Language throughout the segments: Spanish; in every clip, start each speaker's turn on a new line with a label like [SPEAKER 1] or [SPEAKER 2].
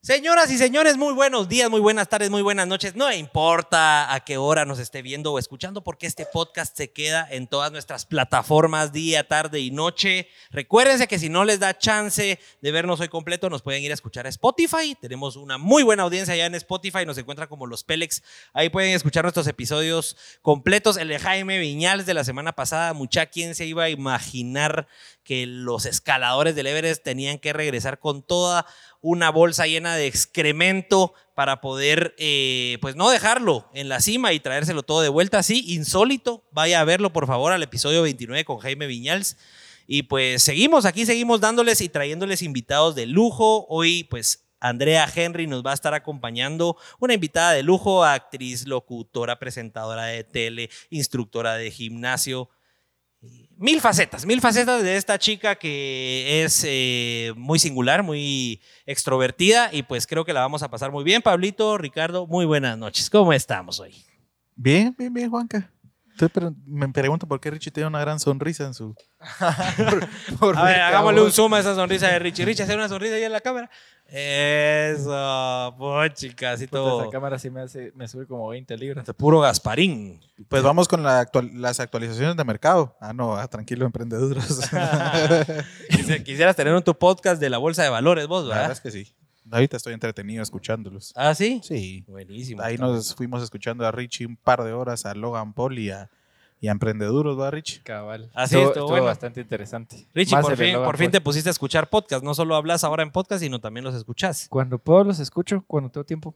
[SPEAKER 1] Señoras y señores, muy buenos días, muy buenas tardes, muy buenas noches. No importa a qué hora nos esté viendo o escuchando, porque este podcast se queda en todas nuestras plataformas día, tarde y noche. Recuérdense que si no les da chance de vernos hoy completo, nos pueden ir a escuchar a Spotify. Tenemos una muy buena audiencia allá en Spotify, nos encuentra como los Pelex. Ahí pueden escuchar nuestros episodios completos. El de Jaime Viñales de la semana pasada, mucha quien se iba a imaginar que los escaladores del Everest tenían que regresar con toda una bolsa llena de excremento para poder, eh, pues no dejarlo en la cima y traérselo todo de vuelta. Sí, insólito. Vaya a verlo, por favor, al episodio 29 con Jaime Viñals. Y pues seguimos aquí, seguimos dándoles y trayéndoles invitados de lujo. Hoy, pues Andrea Henry nos va a estar acompañando, una invitada de lujo, actriz, locutora, presentadora de tele, instructora de gimnasio. Mil facetas, mil facetas de esta chica que es eh, muy singular, muy extrovertida y pues creo que la vamos a pasar muy bien. Pablito, Ricardo, muy buenas noches. ¿Cómo estamos hoy?
[SPEAKER 2] Bien, bien, bien, Juanca. Entonces, pero me pregunto por qué Richie tiene una gran sonrisa en su. por- por
[SPEAKER 1] A ver,
[SPEAKER 2] mi
[SPEAKER 1] hagámosle un
[SPEAKER 2] cabrón.
[SPEAKER 1] zoom a esa sonrisa de Richie. Richie, hacer una sonrisa ahí en la cámara. Eso, pues chicas, y
[SPEAKER 3] Puta,
[SPEAKER 1] todo.
[SPEAKER 3] esa cámara sí me, hace, me sube como 20 libras.
[SPEAKER 1] Puro Gasparín.
[SPEAKER 2] Pues vamos con la actual- las actualizaciones de mercado. Ah, no, ah, tranquilo, emprendedores. la
[SPEAKER 1] Quisi- Quisieras tener un tu podcast de la bolsa de valores, vos,
[SPEAKER 2] verdad
[SPEAKER 1] ¿verdad?
[SPEAKER 2] es que sí. Ahorita estoy entretenido escuchándolos.
[SPEAKER 1] Ah, sí.
[SPEAKER 2] Sí.
[SPEAKER 1] Buenísimo.
[SPEAKER 2] Ahí nos fuimos escuchando a Richie un par de horas, a Logan Paul y a, y a Emprendeduros, ¿va, Richie?
[SPEAKER 3] Cabal.
[SPEAKER 1] Así
[SPEAKER 3] Estuvo-
[SPEAKER 1] Ah, estuvo
[SPEAKER 3] estuvo
[SPEAKER 1] bueno.
[SPEAKER 3] bastante interesante.
[SPEAKER 1] Richie,
[SPEAKER 3] Más
[SPEAKER 1] por
[SPEAKER 3] el
[SPEAKER 1] fin,
[SPEAKER 3] reloj,
[SPEAKER 1] por fin
[SPEAKER 3] pues.
[SPEAKER 1] te pusiste a escuchar podcast. No solo hablas ahora en podcast, sino también los escuchas.
[SPEAKER 3] Cuando puedo los escucho, cuando tengo tiempo.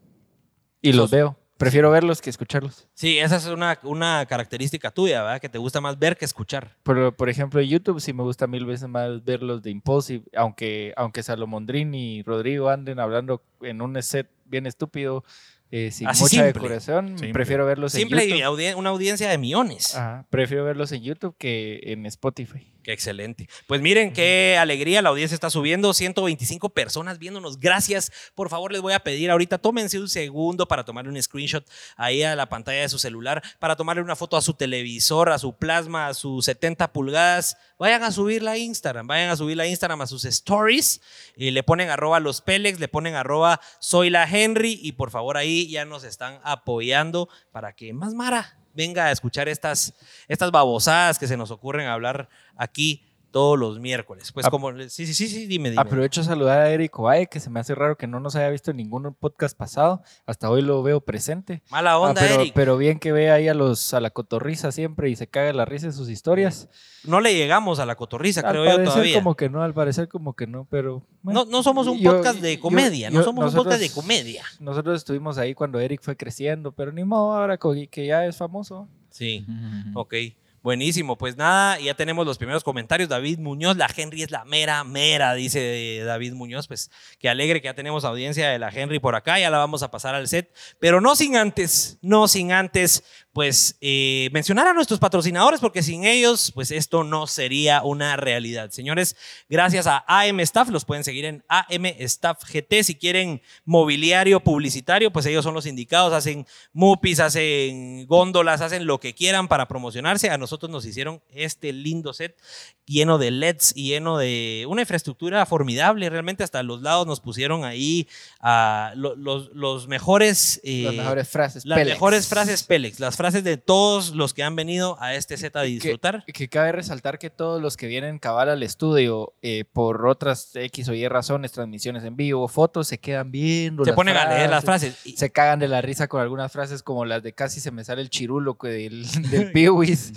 [SPEAKER 3] Y los veo. Prefiero verlos que escucharlos.
[SPEAKER 1] Sí, esa es una, una característica tuya, ¿verdad? Que te gusta más ver que escuchar.
[SPEAKER 3] Pero, por ejemplo, en YouTube sí me gusta mil veces más ver los de Impossible. Aunque, aunque Salomondrín y Rodrigo anden hablando en un set bien estúpido, eh, sin
[SPEAKER 1] Así
[SPEAKER 3] mucha
[SPEAKER 1] simple.
[SPEAKER 3] decoración,
[SPEAKER 2] Simple.
[SPEAKER 3] prefiero verlos
[SPEAKER 1] Simple
[SPEAKER 3] en
[SPEAKER 1] y
[SPEAKER 3] YouTube.
[SPEAKER 1] audien- una audiencia de millones.
[SPEAKER 3] Ajá, prefiero verlos en YouTube que en Spotify.
[SPEAKER 1] Qué excelente. Pues miren qué alegría, la audiencia está subiendo, 125 personas viéndonos. Gracias. Por favor, les voy a pedir ahorita, tómense un segundo para tomarle un screenshot ahí a la pantalla de su celular, para tomarle una foto a su televisor, a su plasma, a sus 70 pulgadas. Vayan a subirla a Instagram, vayan a subirla a Instagram a sus stories y le ponen arroba los Pelex, le ponen arroba soy la Henry y por favor ahí ya nos están apoyando para que más Mara venga a escuchar estas, estas babosadas que se nos ocurren hablar aquí todos los miércoles. Pues
[SPEAKER 3] Ah,
[SPEAKER 1] como, sí, sí, sí, sí, dime, dime.
[SPEAKER 3] Aprovecho a saludar a Eric Oae, que se me hace raro que no nos haya visto en ningún podcast pasado. Hasta hoy lo veo presente.
[SPEAKER 1] Mala onda,
[SPEAKER 3] Ah, pero,
[SPEAKER 1] Eric.
[SPEAKER 3] pero bien que ve ahí a los a la cotorriza siempre y se caga la risa en sus historias.
[SPEAKER 1] no le llegamos a la cotorriza,
[SPEAKER 3] al
[SPEAKER 1] creo yo
[SPEAKER 3] parecer
[SPEAKER 1] todavía.
[SPEAKER 3] como que no, al parecer como que no, pero bueno.
[SPEAKER 1] no, no somos un
[SPEAKER 3] Yo-
[SPEAKER 1] podcast de
[SPEAKER 3] yo-
[SPEAKER 1] comedia, no
[SPEAKER 3] yo-
[SPEAKER 1] somos un podcast de
[SPEAKER 3] nosotros-
[SPEAKER 1] comedia.
[SPEAKER 3] Nosotros estuvimos ahí cuando Eric fue creciendo, pero ni modo, ahora co- que ya es famoso.
[SPEAKER 1] Sí. Ok, buenísimo. Pues nada, ya tenemos los primeros comentarios. David Muñoz, la Henry es la mera, mera, dice eh, David Muñoz. Pues qué alegre que ya tenemos audiencia de la Henry por acá, ya la vamos a pasar al set. Pero no sin antes, no sin antes, pues eh, mencionar a nuestros patrocinadores, porque sin ellos, pues esto no sería una realidad. Señores, gracias a AM Staff, los pueden seguir en AM Staff GT. Si quieren mobiliario publicitario, pues ellos son los indicados, hacen mupis, hacen góndolas, hacen lo que quieran para promocionarse. A nosotros nos hicieron este lindo set lleno de LEDs y lleno de una infraestructura formidable. Realmente hasta los lados nos pusieron ahí ah, lo- los, los mejores... eh,
[SPEAKER 3] las mejores frases.
[SPEAKER 1] las
[SPEAKER 3] Pélex.
[SPEAKER 1] mejores frases Pélex, las frases de todos los que han venido a este set a
[SPEAKER 3] Y que-
[SPEAKER 1] disfrutar.
[SPEAKER 3] Que, cabe resaltar que todos los que vienen cabal al estudio eh, por otras X o Y razones, transmisiones en vivo, fotos, se quedan viendo.
[SPEAKER 1] Se
[SPEAKER 3] las
[SPEAKER 1] ponen a leer las
[SPEAKER 3] frases,
[SPEAKER 1] frases. Y-
[SPEAKER 3] Se cagan de la risa con algunas frases como las de casi se me sale el chirulo que del, del Piwis.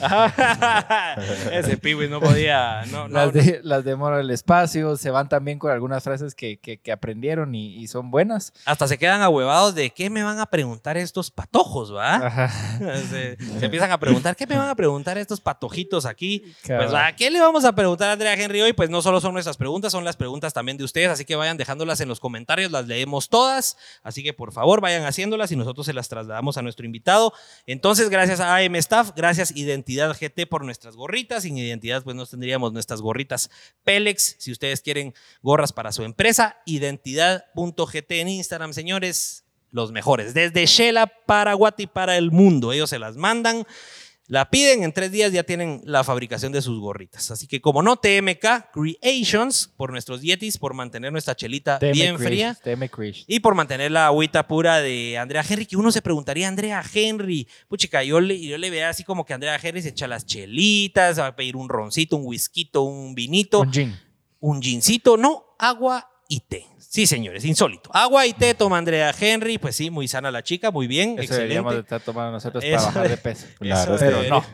[SPEAKER 1] Ese piwis no podía. No, no,
[SPEAKER 3] Las de, las de Moro del Espacio se van también con algunas frases que, que- que aprendieron y, y son buenas.
[SPEAKER 1] Hasta se quedan ahuevados de qué me van a preguntar estos patojos,
[SPEAKER 3] Ah.
[SPEAKER 1] ¿va?
[SPEAKER 3] Ajá.
[SPEAKER 1] se, se empiezan a preguntar, ¿qué me van a preguntar estos patojitos aquí? Pues,
[SPEAKER 3] Cabal.
[SPEAKER 1] ¿a qué le vamos a preguntar a Andrea Henry hoy? Pues no solo son nuestras preguntas, son las preguntas también de ustedes, así que vayan dejándolas en los comentarios, las leemos todas, así que por favor vayan haciéndolas y nosotros se las trasladamos a nuestro invitado. Entonces, gracias a AM Staff, gracias Identidad GT por nuestras gorritas, sin Identidad pues no tendríamos nuestras gorritas Pélex, si ustedes quieren gorras para su empresa, identidad.gt en Instagram, señores, los mejores, desde Shela para Guati para el mundo, ellos se las mandan. La piden, en tres días ya tienen la fabricación de sus gorritas. Así que como no, TMK Creations, por nuestros dietis, por mantener nuestra chelita
[SPEAKER 3] Teme
[SPEAKER 1] bien
[SPEAKER 3] Krish,
[SPEAKER 1] fría.
[SPEAKER 3] teme Krish.
[SPEAKER 1] Y por mantener la agüita pura de Andrea Henry, que uno se preguntaría, Andrea Henry, puchica, yo le, yo le veía así como que Andrea Henry se echa las chelitas, va a pedir un roncito, un whisky, un vinito,
[SPEAKER 3] Un gin.
[SPEAKER 1] un gincito, no, agua y té. Sí, señores, insólito. Agua y té toma Andrea Henry, pues sí, muy sana la chica, muy bien,
[SPEAKER 3] Eso deberíamos de
[SPEAKER 1] excelente.
[SPEAKER 3] este, estar tomando nosotros
[SPEAKER 1] Eso
[SPEAKER 3] para bajar de peso.
[SPEAKER 1] Eso
[SPEAKER 2] pero
[SPEAKER 1] debería.
[SPEAKER 2] no.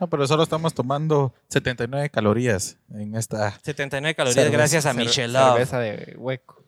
[SPEAKER 2] No, pero solo estamos tomando 79 calorías en esta.
[SPEAKER 1] 79 calorías
[SPEAKER 2] Cerveza,
[SPEAKER 1] gracias a
[SPEAKER 3] Cer-
[SPEAKER 1] Michelle Love.
[SPEAKER 3] Cerveza de hueco.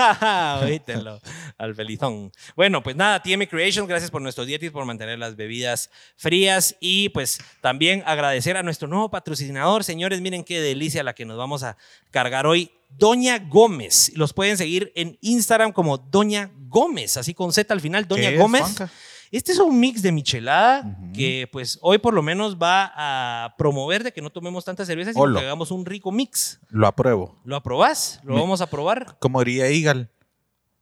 [SPEAKER 1] Oítelo, al felizón. Bueno, pues nada, TM Creations, gracias por nuestros dietis, por mantener las bebidas frías y pues también agradecer a nuestro nuevo patrocinador. Señores, miren qué delicia la que nos vamos a cargar hoy. Doña Gómez. Los pueden seguir en Instagram como Doña Gómez, así con Z al final, Doña
[SPEAKER 2] ¿Qué es,
[SPEAKER 1] Gómez.
[SPEAKER 2] Juanca?
[SPEAKER 1] Este es un mix de michelada
[SPEAKER 2] Ujú.
[SPEAKER 1] que pues hoy por lo menos va a promover de que no tomemos tantas cervezas, sino
[SPEAKER 2] Olo.
[SPEAKER 1] que hagamos un rico mix.
[SPEAKER 2] Lo apruebo.
[SPEAKER 1] ¿Lo aprobás? ¿Lo
[SPEAKER 2] Me-
[SPEAKER 1] vamos a probar?
[SPEAKER 2] Como diría Igal,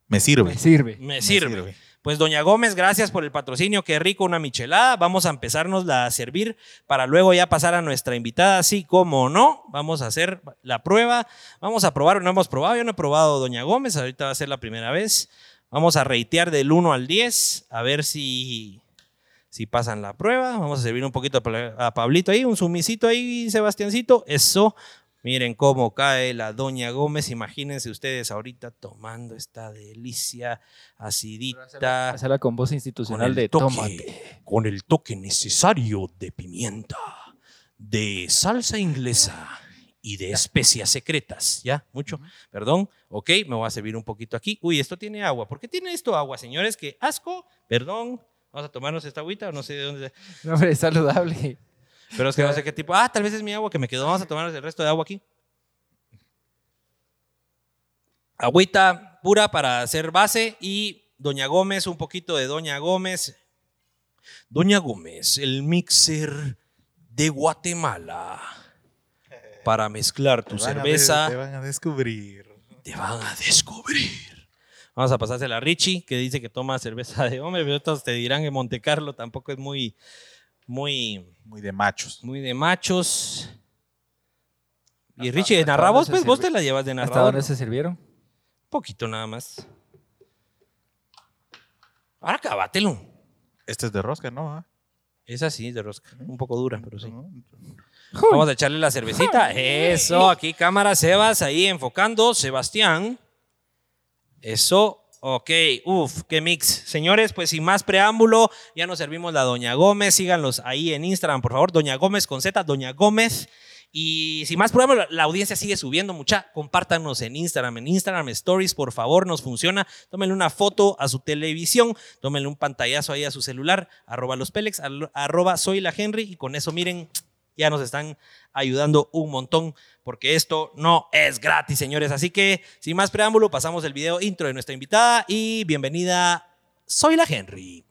[SPEAKER 2] me sirve.
[SPEAKER 3] Me sirve.
[SPEAKER 1] Me sirve. Pues doña Gómez, gracias por el patrocinio, qué rico una michelada. Vamos a empezárnosla a servir para luego ya pasar a nuestra invitada, así como no. Vamos a hacer la prueba, vamos a probar, no hemos probado, yo no he probado doña Gómez, ahorita va a ser la primera vez. Vamos a reitear del 1 al 10, a ver si, si pasan la prueba. Vamos a servir un poquito a Pla- a Pablito ahí, un sumisito ahí, Sebastiancito. Eso, miren cómo cae la doña Gómez, imagínense ustedes ahorita tomando esta delicia acidita
[SPEAKER 3] Hacerla con voz institucional
[SPEAKER 1] el
[SPEAKER 3] de
[SPEAKER 1] toque.
[SPEAKER 3] tómate.
[SPEAKER 1] con el toque necesario de pimienta, de salsa inglesa y de especias secretas. ¿Ya? Mucho. Perdón. Ok, me voy a servir un poquito aquí. Uy, esto tiene agua. ¿Por qué tiene esto agua, señores? Que asco. Perdón. Vamos a tomarnos esta agüita, no sé de dónde.
[SPEAKER 3] No, hombre, es saludable.
[SPEAKER 1] Pero es que no sé qué tipo. Ah, tal vez es mi agua que me quedó. Vamos a tomarnos el resto de agua aquí. Agüita pura para hacer base y Doña Gómez, un poquito de Doña Gómez. Doña Gómez, el mixer de Guatemala. Para mezclar tu
[SPEAKER 2] Te van a
[SPEAKER 1] cerveza
[SPEAKER 2] ver, Te van a descubrir.
[SPEAKER 1] te van a descubrir. Vamos a pasársela a Richie, que dice que toma cerveza de hombre, pero otros te dirán que Monte Carlo tampoco es muy, muy,
[SPEAKER 2] Muy de machos.
[SPEAKER 1] muy de machos. Y
[SPEAKER 3] Hasta-
[SPEAKER 1] Richie, de
[SPEAKER 3] hasta
[SPEAKER 1] narrabos,
[SPEAKER 3] dónde se
[SPEAKER 1] pues vos
[SPEAKER 3] sirve.
[SPEAKER 1] te la llevas de
[SPEAKER 3] ¿Hasta
[SPEAKER 1] narrador.
[SPEAKER 3] dónde
[SPEAKER 1] Un
[SPEAKER 3] se sirvieron?
[SPEAKER 1] poquito nada más. Ahora acabátelo.
[SPEAKER 2] Este es de rosca, ¿no? ¿Ah? pues,
[SPEAKER 1] Esa sí, es de rosca. Un poco dura, pero sí.
[SPEAKER 2] ¿No?
[SPEAKER 1] Vamos a echarle la cervecita. Eso, aquí cámara Sebas ahí enfocando. Sebastián. Eso. Ok, uf, qué mix. Señores, pues sin más preámbulo, ya nos servimos la Doña Gómez. Síganlos ahí en Instagram, por favor. Doña Gómez con Z, Doña Gómez. Y sin más preámbulo, la audiencia sigue subiendo, mucha. Compártanos en Instagram, en Instagram Stories, por favor, nos funciona. Tómenle una foto a su televisión, tómenle un pantallazo ahí a su celular, arroba los Pelex, al- arroba soy la Henry, y con eso miren, ya nos están ayudando un montón porque esto no es gratis, señores. Así que, sin más preámbulo, pasamos el video intro de nuestra invitada y bienvenida, soy la Henry.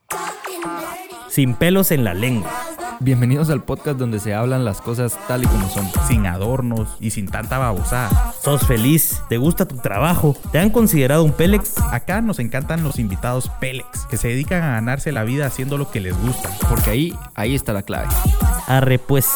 [SPEAKER 1] Sin pelos en la lengua.
[SPEAKER 4] Bienvenidos al podcast donde se hablan las cosas tal y como son.
[SPEAKER 5] sin adornos y sin tanta babosada.
[SPEAKER 1] ¿Sos feliz? ¿Te gusta tu trabajo? ¿Te han considerado un Pélex?
[SPEAKER 5] Acá nos encantan los invitados Pélex, que se dedican a ganarse la vida haciendo lo que les gusta.
[SPEAKER 4] Porque ahí, ahí está la clave.
[SPEAKER 1] Arre pues.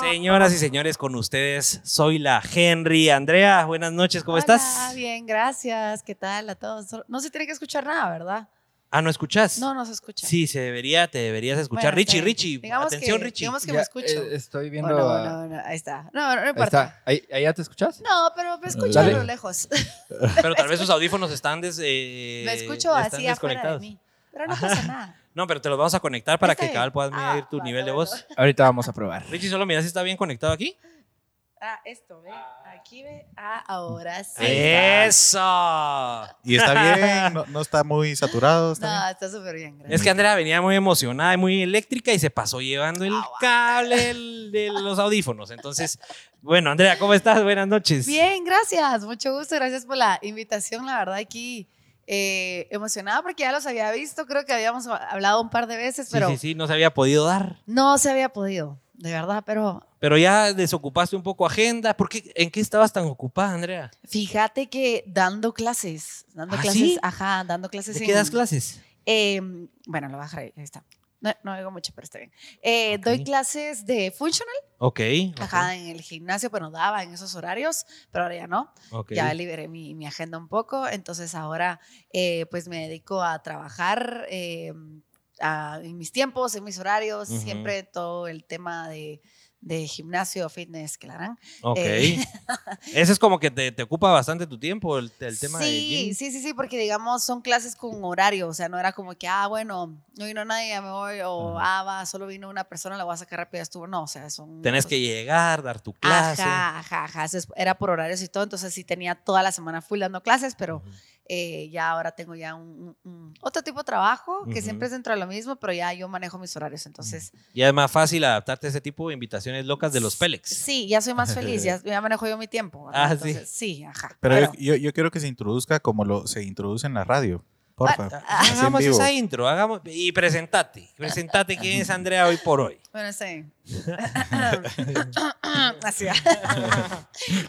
[SPEAKER 1] Señoras y señores, con ustedes, soy la Henry. Andrea, buenas noches, ¿cómo
[SPEAKER 6] Hola,
[SPEAKER 1] estás?
[SPEAKER 6] Bien, gracias. ¿Qué tal a todos? Solo- No se tiene que escuchar nada, ¿verdad?
[SPEAKER 1] Ah, ¿no escuchás?
[SPEAKER 6] No, no se escucha.
[SPEAKER 1] Sí, se debería, te deberías escuchar.
[SPEAKER 6] Bueno,
[SPEAKER 1] Richie,
[SPEAKER 6] está bien.
[SPEAKER 1] Richie,
[SPEAKER 6] Digamos
[SPEAKER 1] atención,
[SPEAKER 6] que-
[SPEAKER 1] Richie.
[SPEAKER 6] Digamos que
[SPEAKER 3] Ya,
[SPEAKER 6] me escucho.
[SPEAKER 3] eh, estoy
[SPEAKER 6] O
[SPEAKER 3] viendo.
[SPEAKER 6] no,
[SPEAKER 3] a-
[SPEAKER 6] no, no, ahí está. No, no, no
[SPEAKER 3] Ahí
[SPEAKER 6] importa.
[SPEAKER 3] está. Ahí, ahí ya te escuchas.
[SPEAKER 6] No, pero me escucho
[SPEAKER 3] Dale.
[SPEAKER 6] a lo lejos.
[SPEAKER 1] Pero tal vez sus audífonos están des, eh,
[SPEAKER 6] me escucho
[SPEAKER 1] están
[SPEAKER 6] así afuera de mí. Pero no pasa nada.
[SPEAKER 1] No, pero te los vamos a conectar para
[SPEAKER 6] Está
[SPEAKER 1] que
[SPEAKER 6] bien.
[SPEAKER 1] cabal puedas
[SPEAKER 6] Ah,
[SPEAKER 1] medir tu
[SPEAKER 6] vale,
[SPEAKER 1] nivel de
[SPEAKER 6] bueno.
[SPEAKER 1] voz.
[SPEAKER 3] Ahorita vamos a probar.
[SPEAKER 1] Richie, solo mira si está bien conectado aquí.
[SPEAKER 6] Ah, esto, ve. Aquí ve. Ah, ahora sí.
[SPEAKER 1] ¡Eso!
[SPEAKER 2] Y está bien, no, no está muy saturado. Está bien.
[SPEAKER 6] No, está súper bien, gracias.
[SPEAKER 1] Es que Andrea venía muy emocionada y muy eléctrica y se pasó llevando el cable el- de los audífonos. Entonces, bueno, Andrea, ¿cómo estás? Buenas noches.
[SPEAKER 6] Bien, gracias. Mucho gusto. Gracias por la invitación. La verdad, aquí eh, emocionada porque ya los había visto. Creo que habíamos hablado un par de veces,
[SPEAKER 1] Sí,
[SPEAKER 6] pero
[SPEAKER 1] sí, sí, no se había podido dar.
[SPEAKER 6] no se había podido. De verdad, pero
[SPEAKER 1] Pero ya desocupaste un poco agenda. ¿Por qué, ¿En qué estabas tan ocupada, Andrea?
[SPEAKER 6] fíjate que dando clases, dando
[SPEAKER 1] ¿Ah,
[SPEAKER 6] clases,
[SPEAKER 1] sí?
[SPEAKER 6] ajá, dando clases.
[SPEAKER 1] ¿De
[SPEAKER 6] Pues en-
[SPEAKER 1] qué
[SPEAKER 6] em,
[SPEAKER 1] das clases?
[SPEAKER 6] eh, bueno, lo bajaré, ahí está. No, no oigo mucho, pero está bien. Eh, Doy
[SPEAKER 1] Ok.
[SPEAKER 6] clases de functional,
[SPEAKER 1] Ok.
[SPEAKER 6] ajá, en el gimnasio, pero daba en esos horarios, pero ahora ya no.
[SPEAKER 1] ok.
[SPEAKER 6] Ya liberé mi, mi agenda un poco, entonces ahora eh, pues me dedico a trabajar eh, a- en mis tiempos, en mis horarios,
[SPEAKER 1] Ujú.
[SPEAKER 6] siempre todo el tema de, de gimnasio, fitness, que la harán.
[SPEAKER 1] Ok.
[SPEAKER 6] Eh.
[SPEAKER 1] Ese es como que te, te ocupa bastante tu tiempo, el, el tema
[SPEAKER 6] sí,
[SPEAKER 1] de gym.
[SPEAKER 6] Sí, sí, sí, porque digamos son clases con horario, o sea, no era como que, ah, bueno, no vino nadie, ya me voy, o ah, va, solo vino una persona, la voy a sacar rápido, estuvo, no, o sea, son...
[SPEAKER 1] Tenés
[SPEAKER 6] cosas-
[SPEAKER 1] que llegar, dar tu clase.
[SPEAKER 6] Ajá, ajá, ajá, eso es- era por horarios y todo, entonces sí tenía toda la semana full dando clases, pero
[SPEAKER 1] Ujú.
[SPEAKER 6] eh, ya ahora tengo ya un, un- un otro tipo de trabajo que
[SPEAKER 1] Ujú. Mm,
[SPEAKER 6] siempre es dentro de lo mismo, pero ya yo manejo mis horarios, entonces
[SPEAKER 1] Y es más fácil adaptarte a ese tipo de invitaciones locas de los Pélex.
[SPEAKER 6] sí, ya soy más feliz, ya, ya manejo yo mi tiempo. ¿verdad?
[SPEAKER 1] Ah, sí.
[SPEAKER 6] Entonces, sí, ajá.
[SPEAKER 2] Pero yo-
[SPEAKER 6] claro.
[SPEAKER 2] yo, yo quiero que se introduzca como lo se introduce en la radio. Porfa.
[SPEAKER 1] Ah,
[SPEAKER 2] Así en
[SPEAKER 1] Hagamos
[SPEAKER 2] vivo.
[SPEAKER 1] esa intro, hagamos y presentate. Presentate quién es Andrea hoy por hoy.
[SPEAKER 6] Bueno, está bien. Así va.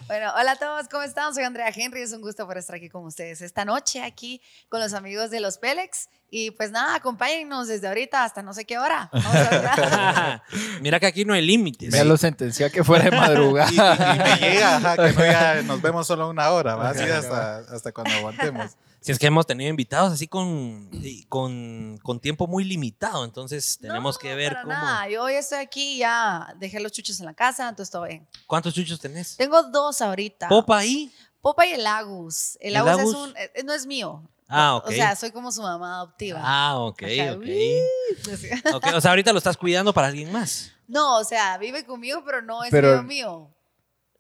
[SPEAKER 6] bueno, hola a todos, ¿cómo están? Soy Andrea Henry, es un gusto por estar aquí con ustedes esta noche, aquí con los amigos de los Pélex. Y pues nada, acompáñennos desde ahorita hasta no sé qué hora. Vamos a hablar.
[SPEAKER 1] Mira que aquí no hay límites.
[SPEAKER 3] Ya lo sentencié a que fuera de madrugada.
[SPEAKER 2] Y, y- y
[SPEAKER 1] ah.
[SPEAKER 2] me llega, ajá, que no ya nos vemos solo una hora, ¿va? Así hasta, hasta cuando aguantemos.
[SPEAKER 1] Si es que hemos tenido invitados así con, y con, con tiempo muy limitado, entonces tenemos
[SPEAKER 6] No,
[SPEAKER 1] que ver
[SPEAKER 6] para
[SPEAKER 1] cómo.
[SPEAKER 6] nada. Yo hoy estoy aquí, ya dejé los chuchos en la casa, entonces todo bien.
[SPEAKER 1] ¿Cuántos chuchos tenés?
[SPEAKER 6] Tengo dos ahorita.
[SPEAKER 1] ¿Popa ahí?
[SPEAKER 6] Popa y el Agus. El,
[SPEAKER 1] ¿El
[SPEAKER 6] Agus,
[SPEAKER 1] Agus?
[SPEAKER 6] es un, eh, no es mío.
[SPEAKER 1] Ah, ok.
[SPEAKER 6] O sea, soy como su mamá adoptiva.
[SPEAKER 1] ah, ok,
[SPEAKER 6] Ajá,
[SPEAKER 1] ok.
[SPEAKER 6] Así.
[SPEAKER 1] Ok, O sea, ahorita lo estás cuidando para alguien más.
[SPEAKER 6] No, o sea, vive conmigo, pero no es
[SPEAKER 3] Pero-
[SPEAKER 6] mío mío.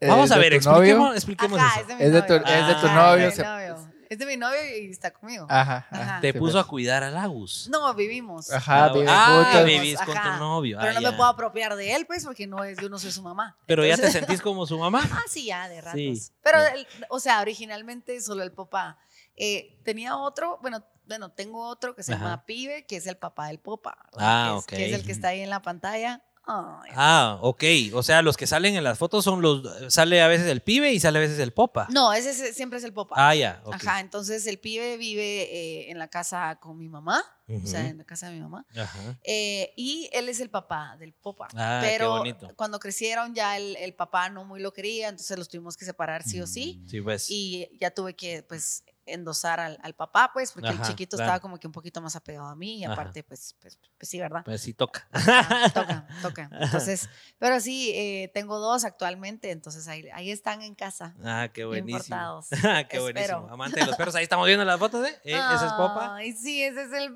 [SPEAKER 3] Eh,
[SPEAKER 1] Vamos a
[SPEAKER 3] ¿de
[SPEAKER 1] ver,
[SPEAKER 3] tu novio?
[SPEAKER 1] expliquemos, expliquemos
[SPEAKER 6] Ajá,
[SPEAKER 1] eso.
[SPEAKER 6] es de mi
[SPEAKER 3] Es de tu-
[SPEAKER 6] novio.
[SPEAKER 1] es de tu
[SPEAKER 6] Ajá,
[SPEAKER 3] novio,
[SPEAKER 6] Es de
[SPEAKER 3] se- Ah.
[SPEAKER 6] mi novio. Es de mi novio y está conmigo.
[SPEAKER 3] Ajá.
[SPEAKER 6] Ajá.
[SPEAKER 1] Te
[SPEAKER 3] sí,
[SPEAKER 1] puso
[SPEAKER 3] pues.
[SPEAKER 1] a cuidar al Agus.
[SPEAKER 6] No, vivimos.
[SPEAKER 3] Ajá,
[SPEAKER 1] Ah,
[SPEAKER 3] viven
[SPEAKER 1] ah,
[SPEAKER 3] juntos.
[SPEAKER 1] baby. vivís con tu novio.
[SPEAKER 6] Pero
[SPEAKER 1] Ah,
[SPEAKER 6] no
[SPEAKER 1] ya.
[SPEAKER 6] me puedo apropiar de él, pues, porque no es, yo no soy su mamá.
[SPEAKER 1] Pero ya te
[SPEAKER 6] Entonces-
[SPEAKER 1] sentís como su mamá.
[SPEAKER 6] Ah, sí, ya, de ratos.
[SPEAKER 1] Sí.
[SPEAKER 6] Pero,
[SPEAKER 1] Sí.
[SPEAKER 6] el- o sea, originalmente solo el papá. Eh, tenía otro, bueno, bueno, tengo otro que se
[SPEAKER 1] Ajá.
[SPEAKER 6] llama Pibe, que es el papá del popa.
[SPEAKER 1] Ah,
[SPEAKER 6] que es, Que es
[SPEAKER 1] ok.
[SPEAKER 6] el que está ahí en la pantalla. Ay,
[SPEAKER 1] Ah, ok. O sea, los que salen en las fotos son los. Sale a veces el pibe y sale a veces el popa.
[SPEAKER 6] No, ese es- siempre es el popa.
[SPEAKER 1] Ah, ya. Ah. ok.
[SPEAKER 6] Ajá, entonces el pibe vive eh, en la casa con mi mamá, o sea,
[SPEAKER 1] Ujú.
[SPEAKER 6] en la casa de mi mamá.
[SPEAKER 1] Ajá.
[SPEAKER 6] Eh, y él es el papá del popa.
[SPEAKER 1] Ah, qué
[SPEAKER 6] pero
[SPEAKER 1] bonito.
[SPEAKER 6] cuando crecieron ya el, el papá no muy lo quería, entonces los tuvimos que separar sí o sí.
[SPEAKER 1] Sí, pues.
[SPEAKER 6] Y ya tuve que, pues, endosar al, al papá, pues, porque
[SPEAKER 1] Ajá,
[SPEAKER 6] el chiquito
[SPEAKER 1] claro.
[SPEAKER 6] estaba como que un poquito más apegado a mí y
[SPEAKER 1] Ajá.
[SPEAKER 6] aparte, pues, pues, pues sí, ¿verdad?
[SPEAKER 1] Pues sí toca.
[SPEAKER 6] Ah, toca, toca. Entonces, pero sí, eh, tengo dos actualmente, entonces ahí, ahí están en casa.
[SPEAKER 1] Ah, qué buenísimo. ¿E, Ah,
[SPEAKER 6] Importados.
[SPEAKER 1] qué buenísimo.
[SPEAKER 6] Espero.
[SPEAKER 1] Amante de los perros. Ahí estamos viendo las fotos, ¿eh? Eh, Esa es popa.
[SPEAKER 6] Ay, sí, ese es el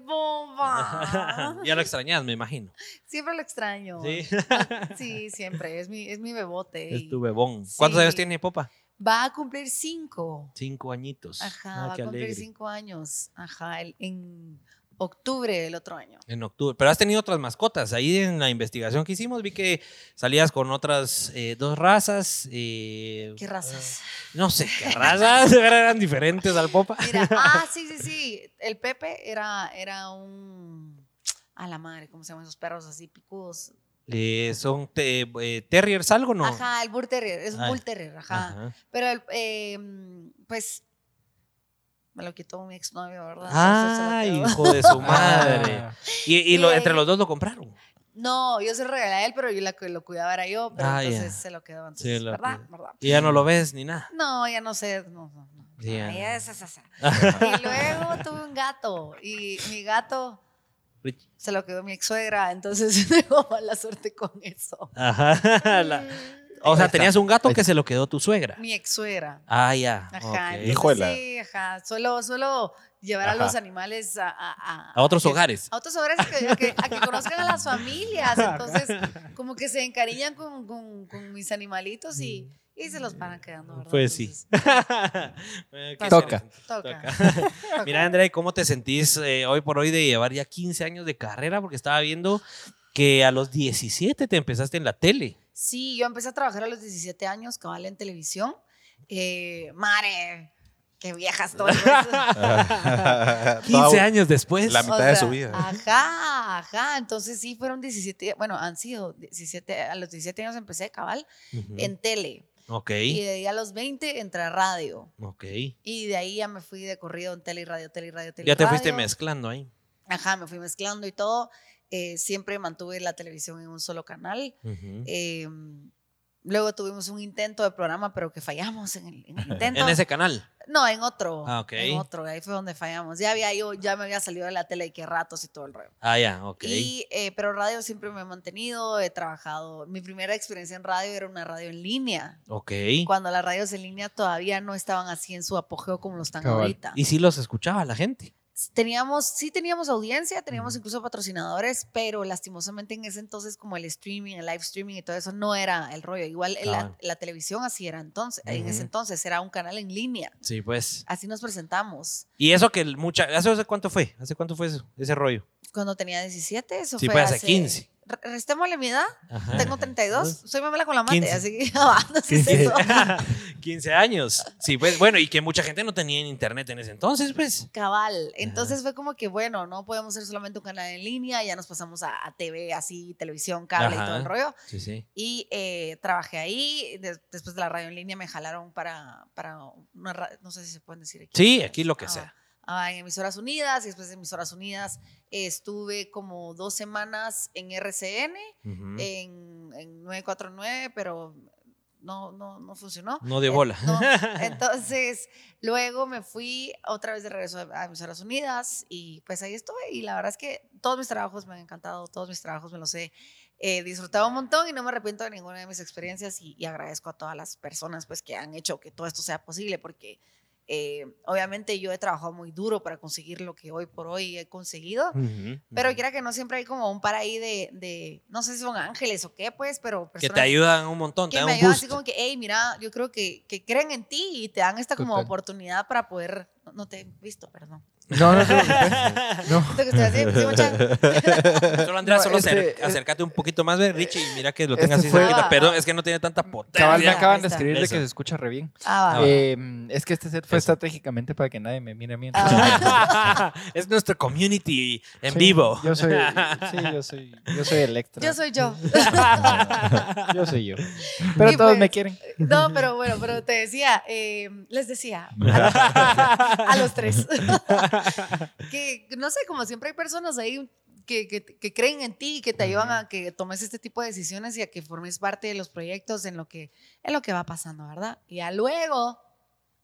[SPEAKER 6] popa.
[SPEAKER 1] ya lo extrañas, me imagino.
[SPEAKER 6] Siempre lo extraño.
[SPEAKER 1] Sí.
[SPEAKER 6] Sí, siempre. Es mi, es mi bebote.
[SPEAKER 1] Es
[SPEAKER 6] y
[SPEAKER 1] tu bebón. ¿Cuántos
[SPEAKER 6] Sí.
[SPEAKER 1] años tiene popa?
[SPEAKER 6] Va a cumplir cinco.
[SPEAKER 1] Cinco añitos.
[SPEAKER 6] Ajá,
[SPEAKER 1] Ah,
[SPEAKER 6] va a
[SPEAKER 1] qué
[SPEAKER 6] cumplir
[SPEAKER 1] alegre.
[SPEAKER 6] cinco años. Ajá, el- en octubre del otro año.
[SPEAKER 1] En octubre. Pero has tenido otras mascotas. Ahí en la investigación que hicimos vi que salías con otras eh, dos razas. eh,
[SPEAKER 6] ¿Qué razas?
[SPEAKER 1] No sé qué razas. pero eran diferentes al popa.
[SPEAKER 6] Mira, ah, sí, sí, sí. El Pepe era, era un. A la madre, ¿cómo se llaman esos perros así picudos?
[SPEAKER 1] Eh, ¿Son te- eh, terriers algo no?
[SPEAKER 6] Ajá, el Bull Terrier. Es un
[SPEAKER 1] Ah,
[SPEAKER 6] Bull Terrier, ajá.
[SPEAKER 1] Ajá.
[SPEAKER 6] Pero, el, eh, pues. Me lo quitó mi exnovio, ¿verdad? Entonces se
[SPEAKER 1] Ay,
[SPEAKER 6] lo quedó.
[SPEAKER 1] hijo de su madre.
[SPEAKER 3] Ah,
[SPEAKER 1] Y, y lo-
[SPEAKER 6] Sí,
[SPEAKER 1] entre
[SPEAKER 6] ahí-
[SPEAKER 1] los dos lo compraron.
[SPEAKER 6] No, yo se lo regalé a él, pero yo la que lo cuidaba era yo, pero
[SPEAKER 1] Ah,
[SPEAKER 6] entonces
[SPEAKER 1] ya.
[SPEAKER 6] se lo quedó antes.
[SPEAKER 1] lo
[SPEAKER 6] ¿verdad?
[SPEAKER 1] cuida.
[SPEAKER 6] ¿verdad?
[SPEAKER 1] Y ya no lo ves ni nada.
[SPEAKER 6] No, ya no sé. No, no, no.
[SPEAKER 1] Sí, ya
[SPEAKER 6] Ay,
[SPEAKER 1] no.
[SPEAKER 6] esa, esa, esa. Y luego tuve un gato y mi gato
[SPEAKER 1] Rich.
[SPEAKER 6] se lo quedó mi ex suegra, entonces tengo mala suerte con eso. Mm.
[SPEAKER 1] Ajá. la- o sea,
[SPEAKER 3] está.
[SPEAKER 1] tenías un gato
[SPEAKER 3] Ahí
[SPEAKER 1] que se lo quedó tu suegra.
[SPEAKER 6] Mi ex suegra.
[SPEAKER 1] Ah, ya.
[SPEAKER 6] Ajá.
[SPEAKER 1] ok.
[SPEAKER 6] entonces
[SPEAKER 2] Hijuela.
[SPEAKER 6] Sí, ajá. Suelo, suelo llevar
[SPEAKER 1] Ajá.
[SPEAKER 6] a los animales a, a, a-
[SPEAKER 1] A otros
[SPEAKER 6] que-
[SPEAKER 1] hogares.
[SPEAKER 6] A otros hogares que, a que- a que conozcan a las familias. Entonces, como que se encariñan con, con- con mis animalitos y, y se los van quedando. ¿verdad?
[SPEAKER 1] Mm. Pues sí.
[SPEAKER 6] Entonces,
[SPEAKER 1] Eh, qué
[SPEAKER 3] Toca.
[SPEAKER 1] interesante.
[SPEAKER 6] Toca.
[SPEAKER 1] Toca. Mira, Andrea, ¿y ¿cómo te sentís eh, hoy por hoy de llevar ya 15 años de carrera? Porque estaba viendo que a los 17 te empezaste en la tele.
[SPEAKER 6] Sí, yo empecé a trabajar a los 17 años, cabal en televisión. Eh, mare, qué viejas todas.
[SPEAKER 1] 15 años después.
[SPEAKER 2] La- mitad de su vida.
[SPEAKER 6] Ajá, ajá. Entonces sí, fueron 17, bueno, han sido 17, a los 17 años empecé, cabal,
[SPEAKER 1] Ujú.
[SPEAKER 6] en tele.
[SPEAKER 1] ok,
[SPEAKER 6] Y de ahí a los 20 entré a radio.
[SPEAKER 1] ok.
[SPEAKER 6] Y de ahí ya me fui de corrido en tele y radio, tele y radio, tele y
[SPEAKER 1] Ya te fuiste
[SPEAKER 6] radio.
[SPEAKER 1] mezclando ahí.
[SPEAKER 6] Ajá, me fui mezclando y todo. Eh, siempre mantuve la televisión en un solo canal.
[SPEAKER 1] Ujú.
[SPEAKER 6] Eh, luego tuvimos un intento de programa, pero que fallamos en el, en el intento.
[SPEAKER 1] En ese canal.
[SPEAKER 6] No, en otro.
[SPEAKER 1] Ah, ok.
[SPEAKER 6] En otro, ahí fue donde fallamos. Ya había yo, ya me había salido de la tele y qué ratos y todo el rollo.
[SPEAKER 1] Ah, ya, ok.
[SPEAKER 6] Y, eh, pero radio siempre me he mantenido, he trabajado. Mi primera experiencia en radio era una radio en línea.
[SPEAKER 1] ok.
[SPEAKER 6] Cuando las radios en línea todavía no estaban así en su apogeo como lo están
[SPEAKER 3] Cabal.
[SPEAKER 6] ahorita.
[SPEAKER 1] Y sí los escuchaba la gente.
[SPEAKER 6] Teníamos, sí teníamos audiencia, teníamos incluso patrocinadores, pero lastimosamente en ese entonces como el streaming, el live streaming y todo eso no era el rollo. Igual en la,
[SPEAKER 1] Cabal.
[SPEAKER 6] la televisión así era entonces, en
[SPEAKER 1] Ujú.
[SPEAKER 6] ese entonces era un canal en línea.
[SPEAKER 1] Sí, pues.
[SPEAKER 6] Así nos presentamos.
[SPEAKER 1] Y eso que el mucha. ¿Hace hace cuánto fue? ¿Hace cuánto fue eso, ese rollo?
[SPEAKER 6] Cuando tenía 17, eso
[SPEAKER 1] Sí,
[SPEAKER 6] fue
[SPEAKER 1] pues, hace
[SPEAKER 6] hace
[SPEAKER 1] 15.
[SPEAKER 6] Re- Restémosle mi edad,
[SPEAKER 1] Ajá.
[SPEAKER 6] tengo 32, soy mamela con la mate,
[SPEAKER 1] 15.
[SPEAKER 6] así que ah, no sé si eso.
[SPEAKER 1] 15 años. Sí, pues bueno, y que mucha gente no tenía internet en ese entonces, pues.
[SPEAKER 6] Cabal. Entonces fue como que, bueno, no podemos ser solamente un canal en línea, ya nos pasamos a, a TV, así, televisión, cable y todo el
[SPEAKER 1] Ajá.
[SPEAKER 6] rollo.
[SPEAKER 1] Sí, sí.
[SPEAKER 6] Y eh, trabajé ahí, de- después de la radio en línea me jalaron para, para una ra- no sé si se pueden decir aquí.
[SPEAKER 1] Sí, aquí lo que
[SPEAKER 6] Ah,
[SPEAKER 1] sea.
[SPEAKER 6] ah, en Emisoras Unidas, y después de Emisoras Unidas eh, estuve como dos semanas en RCN,
[SPEAKER 1] Ujú.
[SPEAKER 6] Eh, en, en 949, pero no, no, no funcionó.
[SPEAKER 1] no dio
[SPEAKER 6] Eh,
[SPEAKER 1] bola.
[SPEAKER 6] no. Entonces, luego me fui otra vez de regreso a a Emisoras Unidas y pues ahí estuve. Y la verdad es que todos mis trabajos me han encantado, todos mis trabajos me los he eh, disfrutado un montón y no me arrepiento de ninguna de mis experiencias y, y agradezco a todas las personas pues que han hecho que todo esto sea posible porque eh, obviamente yo he trabajado muy duro para conseguir lo que hoy por hoy he conseguido.
[SPEAKER 1] Ujú,
[SPEAKER 6] Pero
[SPEAKER 1] ujú.
[SPEAKER 6] quiera que no, siempre hay como un par ahí de, de- no sé si son ángeles o qué, pues, pero
[SPEAKER 1] que te
[SPEAKER 6] personas-
[SPEAKER 1] ayudan un montón, te
[SPEAKER 6] que
[SPEAKER 1] dan
[SPEAKER 6] me
[SPEAKER 1] un
[SPEAKER 6] ayudan
[SPEAKER 1] boost.
[SPEAKER 6] así como que, hey, mira, yo creo que, que creen en ti y te dan esta como
[SPEAKER 3] Total.
[SPEAKER 6] oportunidad para poder. No, no te he visto, perdón.
[SPEAKER 3] No, no, no. no.
[SPEAKER 6] Esto que estoy haciendo, sí, mucha-
[SPEAKER 1] Solo Andrea,
[SPEAKER 3] No,
[SPEAKER 1] solo
[SPEAKER 3] este,
[SPEAKER 6] eh,
[SPEAKER 1] acer- acércate un poquito más, ve, Richie, y mira que lo
[SPEAKER 3] este
[SPEAKER 1] tengas así
[SPEAKER 3] fue-
[SPEAKER 1] cerquita.
[SPEAKER 6] Ah.
[SPEAKER 1] Perdón, es que no tiene tanta
[SPEAKER 3] Cabal, me
[SPEAKER 1] potencia.
[SPEAKER 6] acá-
[SPEAKER 3] acaban de
[SPEAKER 6] Eso.
[SPEAKER 3] escribir de que
[SPEAKER 1] Eso.
[SPEAKER 3] se escucha re bien.
[SPEAKER 6] Ah, va.
[SPEAKER 1] Ah, va.
[SPEAKER 3] Eh, es que este set fue
[SPEAKER 1] Eso.
[SPEAKER 3] estratégicamente para que nadie me mire a mí. entonces-
[SPEAKER 1] es nuestro community en
[SPEAKER 3] Sí,
[SPEAKER 1] vivo.
[SPEAKER 3] Yo soy, sí, yo soy, yo soy Electra.
[SPEAKER 6] Yo soy yo.
[SPEAKER 3] Yo soy yo. Pero
[SPEAKER 6] Y
[SPEAKER 3] todos me
[SPEAKER 6] pues-
[SPEAKER 3] quieren.
[SPEAKER 6] No, pero bueno, pero te decía, eh, les decía a los, a los tres, que no sé, como siempre hay personas ahí que, que- que creen en ti, que te ayudan a que tomes este tipo de decisiones y a que formes parte de los proyectos en lo que, en lo que va pasando, ¿verdad? Y ya luego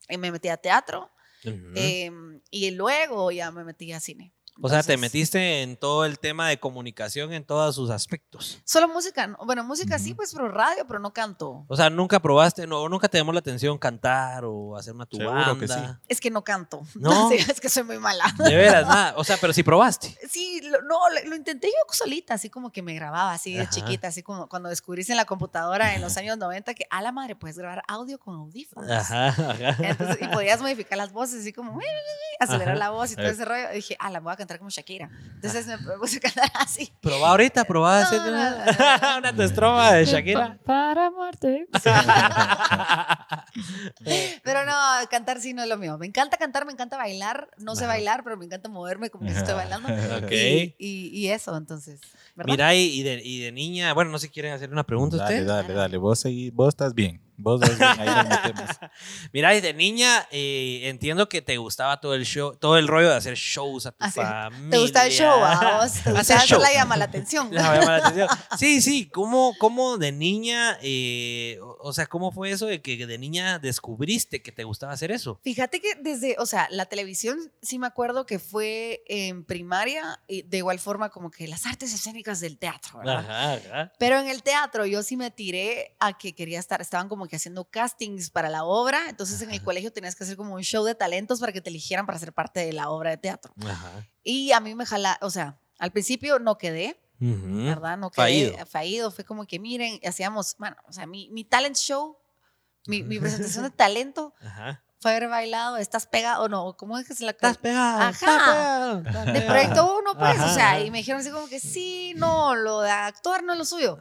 [SPEAKER 6] eh, me metí a teatro
[SPEAKER 1] Ujú.
[SPEAKER 6] eh, y luego ya me metí a cine.
[SPEAKER 1] o sea, te
[SPEAKER 6] Entonces,
[SPEAKER 1] metiste en todo el tema de comunicación en todos sus aspectos.
[SPEAKER 6] Solo música, no- bueno, música sí, pues, pero radio, pero no canto.
[SPEAKER 1] O sea, nunca probaste, no, nunca te llamó la atención cantar o hacer una tu
[SPEAKER 2] Seguro
[SPEAKER 1] banda?
[SPEAKER 2] que
[SPEAKER 6] Es que no canto.
[SPEAKER 1] No.
[SPEAKER 6] Sí, es que soy muy mala.
[SPEAKER 1] De veras, nada. O sea, pero sí probaste.
[SPEAKER 6] Sí, lo, no, lo, lo intenté yo solita, así como que me grababa así de
[SPEAKER 1] Ajá.
[SPEAKER 6] chiquita, así como cuando descubrís en la computadora en los años 90 que a la madre puedes grabar audio con audífonos.
[SPEAKER 1] Ajá, ajá.
[SPEAKER 6] Entonces, y podías modificar las voces, así como "Uy, uy, uy", acelerar la voz y todo
[SPEAKER 1] Eh.
[SPEAKER 6] ese rollo. Y dije, ah, la voy a cantar como Shakira.
[SPEAKER 1] Ah.
[SPEAKER 6] Entonces me puse a cantar así.
[SPEAKER 1] Probá ahorita, probá hacer
[SPEAKER 6] No,
[SPEAKER 1] una,
[SPEAKER 6] no, no, no, no.
[SPEAKER 1] una tu estrofa de Shakira.
[SPEAKER 7] Para muerte.
[SPEAKER 6] Pero no, cantar sí no es lo mío. Me encanta cantar, me encanta bailar. No sé
[SPEAKER 1] Ajá.
[SPEAKER 6] bailar, pero me encanta moverme como que si estoy bailando.
[SPEAKER 1] Ok.
[SPEAKER 6] Y, y- y eso, entonces. ¿verdad?
[SPEAKER 1] Mira, y, y de, y de niña, bueno, no sé si quieren hacer una pregunta
[SPEAKER 2] Dale,
[SPEAKER 1] ustedes.
[SPEAKER 2] dale, dale. Vos, seguí, vos estás bien. Vos estás bien. Ahí nos metemos.
[SPEAKER 1] Mira, y de niña, eh, entiendo que te gustaba todo el show, todo el rollo de hacer shows a tu
[SPEAKER 6] Ah, sí.
[SPEAKER 1] familia.
[SPEAKER 6] ¿Te gusta el show? ¿A vos? ¿Te
[SPEAKER 1] Hacer
[SPEAKER 6] gusta
[SPEAKER 1] show.
[SPEAKER 6] la llama la atención?
[SPEAKER 1] Ya me llama la atención. Sí, sí, ¿cómo, cómo de niña, eh, o o sea, cómo fue eso de que de niña descubriste que te gustaba hacer eso?
[SPEAKER 6] Fíjate que desde, o sea, la televisión sí me acuerdo que fue en primaria, y de igual forma como que las artes escénicas del teatro, ¿verdad?
[SPEAKER 1] Ajá, ajá.
[SPEAKER 6] Pero en el teatro yo sí me tiré a que quería estar, estaban como que haciendo castings para la obra, entonces en el colegio tenías que hacer como un show de talentos para que te eligieran para ser parte de la obra de teatro.
[SPEAKER 1] Ajá.
[SPEAKER 6] Y a mí me jala, o sea, al principio no quedé,
[SPEAKER 1] Ujú.
[SPEAKER 6] ¿verdad? No quedé
[SPEAKER 1] Fallido.
[SPEAKER 6] fallido, fue como que miren, hacíamos, bueno, o sea, mi, mi talent show, mi, mi presentación de talento
[SPEAKER 1] Ajá.
[SPEAKER 6] fue haber bailado, estás pegado, o no, ¿cómo es que se la
[SPEAKER 1] Estás pegado.
[SPEAKER 6] Ajá.
[SPEAKER 1] estás pegado, estás
[SPEAKER 6] De
[SPEAKER 1] pegado.
[SPEAKER 6] proyecto uno, pues,
[SPEAKER 1] Ajá.
[SPEAKER 6] o sea, y me dijeron así como que sí, no, lo de actuar no es lo suyo.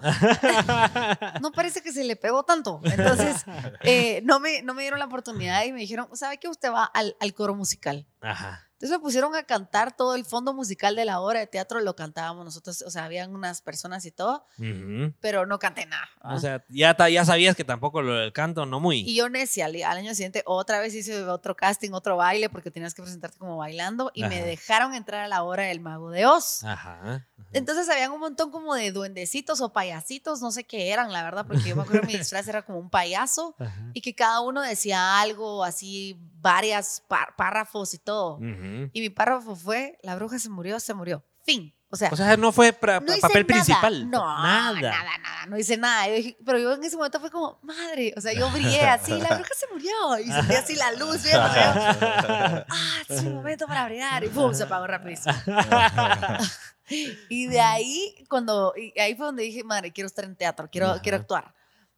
[SPEAKER 6] no parece que se le pegó tanto. Entonces, eh, no, me, no me dieron la oportunidad y me dijeron, ¿sabe qué? Usted va al, al coro musical.
[SPEAKER 1] Ajá.
[SPEAKER 6] Entonces me pusieron a cantar todo el fondo musical de la obra de teatro, lo cantábamos nosotros, o sea, habían unas personas y todo,
[SPEAKER 1] Ujú.
[SPEAKER 6] pero no canté nada. ¿va?
[SPEAKER 1] O sea, ya, ta- ya sabías que tampoco lo del canto, no muy.
[SPEAKER 6] y yo necia, al, al año siguiente otra vez hice otro casting, otro baile, porque tenías que presentarte como bailando, y me
[SPEAKER 1] Ajá.
[SPEAKER 6] dejaron entrar a la obra del Mago de Oz.
[SPEAKER 1] Ajá.
[SPEAKER 6] Entonces habían un montón como de duendecitos o payasitos, no sé qué eran, la verdad, porque yo me acuerdo que mi disfraz era como un payaso
[SPEAKER 1] Ajá.
[SPEAKER 6] y que cada uno decía algo, así varias par- párrafos y todo.
[SPEAKER 1] Ujú.
[SPEAKER 6] Y mi párrafo fue, la bruja se murió, se murió. Fin. O sea,
[SPEAKER 1] O sea, no fue pra-
[SPEAKER 6] no hice
[SPEAKER 1] papel
[SPEAKER 6] nada.
[SPEAKER 1] principal.
[SPEAKER 6] No,
[SPEAKER 1] nada.
[SPEAKER 6] nada. nada, no hice nada. Yo dije- pero yo en ese momento fue como, madre, o sea, yo brillé así, la bruja se murió. Y sentí así la luz, bien, o sea, ah, es un momento para brillar. Y pum, se apagó rapidísimo. y de ahí, cuando, y ahí fue donde dije, madre, quiero estar en teatro, quiero,
[SPEAKER 1] Ajá.
[SPEAKER 6] quiero actuar.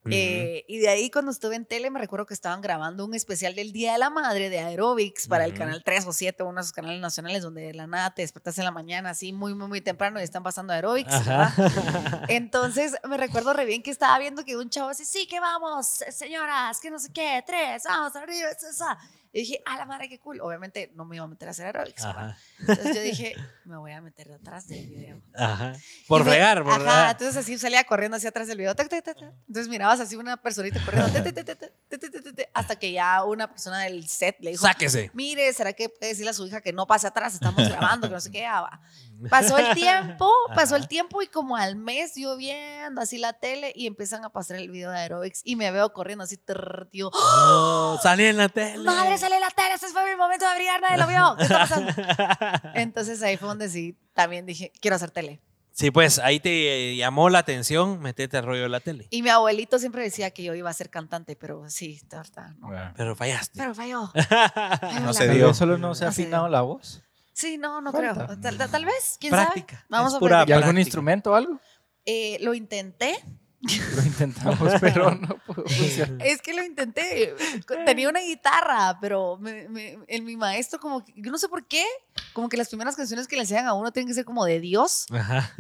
[SPEAKER 6] Eh, y de ahí cuando estuve en tele me recuerdo que estaban grabando un especial del Día de la Madre de Aerobics para el
[SPEAKER 1] Ujú.
[SPEAKER 6] canal 3 o 7, uno de esos canales nacionales donde de la nada te despertas en la mañana así muy muy muy temprano y están pasando Aerobics.
[SPEAKER 1] Ajá.
[SPEAKER 6] ¿verdad? Entonces me recuerdo re bien que estaba viendo que un chavo así, sí, que vamos, eh, señoras, que no sé qué, tres, vamos, arriba, esa, esa". Y dije, a la madre, qué cool. Obviamente no me iba a meter a hacer aerobics. ¿verdad?
[SPEAKER 1] Ajá.
[SPEAKER 6] Entonces yo dije, me voy a meter detrás del video.
[SPEAKER 1] Ajá. Por
[SPEAKER 6] Y me-
[SPEAKER 1] fregar, por
[SPEAKER 6] Ajá,
[SPEAKER 1] fregar.
[SPEAKER 6] entonces así salía corriendo hacia atrás del video. tac, tac, tac, tac. Entonces mirabas así una personita corriendo, tac, tac, tac, tac, tac, tac, tac, tac, tac, hasta que ya una persona del set le dijo,
[SPEAKER 1] Sáquese.
[SPEAKER 6] mire, ¿será que puede decirle a su hija que no pase atrás? Estamos grabando, que no sé qué. Ah, va. Pasó el tiempo, pasó el tiempo y como al mes yo viendo así la tele y empiezan a pasar el video de aerobics y me veo corriendo así, trrr, tío. ¡Ah!
[SPEAKER 1] No, salí en la tele.
[SPEAKER 6] Madre, sale la tele, ese fue mi momento de brillar, nadie lo vio. ¿Qué está pasando? Entonces ahí fue donde sí, también dije, quiero hacer tele.
[SPEAKER 1] Sí, pues ahí te eh, llamó la atención, metete al rollo de la tele.
[SPEAKER 6] Y mi abuelito siempre decía que yo iba a ser cantante, pero sí, torta, no.
[SPEAKER 1] Pero fallaste.
[SPEAKER 6] Pero falló.
[SPEAKER 2] No
[SPEAKER 6] sé
[SPEAKER 2] se
[SPEAKER 3] Tal
[SPEAKER 2] dio.
[SPEAKER 3] vez solo no se ha
[SPEAKER 6] No se
[SPEAKER 3] afinado
[SPEAKER 6] dio.
[SPEAKER 3] la voz.
[SPEAKER 6] Sí, no, no
[SPEAKER 3] Falta.
[SPEAKER 6] creo. Tal, tal- tal vez, quién
[SPEAKER 1] Práctica.
[SPEAKER 6] sabe. Vamos
[SPEAKER 1] Es
[SPEAKER 6] a
[SPEAKER 1] pura
[SPEAKER 3] ¿Y
[SPEAKER 6] practicar.
[SPEAKER 3] algún
[SPEAKER 1] Práctica.
[SPEAKER 3] instrumento o algo?
[SPEAKER 6] Eh, lo intenté.
[SPEAKER 3] Lo intentamos, pero no pudo funcionar.
[SPEAKER 6] Es que lo intenté. Tenía una guitarra, pero me- me- el- mi maestro, como que, yo no sé por qué, como que las primeras canciones que le enseñan a uno tienen que ser como de Dios.
[SPEAKER 1] Ajá.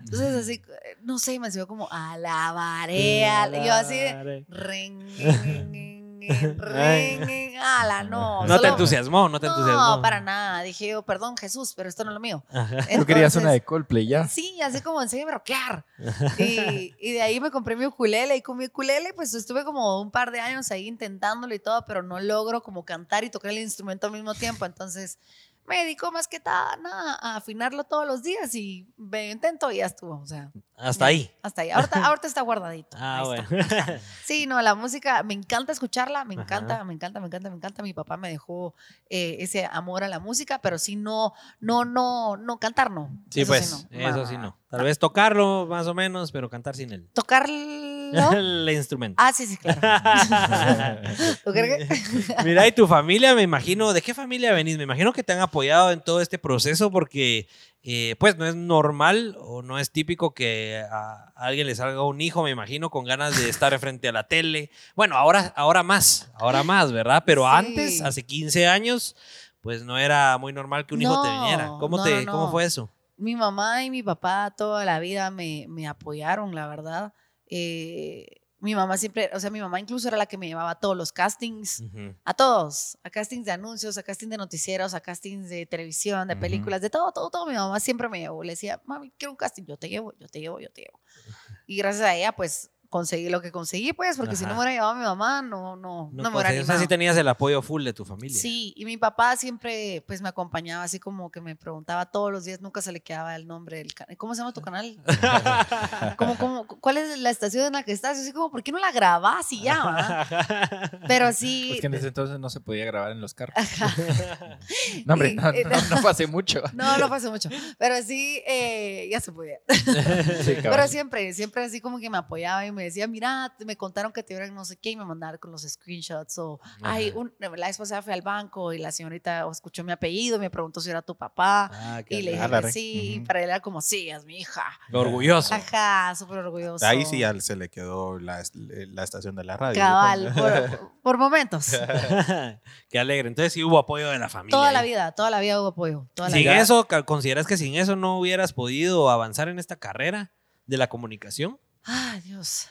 [SPEAKER 6] Entonces, así, eh, no sé, me enseñó como alabaré. al-". Y yo así, de, ren, ren, ren, ren, ren, ren, ala, no.
[SPEAKER 1] No te
[SPEAKER 6] solo-
[SPEAKER 1] entusiasmó, no te entusiasmó.
[SPEAKER 6] No, para nada. Dije yo, perdón, Jesús, pero esto no es lo mío.
[SPEAKER 1] Ajá.
[SPEAKER 3] Tú querías
[SPEAKER 6] Entonces,
[SPEAKER 3] una de Coldplay ya.
[SPEAKER 6] Sí, así como enséñame a rockear. Y, y de ahí me compré mi ukulele. Y con mi ukulele, pues estuve como un par de años ahí intentándolo y todo, pero no logro como cantar y tocar el instrumento al mismo tiempo. Entonces me dedico más que ta- nada a afinarlo todos los días y me intento y ya estuvo. O sea,
[SPEAKER 1] Hasta ahí.
[SPEAKER 6] hasta ahí. Ahorita, ahorita está guardadito.
[SPEAKER 1] Ah,
[SPEAKER 6] Ahí
[SPEAKER 1] bueno.
[SPEAKER 6] está. Sí, no, la música, me encanta escucharla, me
[SPEAKER 1] Ajá.
[SPEAKER 6] encanta, me encanta, me encanta, me encanta. Mi papá me dejó eh, ese amor a la música, pero sí no, no, no, no, cantar no.
[SPEAKER 1] Sí,
[SPEAKER 6] Eso
[SPEAKER 1] pues,
[SPEAKER 6] no.
[SPEAKER 1] eso
[SPEAKER 6] No,
[SPEAKER 1] sí no. Tal vez tocarlo más o menos, pero cantar sin él.
[SPEAKER 6] ¿Tocarlo?
[SPEAKER 1] el instrumento.
[SPEAKER 6] Ah, sí, sí, claro.
[SPEAKER 3] Pues
[SPEAKER 6] ¿Tú crees que?
[SPEAKER 1] Mira, y tu familia, me imagino, ¿de qué familia venís? Me imagino que te han apoyado en todo este proceso porque, eh, pues, no es normal o no es típico que a alguien le salga un hijo, me imagino, con ganas de estar frente a la tele. Bueno, ahora, ahora más, ahora más, ¿verdad? Pero
[SPEAKER 6] Sí.
[SPEAKER 1] antes, hace 15 años, pues no era muy normal que un hijo te
[SPEAKER 6] No,
[SPEAKER 1] viniera. ¿Cómo,
[SPEAKER 6] no,
[SPEAKER 1] te,
[SPEAKER 6] no,
[SPEAKER 1] ¿Cómo
[SPEAKER 6] no.
[SPEAKER 1] fue eso?
[SPEAKER 6] Mi mamá y mi papá toda la vida me, me apoyaron, la verdad. Eh, mi mamá siempre, o sea, mi mamá incluso era la que me llevaba a todos los castings.
[SPEAKER 1] Ujú.
[SPEAKER 6] a todos, a castings de anuncios, a castings de noticieros, a castings de televisión, de
[SPEAKER 5] Ujú.
[SPEAKER 6] películas, de todo, todo, todo. Mi mamá siempre me llevó, le decía, mami, quiero un casting, yo te llevo, yo te llevo, yo te llevo. Y gracias a ella, pues, conseguí lo que conseguí, pues, porque si no
[SPEAKER 1] Ajá.
[SPEAKER 6] me hubiera llevado a mi mamá, no, no, no, me hubiera
[SPEAKER 1] conseguí- pues, o sea,
[SPEAKER 6] animado.
[SPEAKER 1] sí tenías el apoyo full de tu familia.
[SPEAKER 6] Sí, y mi papá siempre, pues, me acompañaba así como que me preguntaba todos los días, nunca se le quedaba el nombre del canal. ¿Cómo se llama tu canal? como, como, ¿cuál es la estación en la que estás? Yo así como, ¿por qué no la grabás y ya, va?" Pero sí...
[SPEAKER 3] Pues que en ese entonces no se podía grabar en los carros. No, hombre, no, no, no fue hace mucho.
[SPEAKER 6] No, no pasó mucho. Pero sí, eh, ya se podía.
[SPEAKER 3] Sí, cabrón.
[SPEAKER 6] Pero siempre, siempre así como que me apoyaba y me decía, mira, me contaron que te vieron no sé qué y me mandaron con los screenshots. O, ay, un- eh, la esposa fue al banco y la señorita escuchó mi apellido y me preguntó si era tu papá.
[SPEAKER 1] Ah, qué
[SPEAKER 6] Y le
[SPEAKER 1] alegre.
[SPEAKER 6] dije
[SPEAKER 2] la
[SPEAKER 6] que
[SPEAKER 2] re-
[SPEAKER 6] sí, y
[SPEAKER 2] Ujú.
[SPEAKER 6] para él era como, sí, es mi hija.
[SPEAKER 1] Orgulloso.
[SPEAKER 6] Ajá, súper orgulloso.
[SPEAKER 2] Ahí sí ya se le quedó la, la estación de la radio.
[SPEAKER 6] Cabal, pues. por, por momentos.
[SPEAKER 1] Qué alegre. Entonces sí hubo apoyo de la familia.
[SPEAKER 6] Toda la
[SPEAKER 1] ahí.
[SPEAKER 6] vida, toda la vida hubo apoyo. Toda la
[SPEAKER 1] Sin
[SPEAKER 6] vida.
[SPEAKER 1] eso, ca- ¿consideras que sin eso no hubieras podido avanzar en esta carrera de la comunicación?
[SPEAKER 6] Ah, Dios.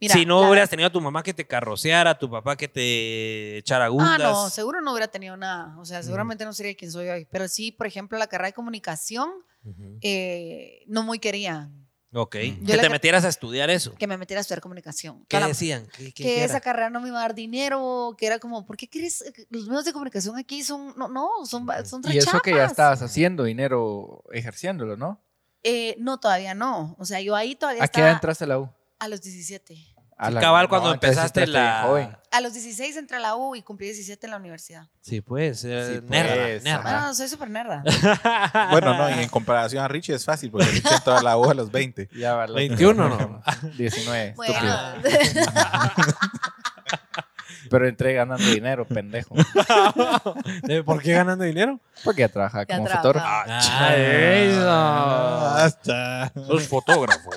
[SPEAKER 6] Mira,
[SPEAKER 1] si no
[SPEAKER 6] la-
[SPEAKER 1] hubieras tenido a tu mamá que te carroceara, a tu papá que te echara
[SPEAKER 6] Ah,
[SPEAKER 1] gundas.
[SPEAKER 6] no, seguro no hubiera tenido nada. O sea, seguramente no sería quien soy hoy. Pero sí, por ejemplo, la carrera de comunicación
[SPEAKER 1] Ujú.
[SPEAKER 6] eh, no muy querían
[SPEAKER 1] Ok.
[SPEAKER 6] Yo
[SPEAKER 1] Que te
[SPEAKER 6] la que-
[SPEAKER 1] metieras a estudiar eso.
[SPEAKER 6] que me metiera a estudiar comunicación.
[SPEAKER 1] ¿Qué
[SPEAKER 6] Toda la-
[SPEAKER 1] decían? ¿Qué, qué- qué
[SPEAKER 6] que
[SPEAKER 1] era?
[SPEAKER 6] esa carrera no me iba a dar dinero, que era como, ¿por qué quieres? Los medios de comunicación aquí son, no, no, son, ba- son
[SPEAKER 3] Y eso que ya
[SPEAKER 6] rechapas.
[SPEAKER 3] estabas haciendo dinero ejerciéndolo, ¿no?
[SPEAKER 6] Eh, no, todavía no. O sea, yo ahí todavía
[SPEAKER 3] ¿A qué edad
[SPEAKER 6] estaba
[SPEAKER 3] entraste a la U?
[SPEAKER 6] a los 17.
[SPEAKER 3] A
[SPEAKER 1] Sí,
[SPEAKER 3] la-
[SPEAKER 1] cabal, cuando
[SPEAKER 3] no, entonces
[SPEAKER 1] empezaste
[SPEAKER 3] entraste
[SPEAKER 1] la-
[SPEAKER 3] bien joven.
[SPEAKER 6] A los 16 entré a la U y cumplí 17 en la universidad.
[SPEAKER 1] Sí, pues.
[SPEAKER 3] Sí,
[SPEAKER 1] eh,
[SPEAKER 3] pues,
[SPEAKER 1] nerda,
[SPEAKER 3] ajá.
[SPEAKER 1] nerda.
[SPEAKER 6] Bueno, soy súper nerda.
[SPEAKER 2] Bueno, no, y en comparación a Richie es fácil porque Richie entró a la U a los 20.
[SPEAKER 3] Ya va la-
[SPEAKER 1] 21, ¿no?
[SPEAKER 3] 19, estúpido.
[SPEAKER 6] Bueno,
[SPEAKER 3] Pero entré ganando dinero, pendejo.
[SPEAKER 1] ¿De ¿Por qué ganando dinero?
[SPEAKER 3] Porque ya trabajaba
[SPEAKER 6] Ya
[SPEAKER 3] como
[SPEAKER 6] trabajaba.
[SPEAKER 3] fotógrafo.
[SPEAKER 1] Ah,
[SPEAKER 2] Ah,
[SPEAKER 1] eso.
[SPEAKER 2] Hasta.
[SPEAKER 1] Sos fotógrafo.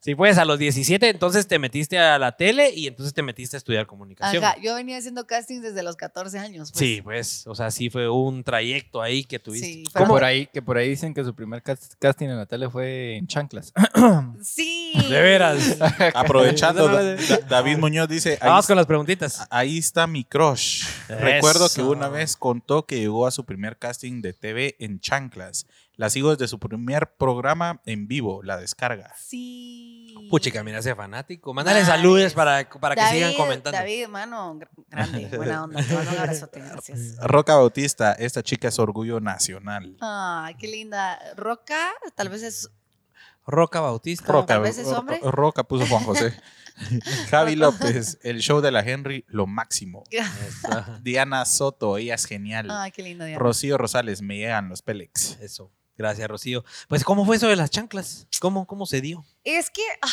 [SPEAKER 1] sí, pues a los 17 entonces te metiste a la tele y entonces te metiste a estudiar comunicación.
[SPEAKER 6] ajá, yo venía haciendo castings desde los 14 años. pues.
[SPEAKER 1] Sí, pues, o sea, sí fue un trayecto ahí que tuviste.
[SPEAKER 6] Sí,
[SPEAKER 3] Que
[SPEAKER 6] pero-
[SPEAKER 3] por, ahí, que por ahí dicen que su primer cast- casting en la tele fue en chanclas.
[SPEAKER 6] Sí.
[SPEAKER 1] De veras.
[SPEAKER 2] Aprovechando,
[SPEAKER 1] No, no,
[SPEAKER 2] Da-
[SPEAKER 1] no.
[SPEAKER 2] Da- David Muñoz dice, ahí,
[SPEAKER 1] Vamos con las preguntitas.
[SPEAKER 2] ahí está mi crush. Recuerdo que
[SPEAKER 1] Eso.
[SPEAKER 2] una vez contó que llegó a su primer casting de TV en Chanclas. La sigo desde su primer programa en vivo, La Descarga.
[SPEAKER 6] Sí.
[SPEAKER 1] Puchica, mira ese fanático. Mándale
[SPEAKER 6] Nice.
[SPEAKER 1] saludos para, para que sigan
[SPEAKER 6] David,
[SPEAKER 1] comentando.
[SPEAKER 6] David, hermano, gr- grande, buena onda. Te mando un abrazote, gracias.
[SPEAKER 2] Roca Bautista, esta chica es orgullo nacional.
[SPEAKER 6] Ay, qué linda. Roca, tal vez es.
[SPEAKER 1] Roca Bautista.
[SPEAKER 2] Roca,
[SPEAKER 6] ¿Tal vez es
[SPEAKER 2] Ro-
[SPEAKER 6] hombre?
[SPEAKER 2] Roca puso Juan José. Javi López, el show de la Henry, lo máximo.
[SPEAKER 1] Eso.
[SPEAKER 2] Diana Soto, ella es genial.
[SPEAKER 6] Ay, qué linda. Diana.
[SPEAKER 2] Rocío Rosales, me llegan los Pélex.
[SPEAKER 1] Eso. Gracias, Rocío. Pues, ¿cómo fue eso de las chanclas? ¿Cómo, cómo se dio?
[SPEAKER 6] Es que. ah,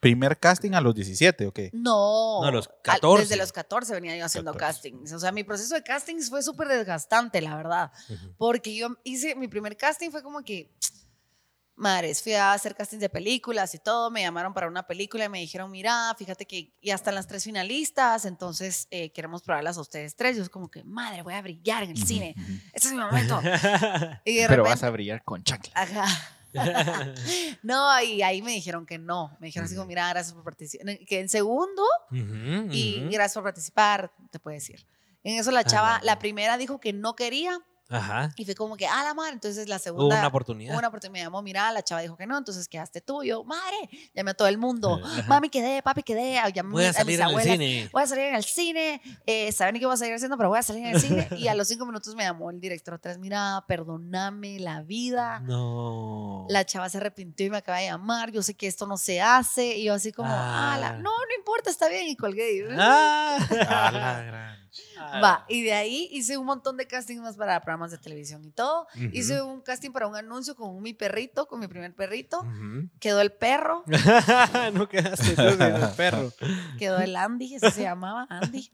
[SPEAKER 2] Primer casting a los 17, ¿ok?
[SPEAKER 6] no.
[SPEAKER 1] No, a los
[SPEAKER 6] Al-
[SPEAKER 1] 14.
[SPEAKER 6] Desde los 14 venía yo haciendo
[SPEAKER 2] 14.
[SPEAKER 6] castings. O sea, mi proceso de castings fue súper desgastante, la verdad. Porque yo hice. Mi primer casting fue como que. Madres, fui a hacer castings de películas y todo, me llamaron para una película y me dijeron, mira, fíjate que ya están las tres finalistas, entonces eh, queremos probarlas a ustedes tres. Yo es como que, madre, voy a brillar en el cine, este es mi momento. Y de
[SPEAKER 3] Pero
[SPEAKER 6] repente-
[SPEAKER 3] vas a brillar con chanclas.
[SPEAKER 6] Ajá. no, y ahí me dijeron que no. Me dijeron así como, mira, gracias por participar. Que en segundo,
[SPEAKER 1] Ujú,
[SPEAKER 6] y
[SPEAKER 1] ujú. Ah,
[SPEAKER 6] gracias por participar, te puedo decir. En eso la chava, la primera dijo que no quería
[SPEAKER 1] Ajá.
[SPEAKER 6] y fue como que, ah, la madre. Entonces la
[SPEAKER 1] Hubo
[SPEAKER 6] segunda...
[SPEAKER 1] una oportunidad.
[SPEAKER 6] Una oportunidad me llamó, mira, la chava dijo que no, entonces quedaste tú. Yo, madre, llamé a todo el mundo. Mami, quedé, papi, quedé. Llamé
[SPEAKER 1] Voy a
[SPEAKER 6] mis
[SPEAKER 1] salir al
[SPEAKER 6] abuelas,
[SPEAKER 1] cine.
[SPEAKER 6] voy a salir en el cine, eh, saben qué voy a salir haciendo, pero voy a salir en el cine. Y a los cinco minutos me llamó el director atrás, mira, perdóname la vida.
[SPEAKER 1] No.
[SPEAKER 6] La chava se arrepintió y me acaba de llamar, yo sé que esto no se hace. Y yo así como, ah, la-
[SPEAKER 1] Ah.
[SPEAKER 6] no, no importa, está bien. Y colgué. y-
[SPEAKER 1] Ah.
[SPEAKER 6] Va, y de ahí hice un montón de castings más para programas de televisión y todo. Hice un casting para un anuncio con mi perrito, con mi primer perrito.
[SPEAKER 1] Ujú.
[SPEAKER 6] Quedó el perro,
[SPEAKER 1] no quedaste tú sin el perro.
[SPEAKER 6] quedó el Andy, ese se llamaba Andy.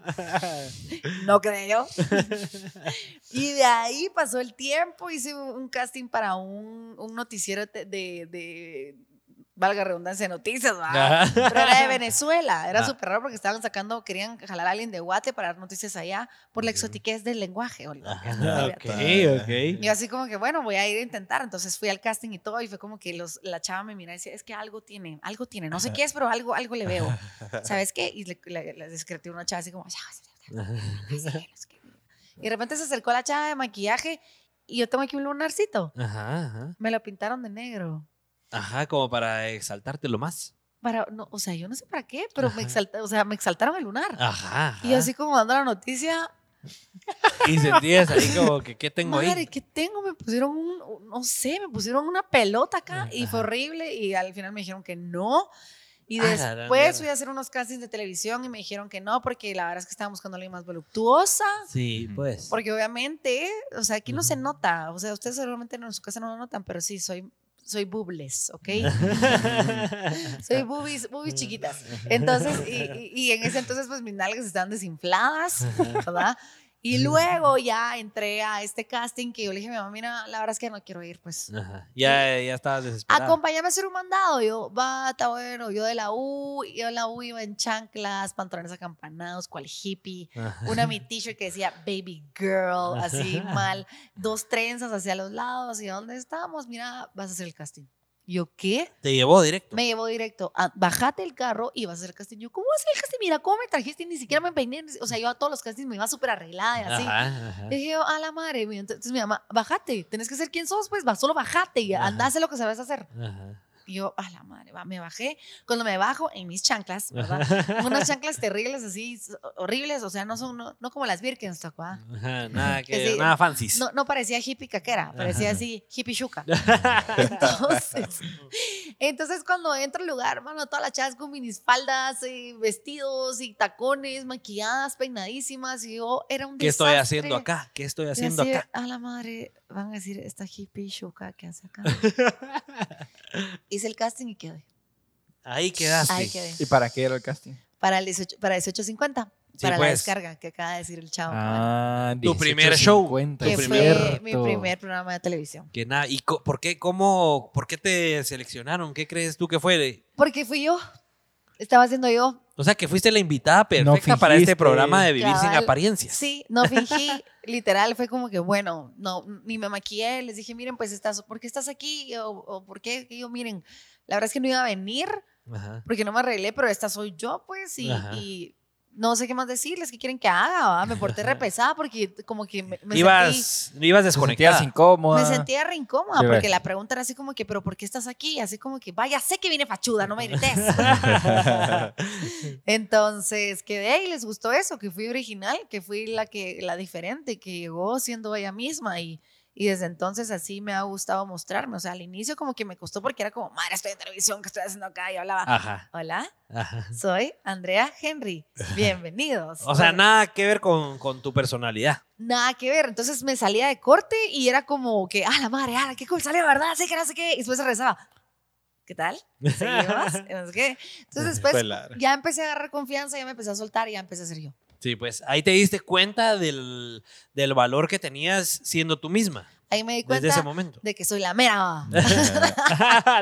[SPEAKER 6] No quedé yo. Y de ahí pasó el tiempo, hice un un casting para un, un noticiero de, de- de- valga redundancia, de noticias, ¿va?
[SPEAKER 1] Ajá.
[SPEAKER 6] pero era de Venezuela, era
[SPEAKER 1] Ah.
[SPEAKER 6] súper raro porque estaban sacando, querían jalar a alguien de Guate para dar noticias allá por la
[SPEAKER 1] Ujú.
[SPEAKER 6] exotiquez del lenguaje. olvídate,
[SPEAKER 1] Ah,
[SPEAKER 6] olvídate.
[SPEAKER 1] ok, ok.
[SPEAKER 6] Y yo así como que, bueno, voy a ir a intentar. Entonces fui al casting y todo, y fue como que los, la chava me mira y decía, es que algo tiene, algo tiene, no sé qué es, pero algo, algo le veo. ¿Sabes qué? Y le, le, le describí a una chava así como, "Ya, ya, ya, ya, ya, no sé qué". y de repente se acercó la chava de maquillaje y yo tengo aquí un lunarcito.
[SPEAKER 1] Ajá, ajá.
[SPEAKER 6] Me lo pintaron de negro.
[SPEAKER 1] Ajá, como para exaltarte lo más.
[SPEAKER 6] Para, no, o sea, yo no sé para qué, pero
[SPEAKER 1] Ajá.
[SPEAKER 6] me, exalta, o sea, me exaltaron el lunar.
[SPEAKER 1] Ajá. ajá.
[SPEAKER 6] Y yo así como dando la noticia,
[SPEAKER 1] Y sentías ahí como que, ¿qué tengo
[SPEAKER 6] Madre,
[SPEAKER 1] ahí?
[SPEAKER 6] ¿qué tengo? Me pusieron un, no sé, me pusieron una pelota acá y
[SPEAKER 1] Ajá.
[SPEAKER 6] fue horrible y al final me dijeron que no. Y
[SPEAKER 1] Ah, la gran
[SPEAKER 6] después
[SPEAKER 1] mierda.
[SPEAKER 6] fui a hacer unos castings de televisión y me dijeron que no porque la verdad es que estaban buscando a alguien más voluptuosa.
[SPEAKER 1] Sí,
[SPEAKER 2] Ujú.
[SPEAKER 1] pues.
[SPEAKER 6] Porque obviamente, o sea, aquí no se
[SPEAKER 1] Ujú.
[SPEAKER 6] nota. O sea, ustedes seguramente no- en su casa no lo notan, pero sí, soy, soy bubles, ¿ok? soy boobies, boobies chiquitas. Entonces, y, y- y en ese entonces, pues mis nalgas estaban desinfladas, ¿verdad? Y luego ya entré a este casting que yo le dije a mi mamá, mira, la verdad es que no quiero ir, pues.
[SPEAKER 1] Ajá. Ya, ya estabas
[SPEAKER 6] Ah,
[SPEAKER 1] desesperado.
[SPEAKER 6] Acompáñame a hacer un mandado. Yo, va, está bueno. Yo de la U, yo de la U iba en chanclas, pantalones acampanados, cual hippie.
[SPEAKER 1] Ajá.
[SPEAKER 6] Una mi t-shirt que decía baby girl, así mal. Dos trenzas hacia los lados. ¿Y dónde estamos? Mira, vas a hacer el casting. ¿Yo qué?
[SPEAKER 1] Te llevó directo.
[SPEAKER 6] Me llevó directo. a- bajate el carro y vas a hacer casting. Yo, ¿cómo vas a hacer el casting? Mira, ¿cómo me trajiste? Ni siquiera me peiné. O sea, yo a todos los castings me iba súper arreglada y así.
[SPEAKER 1] Ajá, ajá.
[SPEAKER 6] Dije yo, a la madre. mira, Entonces mi mamá, bájate. Tenés que ser quien sos, pues, va, solo bájate y
[SPEAKER 1] Ajá.
[SPEAKER 6] andá a hacer lo que sabes hacer.
[SPEAKER 1] Ajá.
[SPEAKER 6] Y yo, a la madre, va, me bajé. Cuando me bajo en mis chanclas, ¿verdad? Unas chanclas terribles, así, horribles. O sea, no son, no, no como las Birkenstock, ¿verdad?
[SPEAKER 1] Ajá, Nada, que,
[SPEAKER 6] Que sí.
[SPEAKER 1] nada fancy.
[SPEAKER 6] No, no parecía hippie caquera, parecía
[SPEAKER 1] Ajá.
[SPEAKER 6] así hippie chuca. Entonces, entonces cuando entro al lugar, mano, todas las chavas con minifaldas, eh, vestidos y tacones, maquilladas, peinadísimas, y yo era un
[SPEAKER 1] ¿Qué estoy
[SPEAKER 6] desastre.
[SPEAKER 1] haciendo acá? ¿Qué estoy
[SPEAKER 6] Y
[SPEAKER 1] haciendo
[SPEAKER 6] así,
[SPEAKER 1] acá?
[SPEAKER 6] A la madre, van a decir, esta hippie chuca que hace acá. Hice el casting y quedé.
[SPEAKER 1] Ahí quedaste.
[SPEAKER 6] Ahí quedé.
[SPEAKER 3] ¿Y para qué era el casting?
[SPEAKER 6] Para el 18, para 1850,
[SPEAKER 1] Sí,
[SPEAKER 6] para la
[SPEAKER 1] pues.
[SPEAKER 6] descarga que acaba de decir el chavo.
[SPEAKER 3] Ah,
[SPEAKER 1] Tu primer show.
[SPEAKER 3] 18.50,
[SPEAKER 1] tu
[SPEAKER 6] que
[SPEAKER 1] primer-
[SPEAKER 6] fue mi
[SPEAKER 3] cierto.
[SPEAKER 6] primer programa de televisión.
[SPEAKER 1] Que nada, ¿y co- por qué, cómo, por qué te seleccionaron? ¿Qué crees tú que fue? de-
[SPEAKER 6] Porque fui yo. Estaba haciendo yo.
[SPEAKER 1] O sea, que fuiste la invitada perfecta para
[SPEAKER 3] fingiste.
[SPEAKER 1] este programa de Vivir sin
[SPEAKER 6] Cabal.
[SPEAKER 1] apariencias.
[SPEAKER 6] Sí, no fingí. literal, fue como que, bueno, no, ni me maquillé. Les dije, miren, pues estás, ¿por qué estás aquí? O, o ¿por qué? Y yo, miren, la verdad es que no iba a venir
[SPEAKER 1] Ajá.
[SPEAKER 6] porque no me arreglé, pero esta soy yo, pues. Y,
[SPEAKER 1] Ajá.
[SPEAKER 6] y no sé qué más decirles, qué quieren que haga. ¿va? Me porté re pesada porque como que me, me sentí...
[SPEAKER 1] ibas, ibas
[SPEAKER 3] Te sentías
[SPEAKER 1] desconectada.
[SPEAKER 3] incómoda.
[SPEAKER 6] Me sentía re incómoda
[SPEAKER 3] Sí,
[SPEAKER 6] porque
[SPEAKER 3] ve.
[SPEAKER 6] la pregunta era así como que, pero ¿por qué estás aquí? Así como que, vaya, sé que viene fachuda, no me grites. Entonces quedé y les gustó eso, que fui original, que fui la que la diferente, que llegó siendo ella misma y, y desde entonces así me ha gustado mostrarme. O sea, al inicio como que me costó porque era como, madre, estoy en televisión, ¿qué estoy haciendo acá? Y hablaba,
[SPEAKER 1] Ajá,
[SPEAKER 6] hola,
[SPEAKER 1] ajá.
[SPEAKER 6] soy Andrea Henry, bienvenidos.
[SPEAKER 1] O sea, nada que ver con, con tu personalidad.
[SPEAKER 6] Nada que ver. Entonces me salía de corte y era como que, ah, la madre, ah, qué cool, salió, ¿verdad? Sí, que no sé qué. Y después regresaba. ¿Qué tal? ¿Seguimos? Y no sé qué. Entonces
[SPEAKER 1] Pues,
[SPEAKER 6] después
[SPEAKER 2] Pelar.
[SPEAKER 6] ya empecé a agarrar confianza, ya me empecé a soltar y ya empecé a ser yo.
[SPEAKER 1] Sí, pues ahí te diste cuenta del, del valor que tenías siendo tú misma
[SPEAKER 6] Ahí me di
[SPEAKER 1] desde ese
[SPEAKER 6] cuenta
[SPEAKER 1] momento.
[SPEAKER 6] de que soy la mera. va.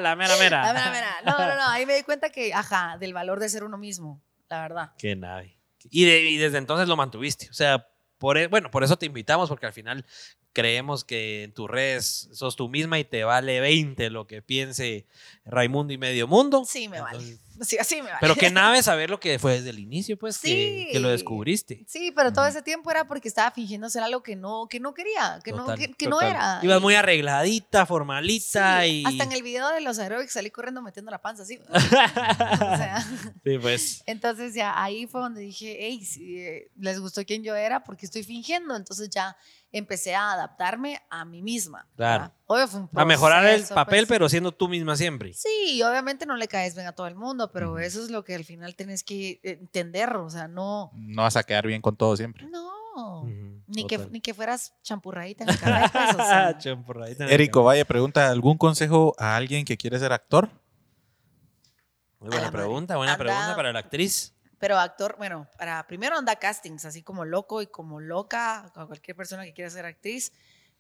[SPEAKER 1] la mera mera.
[SPEAKER 6] La mera, mera. No, no, no. Ahí me di cuenta que, ajá, del valor de ser uno mismo, la verdad.
[SPEAKER 1] Qué nave. Y, de- y desde entonces lo mantuviste. O sea, por, e- bueno, por eso te invitamos, porque al final creemos que en tus redes sos tú misma y te vale 20 lo que piense Raimundo y Medio Mundo.
[SPEAKER 6] Sí, me vale.
[SPEAKER 1] Entonces,
[SPEAKER 6] Sí, así me vale.
[SPEAKER 1] Pero qué nave saber lo que fue desde el inicio, pues, que,
[SPEAKER 6] Sí.
[SPEAKER 1] que lo descubriste.
[SPEAKER 6] Sí, pero todo ese tiempo era porque estaba fingiendo ser algo que no, que no quería, que,
[SPEAKER 1] Total,
[SPEAKER 6] no, que, que no
[SPEAKER 3] total.
[SPEAKER 6] era.
[SPEAKER 1] Ibas muy arregladita, formalita
[SPEAKER 6] Sí,
[SPEAKER 1] y...
[SPEAKER 6] Hasta en el video de los aeróbicos salí corriendo metiendo la panza así. O sea,
[SPEAKER 1] Sí, pues.
[SPEAKER 6] entonces ya ahí fue donde dije, hey, si eh, les gustó quién yo era, porque estoy fingiendo. Entonces ya empecé a adaptarme a mí misma.
[SPEAKER 1] Claro.
[SPEAKER 6] ¿verdad? Obvio fue un
[SPEAKER 1] A mejorar el
[SPEAKER 6] Ah, proceso,
[SPEAKER 1] papel,
[SPEAKER 6] pues.
[SPEAKER 1] pero siendo tú misma siempre.
[SPEAKER 6] Sí, obviamente no le caes bien a todo el mundo, pero eso es lo que al final tienes que entender, o sea, no,
[SPEAKER 2] No vas a quedar bien con todo siempre.
[SPEAKER 6] no,
[SPEAKER 1] Ujú,
[SPEAKER 6] ni, que,
[SPEAKER 1] total. Ah,
[SPEAKER 6] ni que fueras champurradita en el cabello, pues, o sea,
[SPEAKER 1] Champurradita en el
[SPEAKER 2] Érico Valle pregunta, ¿algún consejo a alguien que quiere ser actor?
[SPEAKER 1] Muy
[SPEAKER 6] A
[SPEAKER 1] buena
[SPEAKER 6] la madre.
[SPEAKER 1] pregunta, buena
[SPEAKER 6] Anda-
[SPEAKER 1] pregunta para la actriz.
[SPEAKER 6] pero actor, bueno, para primero anda castings, así como loco y como loca, a cualquier persona que quiera ser actriz,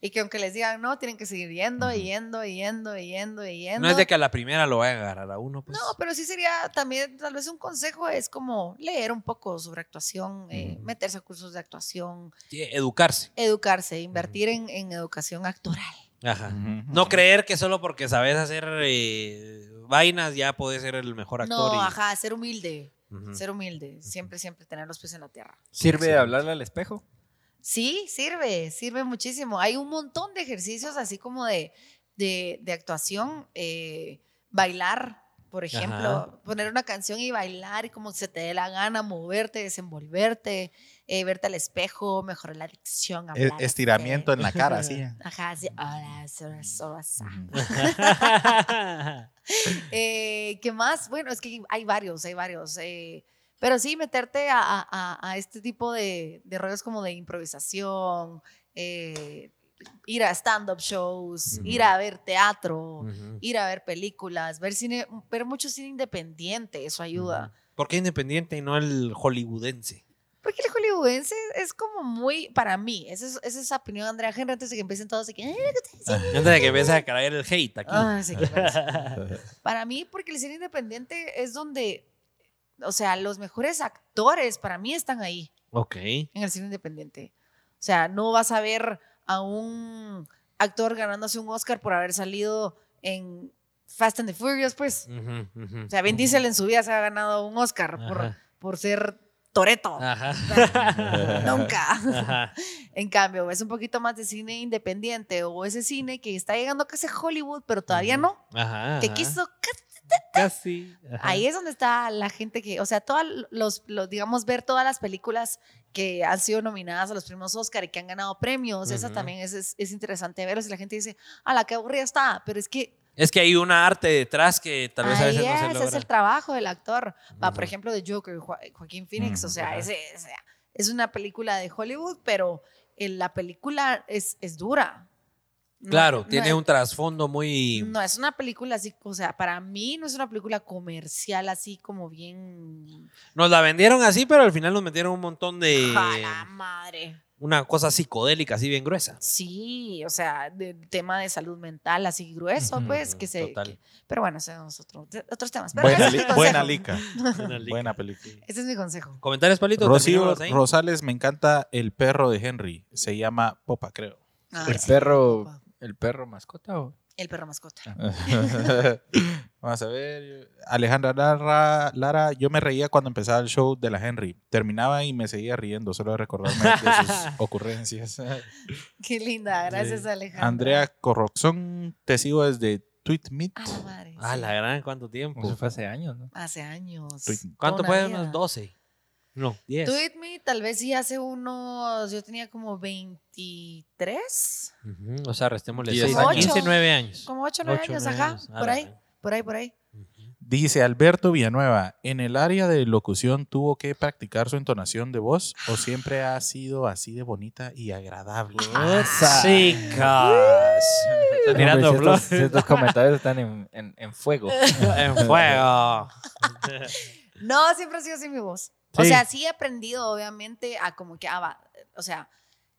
[SPEAKER 6] y que aunque les digan no, tienen que seguir yendo, y yendo, y yendo, y yendo, y yendo.
[SPEAKER 1] No es de que a la primera lo vaya a agarrar a uno, pues.
[SPEAKER 6] No, pero sí sería también, tal vez un consejo es como leer un poco sobre actuación, eh, meterse a cursos de actuación,
[SPEAKER 1] Sí, Educarse.
[SPEAKER 6] educarse, invertir en, en educación actoral.
[SPEAKER 1] Ajá.
[SPEAKER 3] Mm.
[SPEAKER 1] No creer que solo porque sabes hacer eh, vainas ya puedes ser el mejor actor.
[SPEAKER 6] No,
[SPEAKER 1] y- Mm.
[SPEAKER 6] ajá, ser humilde,
[SPEAKER 1] Ujú.
[SPEAKER 6] ser humilde, siempre, siempre tener los pies en la tierra.
[SPEAKER 3] ¿Sirve de hablarle al espejo?
[SPEAKER 6] Sí, sirve, sirve muchísimo. Hay un montón de ejercicios así como de, de, de actuación, eh, bailar, por ejemplo,
[SPEAKER 1] Ajá.
[SPEAKER 6] poner una canción y bailar y como se te dé la gana, moverte, desenvolverte, eh, verte al espejo, mejorar la dicción.
[SPEAKER 2] E-
[SPEAKER 6] hablar,
[SPEAKER 2] Estiramiento en la cara, sí.
[SPEAKER 6] este, Ajá, así, ahora, sora, sora, sa. Eh, ¿Qué más? Bueno, es que hay varios, hay varios. eh, pero sí, meterte a, a- a- a este tipo de, de rollos como de improvisación, eh, ir a stand-up shows,
[SPEAKER 1] Ujú.
[SPEAKER 6] ir a ver teatro,
[SPEAKER 1] Ujú.
[SPEAKER 6] ir a ver películas, ver cine, mm, ver mucho cine independiente, eso ayuda.
[SPEAKER 1] ¿Por qué independiente y no el hollywoodense?
[SPEAKER 6] Porque el hollywoodense es como muy, para mí, esa es, esa es la opinión de Andrea Henry antes de que empiecen todos de que... "Ah, que ustedes sí".
[SPEAKER 1] Antes de que empiece a caer el hate aquí.
[SPEAKER 6] Ay, sí, qué pereza. Para mí, porque el cine independiente es donde, o sea, los mejores actores para mí están ahí,
[SPEAKER 1] ok.
[SPEAKER 6] en el cine independiente. O sea, no vas a ver a un actor ganándose un Oscar por haber salido en Fast and the Furious, pues.
[SPEAKER 1] Ujú, ujú.
[SPEAKER 6] O sea, Vin Diesel en su vida se ha ganado un Oscar por,
[SPEAKER 1] Ajá.
[SPEAKER 6] por ser Toreto.
[SPEAKER 1] Ajá.
[SPEAKER 6] Nunca.
[SPEAKER 1] Ajá.
[SPEAKER 6] En cambio, es un poquito más de cine independiente o ese cine que está llegando casi a Hollywood, pero todavía no.
[SPEAKER 1] Ajá. ajá.
[SPEAKER 6] Que
[SPEAKER 1] Ah.
[SPEAKER 6] quiso casi.
[SPEAKER 1] Casi. ajá.
[SPEAKER 6] Ahí es donde está la gente que, o sea, todos los, los, digamos, ver todas las películas que han sido nominadas a los premios Oscar y que han ganado premios, esa
[SPEAKER 1] Ujú.
[SPEAKER 6] también es, es, es interesante verlos. Y la gente dice, a la que aburrida está, pero es que
[SPEAKER 1] Es que hay una arte detrás que tal vez a veces
[SPEAKER 6] Ahí
[SPEAKER 1] no se
[SPEAKER 6] es,
[SPEAKER 1] logra.
[SPEAKER 6] es el trabajo del actor. Va,
[SPEAKER 1] Ujú.
[SPEAKER 6] por ejemplo, de Joker, Jo- Joaquín Phoenix, o
[SPEAKER 2] Ujú.
[SPEAKER 6] sea,
[SPEAKER 1] Ajá.
[SPEAKER 6] ese, o sea, es una película de Hollywood, pero en la película es, es dura. No-
[SPEAKER 1] Claro,
[SPEAKER 6] no
[SPEAKER 1] tiene
[SPEAKER 6] es-
[SPEAKER 1] un trasfondo muy.
[SPEAKER 6] No es una película así, o sea, para mí no es una película comercial así como bien...
[SPEAKER 1] Nos la vendieron así, pero al final nos metieron un montón de.
[SPEAKER 6] ¡A
[SPEAKER 1] Eh,
[SPEAKER 6] la madre!
[SPEAKER 1] Una cosa psicodélica, así bien gruesa.
[SPEAKER 6] Sí, o sea, del tema de salud mental así grueso,
[SPEAKER 1] Ujú,
[SPEAKER 6] pues, que se...
[SPEAKER 1] total.
[SPEAKER 6] que- pero bueno, esos son otro- otros temas. Pero
[SPEAKER 2] Buena,
[SPEAKER 6] ese es mi
[SPEAKER 2] li-
[SPEAKER 6] consejo.
[SPEAKER 2] buena lica.
[SPEAKER 1] Buena lica.
[SPEAKER 2] Buena película.
[SPEAKER 6] Ese es mi consejo.
[SPEAKER 1] ¿Comentarios, Palito?
[SPEAKER 2] Rocío
[SPEAKER 1] Terminamos ahí.
[SPEAKER 2] Rosales, me encanta el perro de Henry. Se llama Popa, creo.
[SPEAKER 6] Ah,
[SPEAKER 3] El
[SPEAKER 6] sí,
[SPEAKER 3] perro, el perro mascota. ¿o?
[SPEAKER 6] El perro mascota.
[SPEAKER 2] Vamos a ver. Alejandra Lara, Lara, yo me reía cuando empezaba el show de la Henry. Terminaba y me seguía riendo, solo de recordarme de sus ocurrencias.
[SPEAKER 6] Qué linda, gracias
[SPEAKER 1] Eh,
[SPEAKER 6] Alejandra.
[SPEAKER 2] Andrea Corroxón, te sigo desde TweetMeet.
[SPEAKER 6] A la madre.
[SPEAKER 1] Ah,
[SPEAKER 6] sí.
[SPEAKER 1] la gran, ¿cuánto
[SPEAKER 3] Eso
[SPEAKER 1] tiempo?
[SPEAKER 3] fue hace años, ¿no?
[SPEAKER 6] Hace años.
[SPEAKER 2] Tweet-
[SPEAKER 1] ¿Cuánto
[SPEAKER 6] Toda
[SPEAKER 1] fue?
[SPEAKER 6] vida.
[SPEAKER 1] Unos 12. No, 10.
[SPEAKER 6] Tweet me, tal vez sí hace unos, yo tenía como 23,
[SPEAKER 1] Ujú, O sea, restémosle
[SPEAKER 3] Diez
[SPEAKER 1] 6
[SPEAKER 6] años.
[SPEAKER 1] 15, 9 años.
[SPEAKER 6] como 8 o 9
[SPEAKER 1] Ocho,
[SPEAKER 6] años,
[SPEAKER 1] nueve
[SPEAKER 6] ajá,
[SPEAKER 1] años. A
[SPEAKER 6] por
[SPEAKER 1] la
[SPEAKER 6] ahí,
[SPEAKER 1] gran.
[SPEAKER 6] por ahí, por ahí.
[SPEAKER 1] Ujú.
[SPEAKER 2] Dice Alberto Villanueva, en el área de locución tuvo que practicar su entonación de voz o siempre ha sido así de bonita y agradable.
[SPEAKER 1] Chicas. Estoy tirando
[SPEAKER 3] Hombre, si estos,
[SPEAKER 1] flores
[SPEAKER 3] si estos comentarios están en, en- en fuego.
[SPEAKER 1] en fuego.
[SPEAKER 6] No, siempre ha sido así mi voz. O
[SPEAKER 1] Sí.
[SPEAKER 6] sea, sí he aprendido, obviamente, a como que, ah, va, o sea,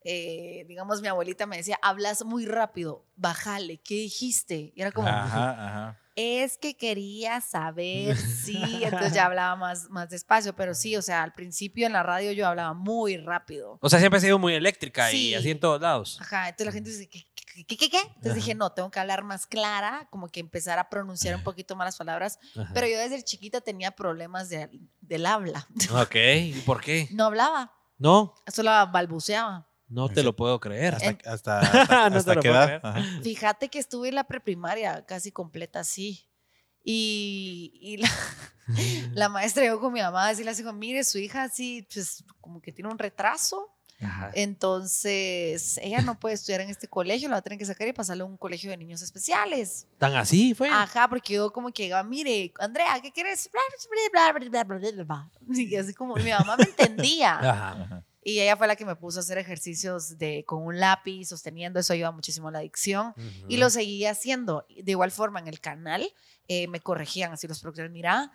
[SPEAKER 6] eh, digamos, mi abuelita me decía, hablas muy rápido, bájale, ¿qué dijiste? Y era como,
[SPEAKER 2] Ajá, ajá.
[SPEAKER 6] es que quería saber sí, entonces ya hablaba más, más despacio, pero sí, o sea, al principio en la radio yo hablaba muy rápido.
[SPEAKER 1] O sea, siempre ha sido muy eléctrica y
[SPEAKER 6] Sí.
[SPEAKER 1] así en todos lados.
[SPEAKER 6] Ajá, entonces la gente dice, ¿qué? qué, qué, qué, qué? Entonces
[SPEAKER 1] Ajá.
[SPEAKER 6] dije, no, tengo que hablar más clara, como que empezar a pronunciar un poquito más las palabras,
[SPEAKER 1] Ajá.
[SPEAKER 6] pero yo desde chiquita tenía problemas de- del habla.
[SPEAKER 1] Ok, ¿y por qué?
[SPEAKER 6] No hablaba,
[SPEAKER 1] No,
[SPEAKER 6] solo balbuceaba.
[SPEAKER 1] no te lo puedo creer.
[SPEAKER 2] Hasta,
[SPEAKER 6] En-
[SPEAKER 2] hasta, hasta-
[SPEAKER 1] No te
[SPEAKER 2] hasta
[SPEAKER 1] lo
[SPEAKER 2] qué
[SPEAKER 1] puedo
[SPEAKER 2] edad.
[SPEAKER 1] creer.
[SPEAKER 2] Ajá.
[SPEAKER 6] Fíjate que estuve en la preprimaria casi completa así. Y, y la, la maestra llegó con mi mamá y le dijo, mire, su hija así, pues como que tiene un retraso.
[SPEAKER 1] Ajá.
[SPEAKER 6] Entonces, ella no puede estudiar en este colegio, la va a tener que sacar y pasarle a un colegio de niños especiales.
[SPEAKER 1] Tan así fue.
[SPEAKER 6] Ajá, porque yo como que llegaba, mire, Andrea, ¿qué quieres? Bla, bla, bla, bla, bla, bla, bla. Y así como, mi mamá me entendía.
[SPEAKER 1] Ajá.
[SPEAKER 6] Y ella fue la que me puso a hacer ejercicios de, con un lápiz, sosteniendo, eso ayuda muchísimo a la adicción. Y lo seguía haciendo. De igual forma, en el canal eh, me corregían así los productores, mira,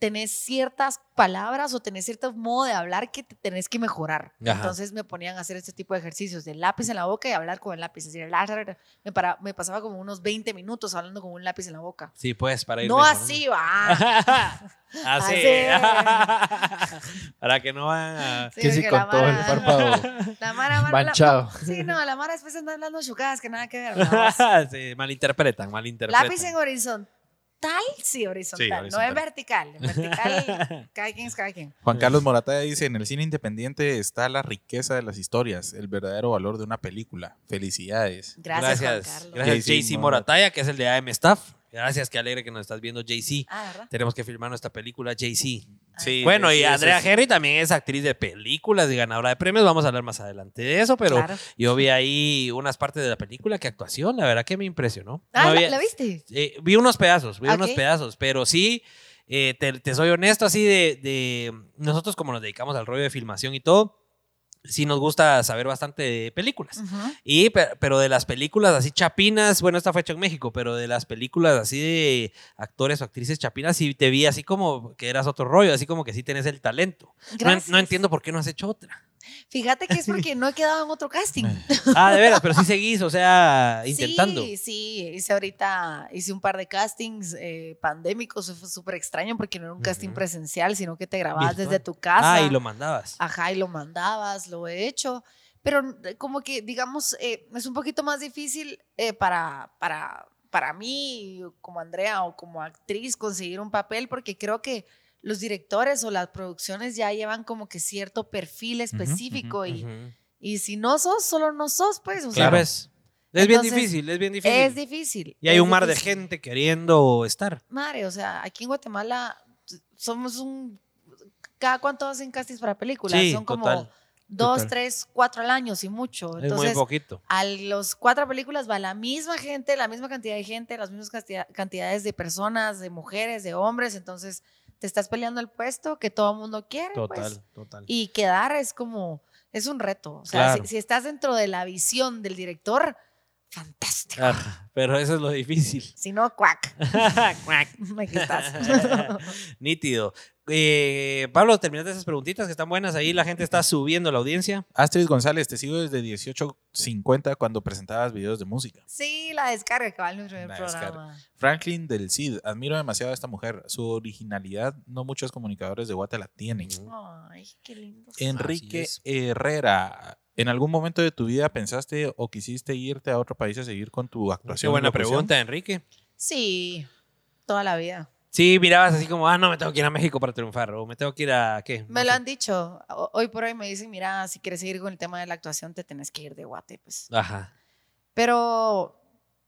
[SPEAKER 6] tenés ciertas palabras o tenés cierto modo de hablar que te tenés que mejorar.
[SPEAKER 1] Ajá.
[SPEAKER 6] Entonces me ponían a hacer este tipo de ejercicios de lápiz en la boca y hablar con el lápiz. Así, la, la, la. me, para- me pasaba como unos 20 minutos hablando con un lápiz en la boca.
[SPEAKER 1] Sí, pues, para ir
[SPEAKER 6] No
[SPEAKER 1] mejorando.
[SPEAKER 6] así ah. va.
[SPEAKER 1] así. para que no van a...
[SPEAKER 6] Sí,
[SPEAKER 3] que sí,
[SPEAKER 6] porque
[SPEAKER 3] con
[SPEAKER 6] la
[SPEAKER 3] todo el
[SPEAKER 6] vara-
[SPEAKER 3] párpado
[SPEAKER 6] La mara, mara, la-
[SPEAKER 3] manchado.
[SPEAKER 6] sí, no, la mara después anda hablando chucadas que nada que ver. vamos.
[SPEAKER 1] Sí, malinterpretan, malinterpretan.
[SPEAKER 6] Lápiz en horizontal, sí, horizontal.
[SPEAKER 2] Sí,
[SPEAKER 6] No
[SPEAKER 2] horizontal.
[SPEAKER 6] en vertical. En vertical, cada quien es cada quien.
[SPEAKER 2] Juan Carlos Morataya dice, en el cine independiente está la riqueza de las historias, el verdadero valor de una película. Felicidades.
[SPEAKER 6] Gracias, Juan
[SPEAKER 1] Gracias,
[SPEAKER 6] Carlos.
[SPEAKER 1] gracias
[SPEAKER 2] JC
[SPEAKER 1] JC Morataya, que es el de AM Staff. Gracias, qué alegre que nos estás viendo, JC.
[SPEAKER 6] Ah, ¿verdad?
[SPEAKER 1] Tenemos que filmar nuestra película, JC.
[SPEAKER 2] Sí,
[SPEAKER 1] Bueno,
[SPEAKER 2] sí,
[SPEAKER 1] y
[SPEAKER 2] eso
[SPEAKER 1] Andrea
[SPEAKER 2] es-
[SPEAKER 1] Henry también es actriz de películas y ganadora de premios. Vamos a hablar más adelante de eso, pero
[SPEAKER 6] Claro.
[SPEAKER 1] yo vi ahí unas partes de la película que actuación, la verdad que me impresionó.
[SPEAKER 6] Ah,
[SPEAKER 1] No
[SPEAKER 6] ¿la-
[SPEAKER 1] había-
[SPEAKER 6] ¿la viste?
[SPEAKER 1] Eh, vi unos pedazos, vi unos
[SPEAKER 6] Ok.
[SPEAKER 1] pedazos, pero sí, eh, te, te soy honesto, así de, de- nosotros como nos dedicamos al rollo de filmación y todo, sí nos gusta saber bastante de películas.
[SPEAKER 6] Ujú.
[SPEAKER 1] Y, pe- pero de las películas así chapinas, bueno, esta fue hecha en México, pero de las películas así de actores o actrices chapinas, sí te vi así como que eras otro rollo, así como que sí tenés el talento. No, en-
[SPEAKER 6] Gracias.
[SPEAKER 1] no entiendo por qué no has hecho otra.
[SPEAKER 6] Fíjate que es porque no he quedado en otro casting.
[SPEAKER 1] Ah, de veras, pero sí seguís, o sea, Ah, intentando.
[SPEAKER 6] Sí, sí. Hice ahorita, hice un par de castings eh, pandémicos. Eso Fue súper extraño porque no era un casting
[SPEAKER 1] Ujú.
[SPEAKER 6] presencial, sino que te grababas
[SPEAKER 1] Virtual.
[SPEAKER 6] desde tu casa.
[SPEAKER 1] Ah, y lo mandabas.
[SPEAKER 6] Ajá, y lo mandabas, lo he hecho. Pero eh, como que, digamos, eh, es un poquito más difícil eh, para, para, para mí, como Andrea o como actriz, conseguir un papel, porque creo que los directores o las producciones ya llevan como que cierto perfil específico y, y si no sos, solo no sos, pues. o sea,
[SPEAKER 1] Claro. Es bien
[SPEAKER 6] Entonces,
[SPEAKER 1] difícil, es bien difícil.
[SPEAKER 6] es difícil.
[SPEAKER 1] y hay
[SPEAKER 6] es
[SPEAKER 1] un mar de
[SPEAKER 6] difícil.
[SPEAKER 1] gente queriendo estar.
[SPEAKER 6] Madre, o sea, aquí en Guatemala t- somos un... ¿Cada cuánto hacen castings para películas?
[SPEAKER 1] Sí,
[SPEAKER 6] Son como
[SPEAKER 1] total,
[SPEAKER 6] dos,
[SPEAKER 2] total.
[SPEAKER 6] tres, cuatro al año, si mucho.
[SPEAKER 1] es muy
[SPEAKER 6] Entonces,
[SPEAKER 1] poquito.
[SPEAKER 6] a los cuatro películas va la misma gente, la misma cantidad de gente, las mismas cantidad- cantidades de personas, de mujeres, de hombres. Entonces, te estás peleando el puesto que todo el mundo quiere. pues.
[SPEAKER 1] Total, total.
[SPEAKER 6] Y quedar es como, es un reto. O sea,
[SPEAKER 1] Claro.
[SPEAKER 6] si, si estás dentro de la visión del director, fantástico.
[SPEAKER 1] Ah, pero eso es lo difícil.
[SPEAKER 6] Si no, cuac.
[SPEAKER 1] Cuac.
[SPEAKER 6] Aquí estás.
[SPEAKER 1] Nítido. Eh, Pablo, terminaste esas preguntitas que están buenas. Ahí la gente está subiendo la audiencia.
[SPEAKER 2] Astrid González, te sigo desde 1850 cuando presentabas videos de música.
[SPEAKER 6] sí, la descarga que va en nuestro
[SPEAKER 2] La
[SPEAKER 6] programa.
[SPEAKER 2] Franklin del Cid, admiro demasiado a esta mujer. Su originalidad, no muchos comunicadores de Guatemala la tienen.
[SPEAKER 6] Ay, qué lindo.
[SPEAKER 2] Enrique
[SPEAKER 1] Así
[SPEAKER 2] Herrera, ¿en algún momento de tu vida pensaste o quisiste irte a otro país a seguir con tu
[SPEAKER 1] Qué
[SPEAKER 2] actuación?
[SPEAKER 1] buena
[SPEAKER 2] locución?
[SPEAKER 1] pregunta, Enrique.
[SPEAKER 6] Sí, toda la vida.
[SPEAKER 1] Sí, mirabas así como, ah, no, me tengo que ir a México para triunfar. O me tengo que ir a, ¿qué? No
[SPEAKER 6] Me lo
[SPEAKER 1] sé.
[SPEAKER 6] han dicho. O- Hoy por hoy me dicen, mira, si quieres seguir con el tema de la actuación, te tenés que ir de Guate, pues.
[SPEAKER 1] Ajá.
[SPEAKER 6] Pero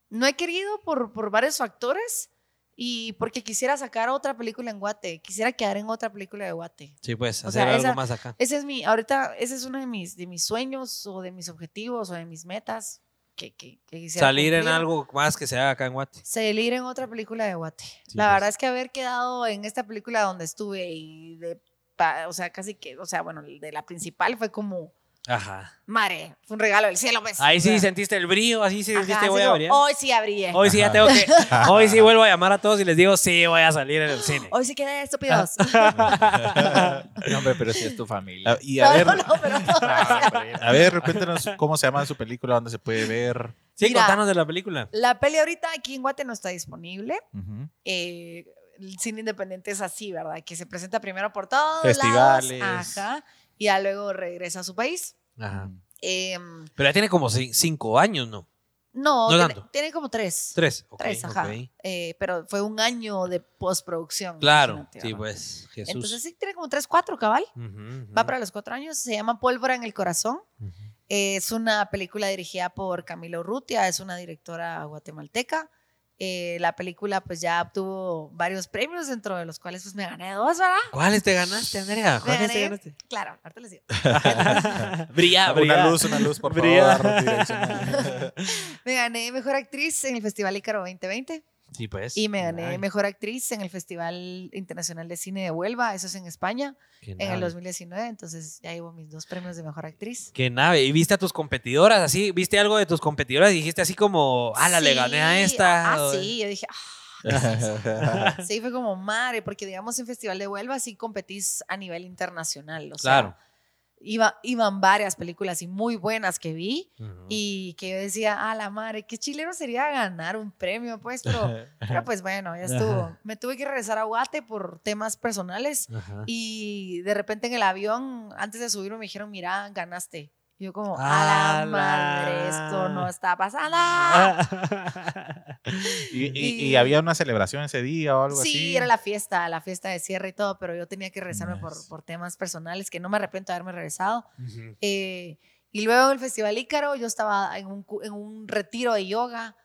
[SPEAKER 6] no he querido por, por varios factores y porque quisiera sacar otra película en Guate. Quisiera quedar en otra película de Guate.
[SPEAKER 1] Sí, pues,
[SPEAKER 6] O
[SPEAKER 1] hacer
[SPEAKER 6] sea,
[SPEAKER 1] algo
[SPEAKER 6] esa-
[SPEAKER 1] más acá.
[SPEAKER 6] Ese es mi, ahorita, ese es uno de mis, de mis sueños o de mis objetivos o de mis metas que, que, que quisiera
[SPEAKER 1] Salir en
[SPEAKER 6] cumplir.
[SPEAKER 1] algo más que se haga acá en Guate.
[SPEAKER 6] Salir en otra película de Guate.
[SPEAKER 1] Sí,
[SPEAKER 6] la
[SPEAKER 1] pues.
[SPEAKER 6] verdad es que haber quedado en esta película donde estuve y de, pa- o sea, casi que, o sea, bueno, de la principal fue como,
[SPEAKER 1] Ajá.
[SPEAKER 6] mare, fue un regalo del cielo, pues.
[SPEAKER 1] Ahí
[SPEAKER 6] O
[SPEAKER 1] sí
[SPEAKER 6] sea,
[SPEAKER 1] sentiste el brío, así sí
[SPEAKER 6] ajá,
[SPEAKER 1] sentiste
[SPEAKER 6] así
[SPEAKER 1] voy a
[SPEAKER 6] como,
[SPEAKER 1] brillar.
[SPEAKER 6] Hoy sí abrí. eh". Hoy,
[SPEAKER 1] Hoy sí ya tengo que. Hoy sí vuelvo a llamar a todos y les digo, sí, voy a salir en el cine.
[SPEAKER 6] sí quedé
[SPEAKER 1] Ah,
[SPEAKER 6] estúpidos.
[SPEAKER 3] No, hombre, pero si es tu familia.
[SPEAKER 2] Ah, Y a
[SPEAKER 6] no,
[SPEAKER 2] ver,
[SPEAKER 6] no, pero no.
[SPEAKER 2] a ver, cuéntanos cómo se llama su película, dónde se puede ver.
[SPEAKER 1] Sí,
[SPEAKER 6] Mira.
[SPEAKER 1] contanos de la película.
[SPEAKER 6] La peli ahorita aquí en Guate no está disponible.
[SPEAKER 2] Ujú.
[SPEAKER 6] eh, el cine independiente es así, ¿verdad? Que se presenta primero por todos
[SPEAKER 2] Festivales.
[SPEAKER 6] lados, ajá, y ya luego regresa a su país.
[SPEAKER 2] Ah,
[SPEAKER 1] Ajá.
[SPEAKER 6] Em,
[SPEAKER 1] Pero ya tiene como ci- cinco años, ¿no?
[SPEAKER 6] no,
[SPEAKER 1] No
[SPEAKER 6] tiene,
[SPEAKER 1] tanto.
[SPEAKER 6] tiene como tres.
[SPEAKER 1] Tres. ok,
[SPEAKER 6] Tres, ajá.
[SPEAKER 1] ok.
[SPEAKER 6] Eh, pero fue un año de postproducción.
[SPEAKER 1] Claro,
[SPEAKER 6] imagínate,
[SPEAKER 1] sí,
[SPEAKER 6] ¿verdad?
[SPEAKER 1] pues, Jesús.
[SPEAKER 6] Entonces sí, tiene como tres, cuatro, cabal.
[SPEAKER 1] Ujú, ujú.
[SPEAKER 6] Va para los cuatro años. Se llama Pólvora en el Corazón.
[SPEAKER 1] Ujú.
[SPEAKER 6] Es una película dirigida por Camilo Rutia, es una directora guatemalteca. Eh, la película pues ya obtuvo varios premios, dentro de los cuales pues me gané dos, ¿verdad?
[SPEAKER 1] ¿Cuáles te ganaste, Andrea? ¿Cuáles te
[SPEAKER 6] gané.
[SPEAKER 1] ganaste?
[SPEAKER 6] Claro, ahorita les digo.
[SPEAKER 1] brilla,
[SPEAKER 2] Una luz, una luz, por
[SPEAKER 1] Brilla.
[SPEAKER 2] favor. direccional.
[SPEAKER 6] Me gané Mejor Actriz en el Festival Ícaro 2020
[SPEAKER 1] Sí, pues.
[SPEAKER 6] y me gané
[SPEAKER 1] Ay,
[SPEAKER 6] Mejor Actriz en el Festival Internacional de Cine de Huelva, eso es en España,
[SPEAKER 1] qué
[SPEAKER 6] en el
[SPEAKER 1] nave.
[SPEAKER 6] 2019, entonces ya llevo mis dos premios de Mejor Actriz.
[SPEAKER 1] Qué nave. ¿Y viste a tus competidoras así? ¿Viste algo de tus competidoras? Y dijiste así como, ala, le gané a
[SPEAKER 6] Sí,
[SPEAKER 1] esta.
[SPEAKER 6] Ah,
[SPEAKER 1] o-
[SPEAKER 6] sí, yo dije, "Ah". sí, fue como madre, porque digamos en Festival de Huelva sí competís a nivel internacional, o sea,
[SPEAKER 1] Claro.
[SPEAKER 6] iba, iban varias películas y muy buenas que vi.
[SPEAKER 1] Ujú.
[SPEAKER 6] Y que yo decía, a la madre, qué chileno sería ganar un premio, pues, pero, pero pues bueno, ya estuvo.
[SPEAKER 1] Ajá.
[SPEAKER 6] Me tuve que regresar a Guate por temas personales
[SPEAKER 1] Ajá.
[SPEAKER 6] y de repente en el avión, antes de subirme, me dijeron, mira, ganaste. Y yo como,
[SPEAKER 1] ¡A
[SPEAKER 6] a la
[SPEAKER 1] la!
[SPEAKER 6] madre, esto no está pasando.
[SPEAKER 2] y, y- y
[SPEAKER 6] Y-
[SPEAKER 2] había una celebración ese día o algo así.
[SPEAKER 6] Sí, era la fiesta, la fiesta de cierre y todo, pero yo tenía que regresarme
[SPEAKER 2] Nice.
[SPEAKER 6] por, por temas personales que no me arrepiento de haberme regresado.
[SPEAKER 1] Ujú.
[SPEAKER 6] Eh, y luego en el Festival Ícaro, yo estaba en un, cu- en un retiro de yoga.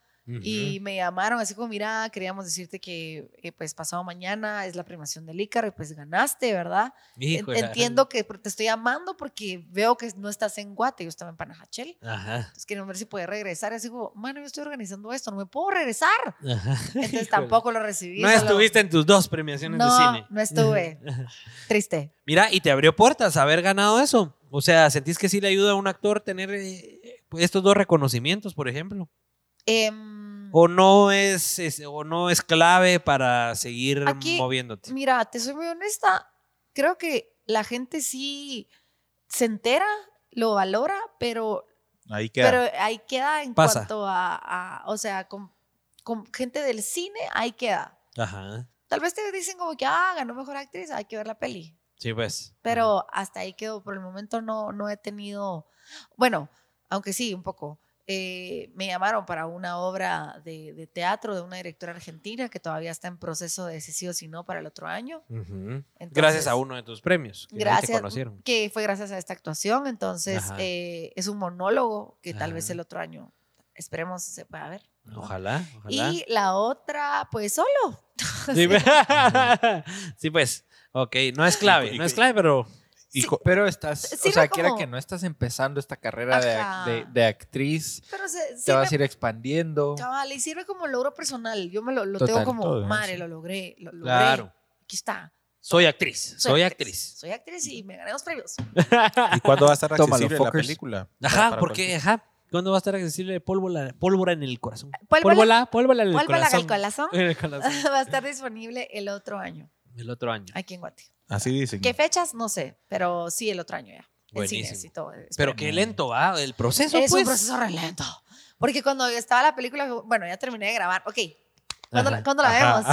[SPEAKER 6] Y me llamaron así como, mira, queríamos decirte que eh, pues pasado mañana es la primación del Ícaro y pues ganaste, ¿verdad? En-
[SPEAKER 1] Híjole.
[SPEAKER 6] Entiendo que te estoy llamando porque veo que no estás en Guate, yo estaba en Panajachel.
[SPEAKER 1] Ajá.
[SPEAKER 6] Entonces queríamos ver si podía regresar. Así como, mano, yo estoy organizando esto, no me puedo regresar.
[SPEAKER 1] Ajá.
[SPEAKER 6] Entonces
[SPEAKER 1] Híjole.
[SPEAKER 6] tampoco lo recibí.
[SPEAKER 1] No
[SPEAKER 6] solo-
[SPEAKER 1] estuviste en tus dos premiaciones de
[SPEAKER 6] No,
[SPEAKER 1] cine.
[SPEAKER 6] no estuve. Triste.
[SPEAKER 1] Mira, y te abrió puertas haber ganado eso. O sea, ¿sentís que sí le ayuda a un actor tener eh, estos dos reconocimientos, por ejemplo?
[SPEAKER 6] Em,
[SPEAKER 1] ¿O no es, es- o no es clave para seguir
[SPEAKER 6] Aquí-
[SPEAKER 1] moviéndote?
[SPEAKER 6] Mira, te soy muy honesta. Creo que la gente sí se entera, lo valora, pero
[SPEAKER 2] Ahí queda.
[SPEAKER 6] Pero ahí queda en
[SPEAKER 1] Pasa.
[SPEAKER 6] cuanto a, a- o sea, con, con gente del cine, ahí queda.
[SPEAKER 1] Ajá.
[SPEAKER 6] Tal vez te dicen como que, ah, ganó mejor actriz, hay que ver la peli.
[SPEAKER 1] Sí, pues.
[SPEAKER 6] Pero hasta ahí quedó. Por el momento no, no he tenido, bueno, aunque sí, un poco. eh, me llamaron para una obra de, de teatro de una directora argentina que todavía está en proceso de si sí o si no para el otro año. Entonces,
[SPEAKER 1] Gracias a uno de tus premios. Que gracias.
[SPEAKER 6] Gracias,
[SPEAKER 1] conocieron.
[SPEAKER 6] que fue gracias a esta actuación. Entonces,
[SPEAKER 1] Ajá.
[SPEAKER 6] eh, es un monólogo que tal vez
[SPEAKER 1] Ajá.
[SPEAKER 6] el otro año, esperemos, se pueda ver.
[SPEAKER 1] Ojalá, ojalá.
[SPEAKER 6] Y la otra, pues solo.
[SPEAKER 1] Sí, pues. Sí, pues. Ok, no es clave,
[SPEAKER 2] Y- y
[SPEAKER 1] no es
[SPEAKER 2] que-
[SPEAKER 1] clave, pero
[SPEAKER 2] Y
[SPEAKER 6] Sí.
[SPEAKER 2] co-
[SPEAKER 3] Pero estás,
[SPEAKER 6] Sirve
[SPEAKER 3] o sea, quiera
[SPEAKER 6] como-
[SPEAKER 3] que no estás empezando esta carrera de,
[SPEAKER 6] Ajá.
[SPEAKER 3] de- de actriz,
[SPEAKER 6] Pero se,
[SPEAKER 3] te vas
[SPEAKER 6] sirve-
[SPEAKER 3] a ir expandiendo.
[SPEAKER 6] cabal, y sirve como logro personal. Yo me lo, lo
[SPEAKER 3] Total,
[SPEAKER 6] tengo como,
[SPEAKER 1] ¿eh?
[SPEAKER 2] todo, ¿no?
[SPEAKER 6] madre,
[SPEAKER 2] Sí.
[SPEAKER 6] lo logré, lo logré.
[SPEAKER 1] claro.
[SPEAKER 6] Aquí está.
[SPEAKER 1] Soy actriz, soy, actriz.
[SPEAKER 6] Soy actriz y me gané los premios.
[SPEAKER 2] ¿Y cuándo va a estar
[SPEAKER 3] Tómalo,
[SPEAKER 2] accesible la
[SPEAKER 3] fuckers.
[SPEAKER 2] película? Para-
[SPEAKER 1] Ajá,
[SPEAKER 2] para
[SPEAKER 1] porque,
[SPEAKER 2] cualquier-
[SPEAKER 1] ajá, ¿cuándo va a estar accesible pólvora, pólvora en el corazón?
[SPEAKER 6] Pólvora
[SPEAKER 1] Pólvora, pólvora en el
[SPEAKER 6] Pólvora
[SPEAKER 1] corazón.
[SPEAKER 6] al corazón.
[SPEAKER 1] En el corazón.
[SPEAKER 6] va a estar disponible el otro año
[SPEAKER 1] El otro año.
[SPEAKER 6] aquí en Guate.
[SPEAKER 2] Así dicen.
[SPEAKER 6] ¿Qué fechas? No sé, pero sí el otro año ya. En
[SPEAKER 1] Buenísimo.
[SPEAKER 6] cines y todo. espero.
[SPEAKER 1] Pero qué lento va el proceso,
[SPEAKER 6] es
[SPEAKER 1] pues.
[SPEAKER 6] un proceso re lento. Porque cuando estaba la película, bueno, ya terminé de grabar. Ok, ¿cuándo, la,
[SPEAKER 1] Ajá.
[SPEAKER 6] cuándo la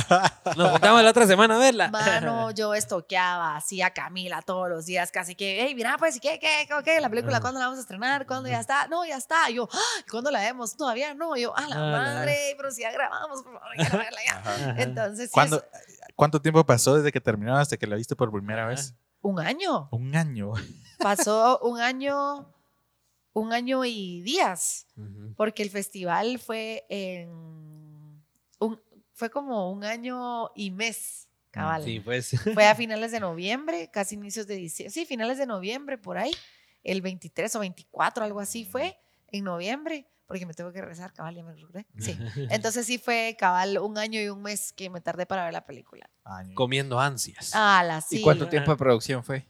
[SPEAKER 6] vemos?
[SPEAKER 1] Nos juntamos la otra semana a verla.
[SPEAKER 6] Mano, yo estoqueaba así a Camila todos los días, casi que, hey, mira, pues, ¿qué, qué, qué, qué? La película, ¿cuándo la vamos a estrenar? ¿Cuándo ya está? No, ya está. Y Yo, "Ah, ¿cuándo la vemos? Todavía no. Y Yo, a la
[SPEAKER 1] Ah, la
[SPEAKER 6] madre, pero si ya grabamos, por favor, quiero verla ya.
[SPEAKER 2] Ajá.
[SPEAKER 6] Entonces, sí,
[SPEAKER 2] ¿Cuándo-
[SPEAKER 6] es
[SPEAKER 2] ¿Cuánto tiempo pasó desde que terminó hasta que la viste por primera
[SPEAKER 1] Ajá.
[SPEAKER 2] vez?
[SPEAKER 6] un año.
[SPEAKER 2] Un año.
[SPEAKER 6] Pasó un año, un año y días,
[SPEAKER 1] Ujú.
[SPEAKER 6] porque el festival fue en, un, fue como un año y mes, cabal.
[SPEAKER 1] Sí, pues.
[SPEAKER 6] Fue a finales de noviembre, casi inicios de diciembre. Sí, finales de noviembre, por ahí. El 23 o 24, algo así fue, en noviembre, porque me tengo que regresar, cabal, ya me regresé. Sí. Entonces sí fue, cabal, un año y un mes que me tardé para ver la película.
[SPEAKER 2] Año.
[SPEAKER 1] Comiendo ansias.
[SPEAKER 6] Ah, la sí.
[SPEAKER 3] ¿Y cuánto tiempo de producción fue?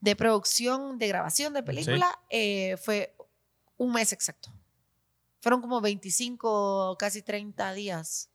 [SPEAKER 6] De producción, de grabación de película, eh, fue un mes exacto. Fueron como 25, casi 30 días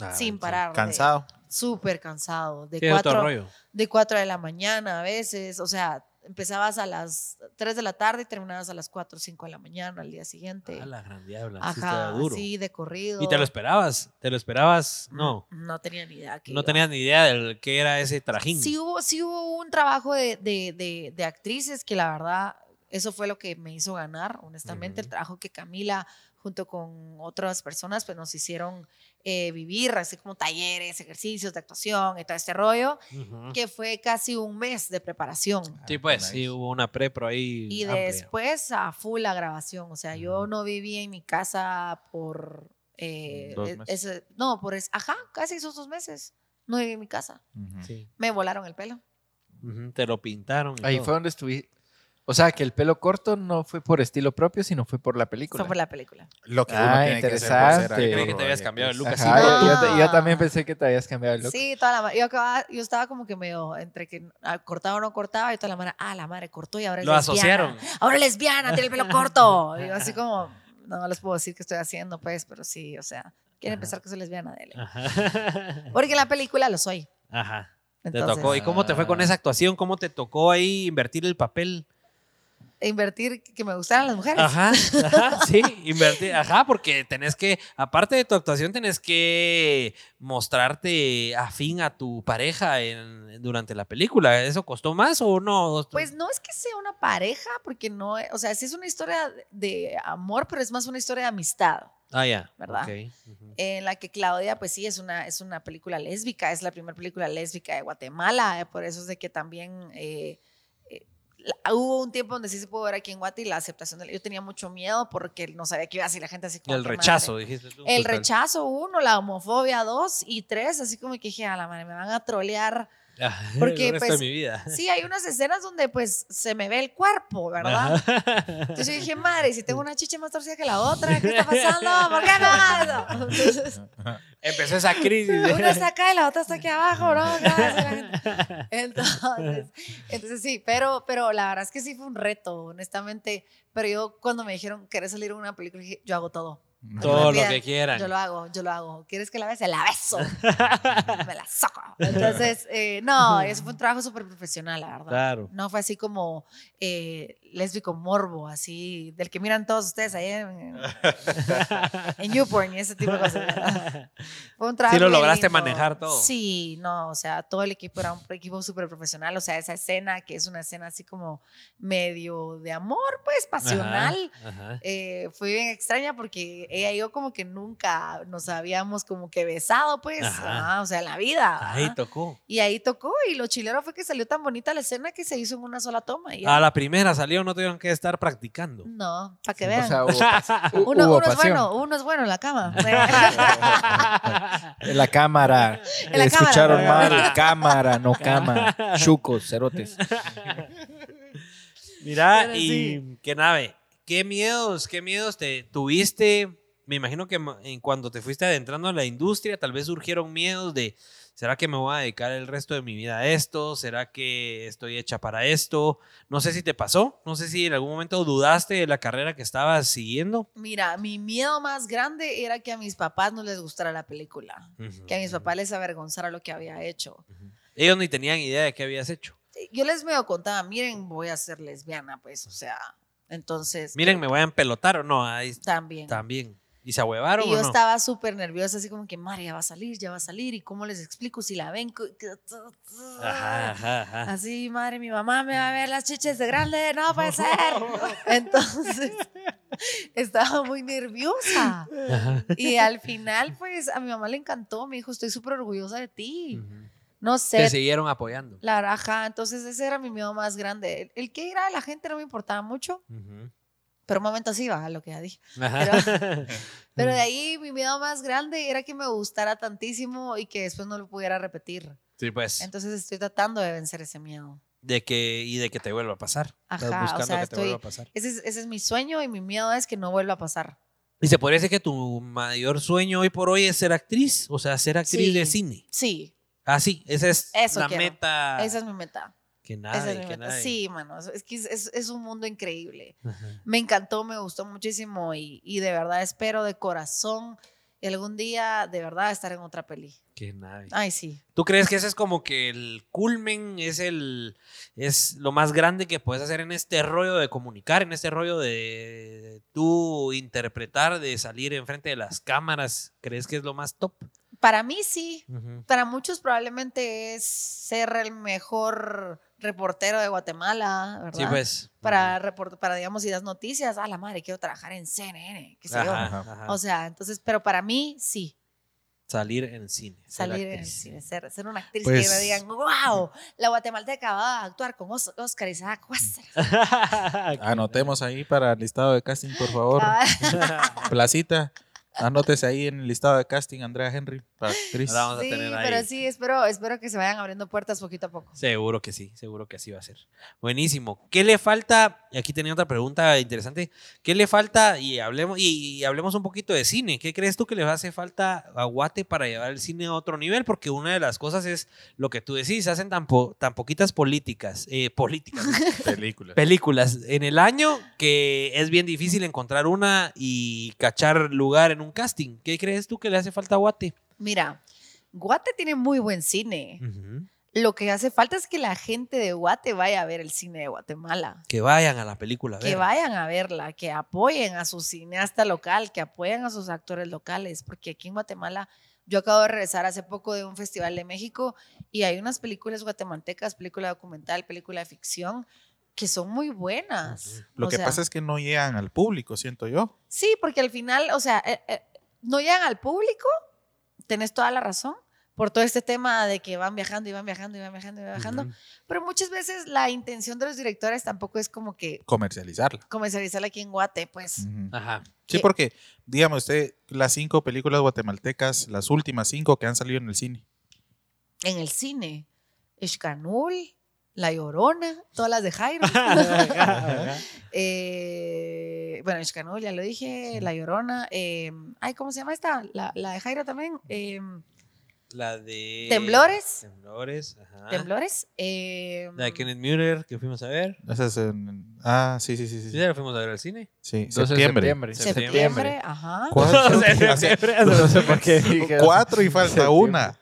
[SPEAKER 1] Ah,
[SPEAKER 6] sin
[SPEAKER 1] sí.
[SPEAKER 6] parar. de-
[SPEAKER 2] Cansado.
[SPEAKER 6] Súper cansado. De
[SPEAKER 1] Tiene otro
[SPEAKER 6] cuatro,
[SPEAKER 1] rollo.
[SPEAKER 6] de 4 de la mañana a veces, o sea, empezabas a las 3 de la tarde y terminabas a las 4 o 5 de la mañana al día siguiente.
[SPEAKER 1] Ah, la gran diabla. sí
[SPEAKER 6] Ajá,
[SPEAKER 1] estaba duro.
[SPEAKER 6] sí, de corrido.
[SPEAKER 1] Y te lo esperabas, te lo esperabas. No,
[SPEAKER 6] No tenía ni idea. que
[SPEAKER 1] no
[SPEAKER 6] iba.
[SPEAKER 1] tenías ni idea del que era ese trajín.
[SPEAKER 6] Sí hubo, sí hubo un trabajo de, de- de- de actrices que la verdad, eso fue lo que me hizo ganar, honestamente, el
[SPEAKER 1] Ujú.
[SPEAKER 6] trabajo que Camila junto con otras personas, pues nos hicieron eh, vivir, así como talleres, ejercicios de actuación y todo este rollo,
[SPEAKER 1] Ujú.
[SPEAKER 6] que fue casi un mes de preparación.
[SPEAKER 1] Sí, pues,
[SPEAKER 2] Nice.
[SPEAKER 1] sí hubo una prepro ahí.
[SPEAKER 6] Y
[SPEAKER 1] amplia.
[SPEAKER 6] después a full la grabación. O sea, yo
[SPEAKER 1] ah, Ujú.
[SPEAKER 6] no viví en mi casa por. eh,
[SPEAKER 2] Dos
[SPEAKER 6] e-
[SPEAKER 2] meses.
[SPEAKER 6] ese- no, por. es- Ajá, casi esos dos meses. No viví en mi casa.
[SPEAKER 2] Ujú.
[SPEAKER 1] Sí.
[SPEAKER 6] Me volaron el pelo.
[SPEAKER 1] Ujú, Te lo pintaron. y
[SPEAKER 3] Ahí
[SPEAKER 1] todo.
[SPEAKER 3] fue donde estuve. O sea, que el pelo corto no fue por estilo propio, sino fue por la película.
[SPEAKER 6] Fue por la película.
[SPEAKER 2] Lo que uno
[SPEAKER 3] Ah,
[SPEAKER 2] tiene que hacer por ser
[SPEAKER 3] interesante.
[SPEAKER 2] actor
[SPEAKER 1] Creí que
[SPEAKER 2] o
[SPEAKER 1] te habías
[SPEAKER 2] actriz.
[SPEAKER 1] cambiado el look así.
[SPEAKER 3] Ajá,
[SPEAKER 6] Ah.
[SPEAKER 3] yo, yo ta- yo también pensé que te habías cambiado el look.
[SPEAKER 6] Sí, toda la ma- Yo acababa, yo estaba como que medio entre que ah, cortaba o no cortaba y toda la madre, ah, la madre cortó y ahora es
[SPEAKER 1] Lo
[SPEAKER 6] lesbiana.
[SPEAKER 1] asociaron.
[SPEAKER 6] Ahora es lesbiana, tiene el pelo corto. Y yo así como, no les puedo decir qué estoy haciendo, pues, pero sí, o sea, quieren
[SPEAKER 1] Ajá.
[SPEAKER 6] pensar que soy lesbiana, dele.
[SPEAKER 1] Ajá.
[SPEAKER 6] Porque en la película lo soy.
[SPEAKER 1] Ajá. Te
[SPEAKER 6] Entonces, ah.
[SPEAKER 1] tocó. ¿Y cómo te fue con esa actuación? ¿Cómo te tocó ahí invertir el papel?
[SPEAKER 6] e Invertir que me gustaran las mujeres.
[SPEAKER 1] Ajá, ajá, sí, invertir. Ajá, porque tenés que, aparte de tu actuación, tenés que mostrarte afín a tu pareja en- durante la película. ¿Eso costó más o no?
[SPEAKER 6] Pues no es que sea una pareja, porque no, eh, o sea, sí es una historia de amor, pero es más una historia de amistad,
[SPEAKER 1] ah, ya.
[SPEAKER 6] ¿verdad?
[SPEAKER 1] ok, ujú.
[SPEAKER 6] en la que Claudia, pues sí, es una, es una película lésbica, es la primera película lésbica de Guatemala, eh, por eso es de que también eh, eh, la- hubo un tiempo donde sí se pudo ver aquí en Guate y la aceptación, de, yo tenía mucho miedo porque no sabía qué iba a decir la gente así como...
[SPEAKER 1] El
[SPEAKER 6] que, madre.
[SPEAKER 1] rechazo, dijiste tú.
[SPEAKER 6] El
[SPEAKER 1] Total.
[SPEAKER 6] rechazo, uno, la homofobia, dos, y tres, así como que dije, a la madre, me van a trolear
[SPEAKER 1] Ah,
[SPEAKER 6] Porque,
[SPEAKER 1] el resto
[SPEAKER 6] pues,
[SPEAKER 1] de mi vida.
[SPEAKER 6] Sí, hay unas escenas donde pues se me ve el cuerpo, ¿verdad? Entonces yo dije, madre, si tengo una chicha más torcida que la otra, ¿qué está pasando? ¿Por qué no hago eso? Entonces,
[SPEAKER 1] Empezó esa crisis. eh.
[SPEAKER 6] Una está acá y la otra está aquí abajo, ¿no? ¿Qué va a hacer la gente? Entonces, entonces sí, pero, pero la verdad es que sí fue un reto, honestamente. Pero yo cuando me dijeron, ¿querés salir en una película? Dije, yo hago todo.
[SPEAKER 1] Todo lo
[SPEAKER 6] Mira,
[SPEAKER 1] que quieran.
[SPEAKER 6] Yo lo hago, yo lo hago. ¿Quieres que la bese? La beso. Me la saco. Entonces, eh, no, eso fue un trabajo súper profesional, la verdad.
[SPEAKER 1] Claro.
[SPEAKER 6] No fue así como eh, lésbico morbo, así, del que miran todos ustedes ahí en, en Newport y ese tipo de cosas. ¿verdad? Fue un trabajo
[SPEAKER 1] Sí lo
[SPEAKER 6] bien
[SPEAKER 1] lograste
[SPEAKER 6] lindo.
[SPEAKER 1] manejar todo.
[SPEAKER 6] Sí, no, o sea, todo el equipo era un equipo súper profesional, o sea, esa escena que es una escena así como medio de amor, pues pasional.
[SPEAKER 1] Ajá,
[SPEAKER 6] eh, fue bien extraña porque ella y yo como que nunca nos habíamos como que besado, pues,
[SPEAKER 1] Ajá.
[SPEAKER 6] ah, o sea, en la vida.
[SPEAKER 1] ajá. Ahí
[SPEAKER 6] ah.
[SPEAKER 1] tocó.
[SPEAKER 6] y ahí tocó y lo chilero fue que salió tan bonita la escena que se hizo en una sola toma. Y ya.
[SPEAKER 1] A la primera salió, no tuvieron que estar practicando.
[SPEAKER 6] No, para que
[SPEAKER 3] O
[SPEAKER 6] vean.
[SPEAKER 3] sea, hubo pas- hu-
[SPEAKER 6] uno,
[SPEAKER 3] hubo
[SPEAKER 6] uno es
[SPEAKER 3] pasión.
[SPEAKER 6] bueno, uno es bueno en la cama.
[SPEAKER 3] En la cámara.
[SPEAKER 6] En la
[SPEAKER 3] Escucharon
[SPEAKER 6] cámara.
[SPEAKER 3] mal. Cámara, no cama. Chucos, cerotes.
[SPEAKER 1] Mira,
[SPEAKER 6] Pero
[SPEAKER 1] y
[SPEAKER 6] sí.
[SPEAKER 1] qué nave, qué miedos, qué miedos te tuviste. Me imagino que ma- en cuando te fuiste adentrando en la industria, tal vez surgieron miedos de, ¿será que me voy a dedicar el resto de mi vida a esto? ¿Será que estoy hecha para esto? No sé si te pasó, no sé si en algún momento dudaste de la carrera que estabas siguiendo.
[SPEAKER 6] Mira, mi miedo más grande era que a mis papás no les gustara la película, que a mis papás les avergonzara lo que había hecho.
[SPEAKER 1] Ellos ni tenían idea de qué habías hecho.
[SPEAKER 6] Yo les medio contaba, miren, voy a ser lesbiana, pues, o sea, entonces...
[SPEAKER 1] Miren, me voy a empelotar o no, ahí
[SPEAKER 6] También.
[SPEAKER 1] también. ¿Y se ahuevaron
[SPEAKER 6] Y
[SPEAKER 1] o
[SPEAKER 6] yo
[SPEAKER 1] no?
[SPEAKER 6] estaba súper nerviosa, así como que, María ya va a salir, ya va a salir, ¿y cómo les explico si la ven? cu- cu- tu- tu-
[SPEAKER 1] Ajá, ajá, ajá.
[SPEAKER 6] Así, madre, mi mamá me va a ver las chiches de grande, no puede ser. Entonces, estaba muy nerviosa.
[SPEAKER 1] Ajá.
[SPEAKER 6] Y al final, pues, a mi mamá le encantó, me dijo, estoy súper orgullosa de ti.
[SPEAKER 1] Ujú.
[SPEAKER 6] No
[SPEAKER 1] Te
[SPEAKER 6] sé,
[SPEAKER 1] siguieron apoyando.
[SPEAKER 6] la raja, entonces ese era mi miedo más grande. El, el que irá a la gente no me importaba mucho,
[SPEAKER 1] Ujú.
[SPEAKER 6] pero un momento sí va, lo que ya dije.
[SPEAKER 1] Ajá.
[SPEAKER 6] Pero
[SPEAKER 1] Mm.
[SPEAKER 6] de ahí mi miedo más grande era que me gustara tantísimo y que después no lo pudiera repetir.
[SPEAKER 1] Sí, pues.
[SPEAKER 6] Entonces estoy tratando de vencer ese miedo.
[SPEAKER 1] De que, y de que te vuelva a pasar. Estás
[SPEAKER 6] Ajá, o
[SPEAKER 1] buscando
[SPEAKER 6] sea,
[SPEAKER 1] que te vuelva
[SPEAKER 6] estoy-
[SPEAKER 1] a pasar.
[SPEAKER 6] Ese es, ese es mi sueño y mi miedo es que no vuelva a pasar.
[SPEAKER 1] Y se podría decir que tu mayor sueño hoy por hoy es ser actriz, o sea, ser actriz
[SPEAKER 6] Sí.
[SPEAKER 1] de cine.
[SPEAKER 6] Sí,
[SPEAKER 1] Ah, sí, esa es
[SPEAKER 6] Eso
[SPEAKER 1] la
[SPEAKER 6] quiero.
[SPEAKER 1] meta.
[SPEAKER 6] esa es mi meta.
[SPEAKER 1] Que
[SPEAKER 6] esa
[SPEAKER 1] nadie,
[SPEAKER 6] es mi
[SPEAKER 1] que
[SPEAKER 6] meta.
[SPEAKER 1] nadie.
[SPEAKER 6] Sí, mano, es- es que es, es- es un mundo increíble.
[SPEAKER 1] Ajá.
[SPEAKER 6] Me encantó, me gustó muchísimo y, y de verdad espero de corazón algún día de verdad estar en otra peli.
[SPEAKER 1] Que nadie.
[SPEAKER 6] Ay, sí.
[SPEAKER 1] ¿Tú crees que ese es como que el culmen, es el es lo más grande que puedes hacer en este rollo de comunicar, en este rollo de tú interpretar, de salir enfrente de las cámaras? ¿Crees que es lo más top?
[SPEAKER 6] Para mí sí,
[SPEAKER 1] Ujú.
[SPEAKER 6] Para muchos probablemente es ser el mejor reportero de Guatemala, ¿verdad?
[SPEAKER 1] Sí, pues.
[SPEAKER 6] Para, report- para, digamos, si das noticias, a la madre, quiero trabajar en CNN, qué sé yo.
[SPEAKER 1] Ajá,
[SPEAKER 2] Ajá.
[SPEAKER 1] ajá.
[SPEAKER 6] O sea, entonces, pero para mí, sí,
[SPEAKER 1] salir en cine. ser
[SPEAKER 6] salir en
[SPEAKER 1] actriz.
[SPEAKER 6] cine, ser, ser una actriz
[SPEAKER 2] Pues-
[SPEAKER 6] que me digan, wow, la guatemalteca va a actuar con Os- Oscar Isaac Huáscar".
[SPEAKER 2] Ah,
[SPEAKER 1] Ah,
[SPEAKER 2] Anotemos ahí para el listado de casting, por favor.
[SPEAKER 6] Ah,
[SPEAKER 2] Placita, anótese ahí en el listado de casting, Andrea Henry, para actriz.
[SPEAKER 1] Ahora vamos a
[SPEAKER 6] sí,
[SPEAKER 1] tener ahí.
[SPEAKER 6] pero sí, espero, espero que se vayan abriendo puertas poquito a poco.
[SPEAKER 1] Seguro que sí, seguro que así va a ser. Buenísimo. ¿Qué le falta? y Aquí tenía otra pregunta interesante. ¿Qué le falta? Y hablemos, y, y hablemos un poquito de cine. ¿Qué crees tú que le hace falta a Guate para llevar el cine a otro nivel? Porque una de las cosas es lo que tú decís, hacen tan, po- tan poquitas políticas, eh, políticas,
[SPEAKER 2] Película.
[SPEAKER 1] películas en el año que es bien difícil encontrar una y cachar lugar en un casting. ¿Qué crees tú que le hace falta a Guate?
[SPEAKER 6] Mira, Guate tiene muy buen
[SPEAKER 1] Mm.
[SPEAKER 6] cine. Lo que hace falta es que la gente de Guate vaya a ver el cine de Guatemala.
[SPEAKER 1] Que vayan a la película. a
[SPEAKER 6] que
[SPEAKER 1] ver.
[SPEAKER 6] vayan a verla, que apoyen a su cineasta local, que apoyen a sus actores locales, porque aquí en Guatemala, yo acabo de regresar hace poco de un festival de México y hay unas películas guatemaltecas, película documental, película de ficción, que son muy buenas.
[SPEAKER 2] Lo que pasa es que no llegan al público, siento yo.
[SPEAKER 6] Sí, porque al final, o sea, eh, eh, no llegan al público, tenés toda la razón, por todo este tema de que van viajando y van viajando y van viajando y van viajando,
[SPEAKER 1] Ujú.
[SPEAKER 6] pero muchas veces la intención de los directores tampoco es como que
[SPEAKER 2] Comercializarla.
[SPEAKER 6] comercializarla aquí en Guate, pues...
[SPEAKER 2] Ujú.
[SPEAKER 1] Ajá.
[SPEAKER 2] Sí,
[SPEAKER 6] Eh,
[SPEAKER 2] porque, dígame usted, las cinco películas guatemaltecas, las últimas cinco que han salido en el cine.
[SPEAKER 6] en el cine. Escanul, La Llorona, todas las de Jairo. Eh, bueno, Escanul, ya lo dije, La Llorona. eh, ay, ¿cómo se llama esta? La, la de Jairo también. eh,
[SPEAKER 1] La de.
[SPEAKER 6] Temblores.
[SPEAKER 1] Temblores, ajá.
[SPEAKER 6] Temblores. eh,
[SPEAKER 1] Ah. La de Kenneth Mueller que fuimos a ver.
[SPEAKER 2] Esa es en- ah, sí, sí, sí. sí,
[SPEAKER 1] ¿Sí
[SPEAKER 2] sí.
[SPEAKER 1] la fuimos a ver al cine?
[SPEAKER 2] Sí,
[SPEAKER 3] 12 de
[SPEAKER 2] septiembre.
[SPEAKER 3] septiembre.
[SPEAKER 6] septiembre, ajá.
[SPEAKER 2] ¿Cuál?
[SPEAKER 1] Doce de septiembre.
[SPEAKER 3] No sé por qué dije-
[SPEAKER 2] Cuatro y falta una.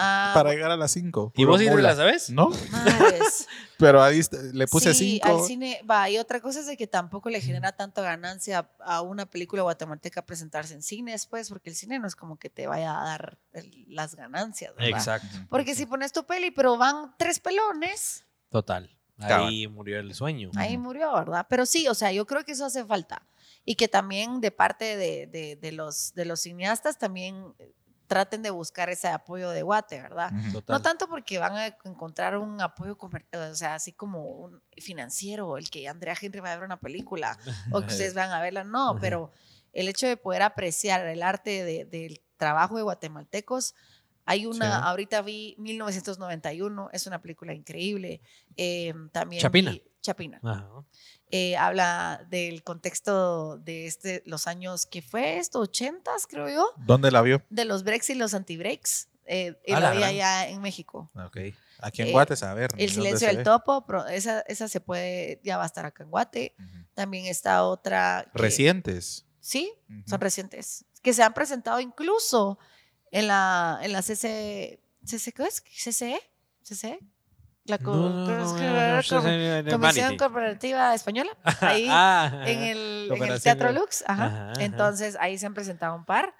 [SPEAKER 6] Ah,
[SPEAKER 2] para llegar a las 5.
[SPEAKER 1] ¿Y vos sí te la
[SPEAKER 6] Mm,
[SPEAKER 1] sabes?
[SPEAKER 2] No,
[SPEAKER 6] madres.
[SPEAKER 2] pero ahí está- le puse
[SPEAKER 6] sí,
[SPEAKER 2] 5.
[SPEAKER 6] al cine va. Y otra cosa es de que tampoco le genera tanta ganancia a una película guatemalteca presentarse en cines, pues, porque el cine no es como que te vaya a dar el- las ganancias, ¿verdad?
[SPEAKER 1] Exacto.
[SPEAKER 6] Porque si pones tu peli, pero van tres pelones,
[SPEAKER 1] Total. Ahí murió el sueño.
[SPEAKER 6] ahí murió, ¿verdad? Pero sí, o sea, yo creo que eso hace falta. Y que también de parte de, de- de los, de los cineastas también eh, traten de buscar ese apoyo de Guate, ¿verdad?
[SPEAKER 1] Total.
[SPEAKER 6] No tanto porque van a encontrar un apoyo, comer- o sea, así como un financiero, el que Andrea Henry va a ver una película o que ustedes van a verla, no,
[SPEAKER 1] Ajá.
[SPEAKER 6] pero el hecho de poder apreciar el arte de- del trabajo de guatemaltecos, hay una,
[SPEAKER 1] Sí.
[SPEAKER 6] ahorita vi 1991, es una película increíble. eh, también
[SPEAKER 1] Chapina.
[SPEAKER 6] vi- Chapina.
[SPEAKER 1] Ajá.
[SPEAKER 6] Eh, habla del contexto de este, los años que fue esto, 80s creo yo,
[SPEAKER 2] ¿Dónde la vio?
[SPEAKER 6] de los breaks y los anti-breaks. Eh, y
[SPEAKER 1] A
[SPEAKER 6] lo
[SPEAKER 1] la
[SPEAKER 6] vi
[SPEAKER 1] gran.
[SPEAKER 6] allá en México.
[SPEAKER 2] Aquí en
[SPEAKER 6] Eh,
[SPEAKER 2] Guates, a ver.
[SPEAKER 6] El
[SPEAKER 2] ¿dónde se
[SPEAKER 6] silencio del
[SPEAKER 2] ve?
[SPEAKER 6] topo, pro- esa, esa se puede, ya va a estar acá en Guate.
[SPEAKER 2] Ujú.
[SPEAKER 6] También está otra. que-
[SPEAKER 2] Recientes.
[SPEAKER 6] Sí,
[SPEAKER 2] Ujú.
[SPEAKER 6] son recientes. Que se han presentado incluso en la, en la CC, CC, ¿qué es? E, CCE, CCE, la co-
[SPEAKER 1] E
[SPEAKER 6] Comisión Corporativa Española, ahí en, el, en el
[SPEAKER 1] Ah, Cooperación
[SPEAKER 6] Teatro
[SPEAKER 1] de-
[SPEAKER 6] Lux. Ajá.
[SPEAKER 1] Ajá, ajá.
[SPEAKER 6] Entonces ahí se han presentado un par.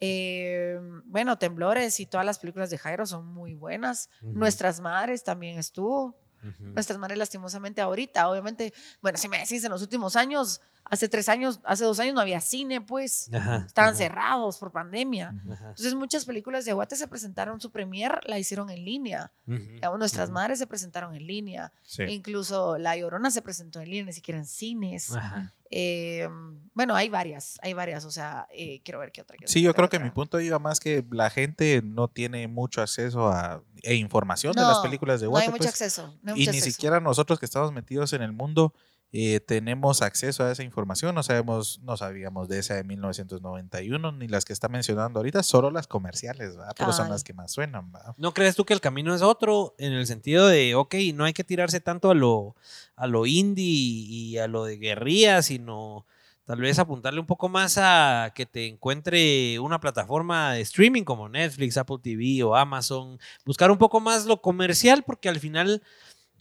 [SPEAKER 6] Eh, bueno, Temblores y todas las películas de Jairo son muy buenas.
[SPEAKER 1] Ujú.
[SPEAKER 6] Nuestras Madres también estuvo. Nuestras madres, lastimosamente, ahorita, obviamente, bueno, si me decís en los últimos años, hace tres años, hace dos años no había cine, pues, estaban cerrados por pandemia. Entonces, muchas películas de Guate se presentaron, su premier la hicieron en línea.
[SPEAKER 2] Mm,
[SPEAKER 6] Digamos, Nuestras madres se presentaron en línea. Incluso La Llorona se presentó en línea, ni siquiera en cines.
[SPEAKER 2] Ah.
[SPEAKER 6] Eh, bueno, hay varias, hay varias, o sea, eh, quiero ver qué otra. qué
[SPEAKER 2] Sí,
[SPEAKER 6] otra,
[SPEAKER 2] yo
[SPEAKER 6] qué
[SPEAKER 2] creo que
[SPEAKER 6] otra.
[SPEAKER 2] mi punto iba más que la gente no tiene mucho acceso a, e información de
[SPEAKER 6] No,
[SPEAKER 2] las películas de
[SPEAKER 6] No hay
[SPEAKER 2] Guate.
[SPEAKER 6] mucho
[SPEAKER 2] pues.
[SPEAKER 6] acceso. No hay
[SPEAKER 2] y
[SPEAKER 6] mucho
[SPEAKER 2] ni
[SPEAKER 6] acceso.
[SPEAKER 2] siquiera nosotros que estamos metidos en el mundo eh, tenemos acceso a esa información. No sabemos, no sabíamos de esa de 1991 ni las que está mencionando ahorita, solo las comerciales, ¿verdad? Pero son
[SPEAKER 6] Ay.
[SPEAKER 2] las que más suenan, ¿verdad?
[SPEAKER 1] ¿No crees tú que el camino es otro en el sentido de, ok, no hay que tirarse tanto a lo, a lo indie y a lo de guerrilla, sino tal vez apuntarle un poco más a que te encuentre una plataforma de streaming como Netflix, Apple TV o Amazon, buscar un poco más lo comercial porque al final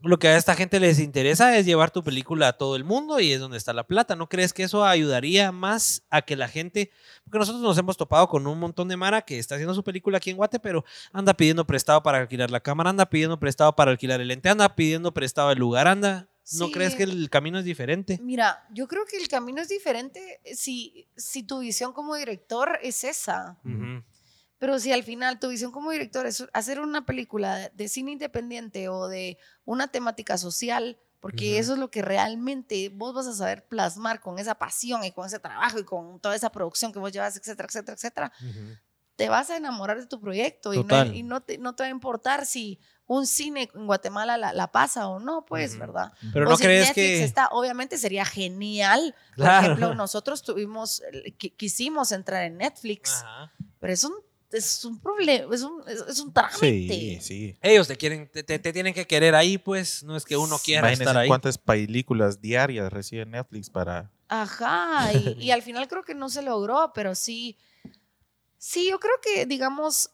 [SPEAKER 1] lo que a esta gente les interesa es llevar tu película a todo el mundo y es donde está la plata. ¿No crees que eso ayudaría más a que la gente, porque nosotros nos hemos topado con un montón de Mara que está haciendo su película aquí en Guate, pero anda pidiendo prestado para alquilar la cámara, anda pidiendo prestado para alquilar el lente, anda pidiendo prestado el lugar, anda. ¿No
[SPEAKER 6] Sí.
[SPEAKER 1] crees que el camino es diferente?
[SPEAKER 6] Mira, yo creo que el camino es diferente eh, si, si tu visión como director es esa.
[SPEAKER 1] Ujú.
[SPEAKER 6] Pero si al final tu visión como director es hacer una película de- de cine independiente o de una temática social, porque
[SPEAKER 1] Ujú.
[SPEAKER 6] eso es lo que realmente vos vas a saber plasmar con esa pasión y con ese trabajo y con toda esa producción que vos llevas, etcétera, etcétera, etcétera,
[SPEAKER 1] Ujú.
[SPEAKER 6] te vas a enamorar de tu proyecto y, no,
[SPEAKER 1] Total.
[SPEAKER 6] y no, te, no te va a importar si un cine en Guatemala la, la pasa o no, pues,
[SPEAKER 1] Ujú.
[SPEAKER 6] ¿verdad?
[SPEAKER 1] Pero
[SPEAKER 6] O
[SPEAKER 1] no
[SPEAKER 6] si
[SPEAKER 1] crees
[SPEAKER 6] Netflix
[SPEAKER 1] que...
[SPEAKER 6] está, obviamente sería genial. Por
[SPEAKER 1] Claro.
[SPEAKER 6] ejemplo, nosotros tuvimos, eh, qui- quisimos entrar en Netflix,
[SPEAKER 1] Ajá.
[SPEAKER 6] pero es un, es un problema, es un, es, es un trámite.
[SPEAKER 2] Sí, sí.
[SPEAKER 1] Ellos te quieren, te, te- te tienen que querer ahí, pues no es que uno quiera
[SPEAKER 2] Imagínense
[SPEAKER 1] estar ahí.
[SPEAKER 2] cuántas películas diarias recibe Netflix para...
[SPEAKER 6] Ajá, y, y al final creo que no se logró, pero sí, sí, yo creo que, digamos,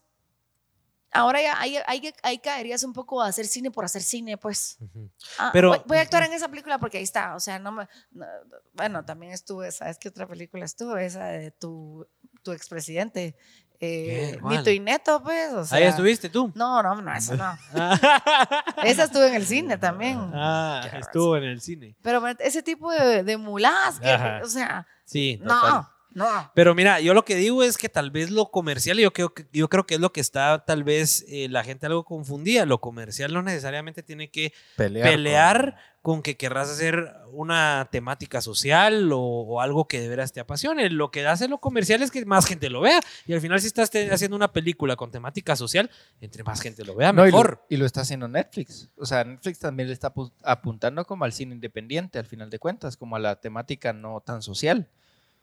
[SPEAKER 6] ahora ya ahí, ahí- ahí caerías un poco a hacer cine por hacer cine, pues.
[SPEAKER 1] Ujú.
[SPEAKER 6] Ah,
[SPEAKER 1] Pero-
[SPEAKER 6] voy, voy a actuar en esa película porque ahí está, o sea, no me... no, bueno, también estuve, ¿sabes qué otra película estuve? Esa de tu, tu expresidente, eh,
[SPEAKER 1] ¿Qué? ¿Cuál?
[SPEAKER 6] Nito y Neto, pues, o sea...
[SPEAKER 1] Ahí estuviste tú.
[SPEAKER 6] No, no, no, esa no. esa estuve en el cine también.
[SPEAKER 1] Ah,
[SPEAKER 6] Qué
[SPEAKER 1] estuvo en el cine.
[SPEAKER 6] Pero ese tipo de, de mulas, que,
[SPEAKER 1] Ajá.
[SPEAKER 6] o sea,
[SPEAKER 1] Sí, total.
[SPEAKER 6] no, no.
[SPEAKER 1] Pero mira, yo lo que digo es que tal vez lo comercial, yo creo que, yo creo que es lo que está tal vez eh, la gente algo confundida. Lo comercial no necesariamente tiene que
[SPEAKER 2] Pelear. con-
[SPEAKER 1] pelear con que querrás hacer una temática social o, o algo que de veras te apasione. Lo que hace lo comercial es que más gente lo vea. Y al final, si estás te- haciendo una película con temática social, entre más gente lo vea,
[SPEAKER 3] Ah, No, y,
[SPEAKER 1] mejor.
[SPEAKER 3] lo, y lo está haciendo Netflix. O sea, Netflix también le está apu- apuntando como al cine independiente, al final de cuentas, como a la temática no tan social.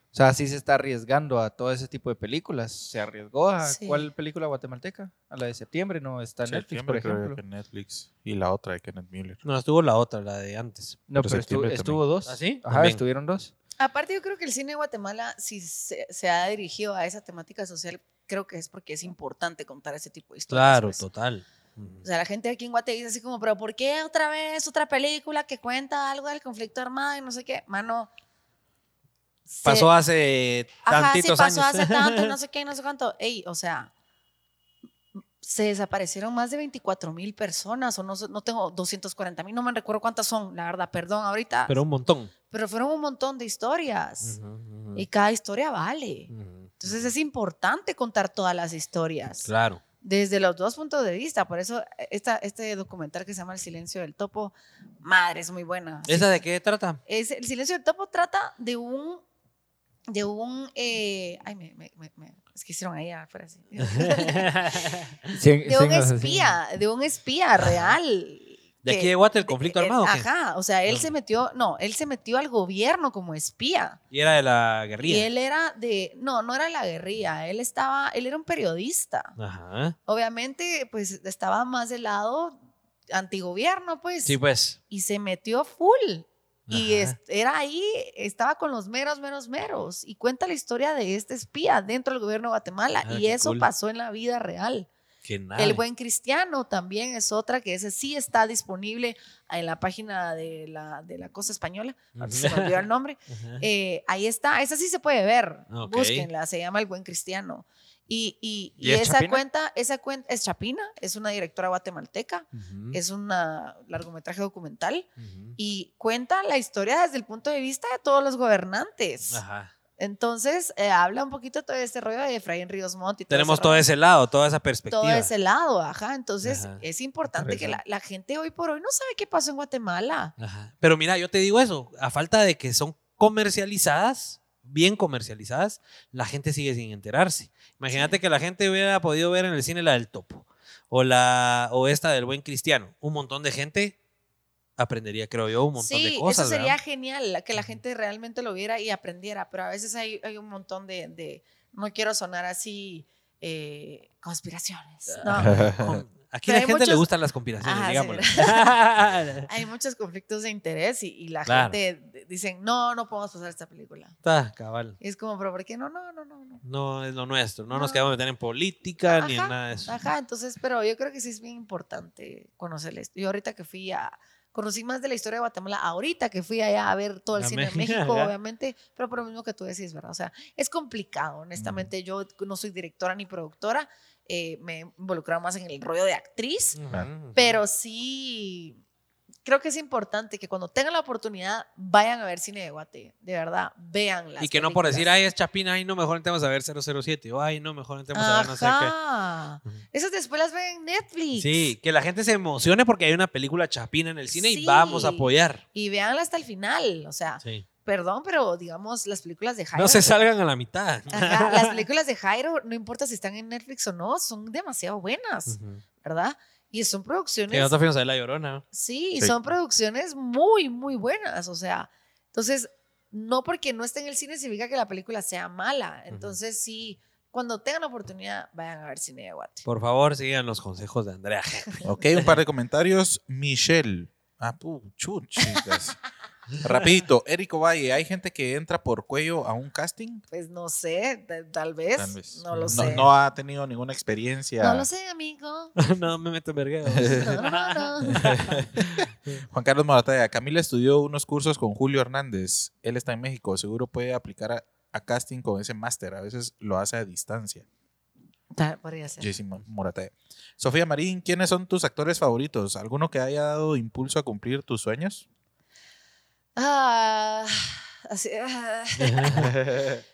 [SPEAKER 3] O sea, sí se está arriesgando a todo ese tipo de películas. Se arriesgó a
[SPEAKER 6] Sí.
[SPEAKER 3] cuál película guatemalteca? A la de septiembre, no está en Netflix, por
[SPEAKER 2] Septiembre, creo
[SPEAKER 3] ejemplo.
[SPEAKER 2] que Netflix. Y la otra de Kenneth Miller.
[SPEAKER 1] No, estuvo la otra, la de antes.
[SPEAKER 3] No,
[SPEAKER 2] Pero
[SPEAKER 3] pero estuvo,
[SPEAKER 2] septiembre
[SPEAKER 3] estuvo dos.
[SPEAKER 1] ¿Ah, sí?
[SPEAKER 3] Ajá,
[SPEAKER 1] También.
[SPEAKER 3] estuvieron dos.
[SPEAKER 6] Aparte, yo creo que el cine de Guatemala, si se, se ha dirigido a esa temática social, creo que es porque es importante contar ese tipo de historias.
[SPEAKER 1] Claro,
[SPEAKER 6] pues.
[SPEAKER 1] total.
[SPEAKER 6] O sea, la gente aquí en Guate dice así como, pero ¿por qué otra vez otra película que cuenta algo del conflicto armado y no sé qué? Mano. se-
[SPEAKER 1] Pasó hace
[SPEAKER 6] Ajá, sí,
[SPEAKER 1] tantitos
[SPEAKER 6] pasó
[SPEAKER 1] años.
[SPEAKER 6] hace tanto, no sé qué, no sé cuánto. Ey, o sea, se desaparecieron más de 24 mil personas, o no, sé, no tengo 240 mil, no me recuerdo cuántas son, la verdad, perdón, ahorita. Pero,
[SPEAKER 1] Pero un montón.
[SPEAKER 6] fueron un montón de historias. Y cada historia vale. Entonces es importante contar todas las historias.
[SPEAKER 1] Claro.
[SPEAKER 6] Desde los dos puntos de vista. Por eso esta, este documental que se llama El silencio del topo, madre, es muy buena. Sí.
[SPEAKER 1] ¿Esa de qué trata?
[SPEAKER 6] Es, el silencio del topo trata de un... De un... eh, ay, me, me- me- me- es que hicieron ahí afuera. sí. de un espía, de un espía real.
[SPEAKER 1] ¿De
[SPEAKER 6] que-
[SPEAKER 1] aquí de Guate el conflicto
[SPEAKER 6] eh,
[SPEAKER 1] armado? o qué?
[SPEAKER 6] Ajá, o sea, él
[SPEAKER 1] Ah.
[SPEAKER 6] se metió, no, él se metió al gobierno como espía.
[SPEAKER 1] Y era de la
[SPEAKER 6] Y
[SPEAKER 1] guerrilla.
[SPEAKER 6] él era de, no, no era la guerrilla, él estaba, él era un periodista.
[SPEAKER 1] Ajá.
[SPEAKER 6] obviamente, pues estaba más del lado antigobierno, pues,
[SPEAKER 1] Sí, pues.
[SPEAKER 6] y se metió full. Y
[SPEAKER 1] Ajá.
[SPEAKER 6] es- era ahí, estaba con los meros, meros, meros. Y cuenta la historia de este espía dentro del gobierno de Guatemala.
[SPEAKER 1] Ah,
[SPEAKER 6] y
[SPEAKER 1] qué
[SPEAKER 6] eso
[SPEAKER 1] cool.
[SPEAKER 6] pasó en la vida real.
[SPEAKER 1] Que nada.
[SPEAKER 6] El buen cristiano también es otra que ese sí está disponible en la página de la, de la Cosa Española. Ahorita Se me olvidó el nombre.
[SPEAKER 1] Ajá.
[SPEAKER 6] Eh, ahí está, esa sí se puede ver.
[SPEAKER 1] Ok.
[SPEAKER 6] Búsquenla, se llama El Buen Cristiano. Y, y-
[SPEAKER 3] ¿Y
[SPEAKER 6] y
[SPEAKER 3] es
[SPEAKER 6] esa
[SPEAKER 3] chapina?
[SPEAKER 6] cuenta, esa cuenta es Chapina, es una directora guatemalteca,
[SPEAKER 1] Ujú,
[SPEAKER 6] es un largometraje documental
[SPEAKER 1] ujú.
[SPEAKER 6] y cuenta la historia desde el punto de vista de todos los gobernantes.
[SPEAKER 1] Ajá.
[SPEAKER 6] Entonces, eh, habla un poquito todo este rollo de Efraín Ríos Montt y todo
[SPEAKER 1] Tenemos
[SPEAKER 6] ese
[SPEAKER 1] todo
[SPEAKER 6] rollo,
[SPEAKER 1] ese lado, toda esa perspectiva.
[SPEAKER 6] todo ese lado, ajá. Entonces,
[SPEAKER 1] Ajá.
[SPEAKER 6] es importante que la, la gente hoy por hoy no sabe qué pasó en Guatemala.
[SPEAKER 1] Ajá. Pero mira, yo te digo eso, a falta de que son comercializadas, bien comercializadas, la gente sigue sin enterarse. Imagínate que la gente hubiera podido ver en el cine la del topo o la o esta del buen cristiano. Un montón de gente aprendería, creo yo, un montón
[SPEAKER 6] sí,
[SPEAKER 1] de cosas.
[SPEAKER 6] Eso sería
[SPEAKER 1] ¿verdad?
[SPEAKER 6] genial, la- que la gente realmente lo viera y aprendiera, pero a veces hay, hay un montón de, de- no quiero sonar así, eh, conspiraciones.
[SPEAKER 1] Ah.
[SPEAKER 6] No.
[SPEAKER 1] Con- Aquí a
[SPEAKER 6] Pero
[SPEAKER 1] la
[SPEAKER 6] hay
[SPEAKER 1] gente le
[SPEAKER 6] muchos-
[SPEAKER 1] gustan las conspiraciones,
[SPEAKER 6] Ajá, sí,
[SPEAKER 1] digámoslo.
[SPEAKER 6] Hay muchos conflictos de interés y, y la
[SPEAKER 1] Claro.
[SPEAKER 6] gente d- dicen, no, no podemos pasar esta película.
[SPEAKER 1] Está, cabal.
[SPEAKER 6] Y es como, pero ¿por qué no? No, no, no, no.
[SPEAKER 1] No es lo nuestro, no, nos
[SPEAKER 6] No.
[SPEAKER 1] quedamos meter en política ni en
[SPEAKER 6] Ah. Ajá,
[SPEAKER 1] nada de eso.
[SPEAKER 6] Ajá, entonces, pero yo creo que sí es bien importante conocer esto. Yo ahorita que fui a, conocí más de la historia de Guatemala, ahorita que fui allá a ver todo el
[SPEAKER 1] A
[SPEAKER 6] cine de
[SPEAKER 1] México,
[SPEAKER 6] México,
[SPEAKER 1] ajá.
[SPEAKER 6] obviamente, pero por lo mismo que tú decís, ¿verdad? O sea, es
[SPEAKER 1] Mm.
[SPEAKER 6] complicado, honestamente, yo no soy directora ni productora, eh, me he involucrado más en el rollo de actriz,
[SPEAKER 1] Ujú,
[SPEAKER 6] pero sí... Creo que es importante que cuando tengan la oportunidad vayan a ver cine de Guate, de verdad, vean
[SPEAKER 1] Y que no por decir, ay, es Chapina, ay, no, mejor entremos a ver 007, o ay, no, mejor entremos a ver no sé qué.
[SPEAKER 6] Ajá. Esas después las ven en Netflix.
[SPEAKER 1] Sí, que la gente se emocione porque hay una película chapina en el cine y
[SPEAKER 6] Sí.
[SPEAKER 1] vamos a apoyar.
[SPEAKER 6] y véanla hasta el final. O sea, perdón, pero digamos, las películas de Jairo.
[SPEAKER 1] No se salgan a la mitad.
[SPEAKER 6] Ajá, las películas de Jairo, no importa si están en Netflix o no, son demasiado buenas,
[SPEAKER 1] Ujú.
[SPEAKER 6] ¿verdad? Y son
[SPEAKER 1] Que
[SPEAKER 6] producciones.
[SPEAKER 1] nosotros fuimos a ver La Llorona.
[SPEAKER 6] Sí, y
[SPEAKER 2] Sí.
[SPEAKER 6] son producciones muy, muy buenas. O sea, entonces, no porque no esté en el cine significa que la película sea mala. Entonces, sí, cuando tengan la oportunidad, vayan a ver cine de Guate.
[SPEAKER 1] Por favor, sigan los consejos de Andrea.
[SPEAKER 2] Ok, un par de comentarios. Michelle. Ah, puchu, chicas. Rapidito, Érico Valle, ¿hay gente que entra por cuello a un casting?
[SPEAKER 6] Pues no sé, ta- tal vez.
[SPEAKER 2] Tal vez.
[SPEAKER 6] No lo sé.
[SPEAKER 2] No, no ha tenido ninguna experiencia.
[SPEAKER 6] No lo sé, amigo.
[SPEAKER 1] no me meto en vergueo.
[SPEAKER 6] No, no, no.
[SPEAKER 2] Juan Carlos Morataya, Camila estudió unos cursos con Julio Hernández. Él está en México, seguro puede aplicar a, a casting con ese máster. A veces lo hace a distancia.
[SPEAKER 6] Ta- Podría ser.
[SPEAKER 2] Jessy Mo- Morataya. Sofía Marín, ¿quiénes son tus actores favoritos? ¿Alguno que haya dado impulso a cumplir tus sueños?
[SPEAKER 6] Ah, así, ah.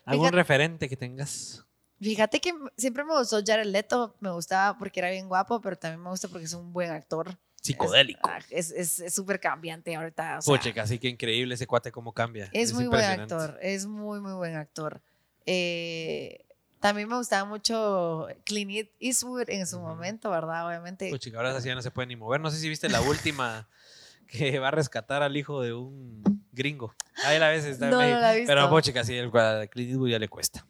[SPEAKER 1] ¿Algún
[SPEAKER 6] Fíjate-
[SPEAKER 1] referente que tengas?
[SPEAKER 6] Fíjate que m- siempre me gustó Jared Leto, me gustaba porque era bien guapo, pero también me gusta porque es un buen actor.
[SPEAKER 1] Psicodélico.
[SPEAKER 6] Ah, Es es- es súper cambiante ahorita. o sea,
[SPEAKER 1] Poche, casi que increíble ese cuate cómo cambia.
[SPEAKER 6] es, muy buen
[SPEAKER 1] impresionante.
[SPEAKER 6] actor, es muy, muy buen actor. Eh, también me gustaba mucho Clint Eastwood en su
[SPEAKER 1] Ujú.
[SPEAKER 6] momento, ¿verdad? Obviamente.
[SPEAKER 1] Poche, que ahora así ya no se puede ni mover. No sé si viste la última que va a rescatar al hijo de un gringo. Ahí la ves, está en
[SPEAKER 6] No, no
[SPEAKER 1] México.
[SPEAKER 6] la he visto.
[SPEAKER 1] Pero Poche, casi el cuadro ya le cuesta.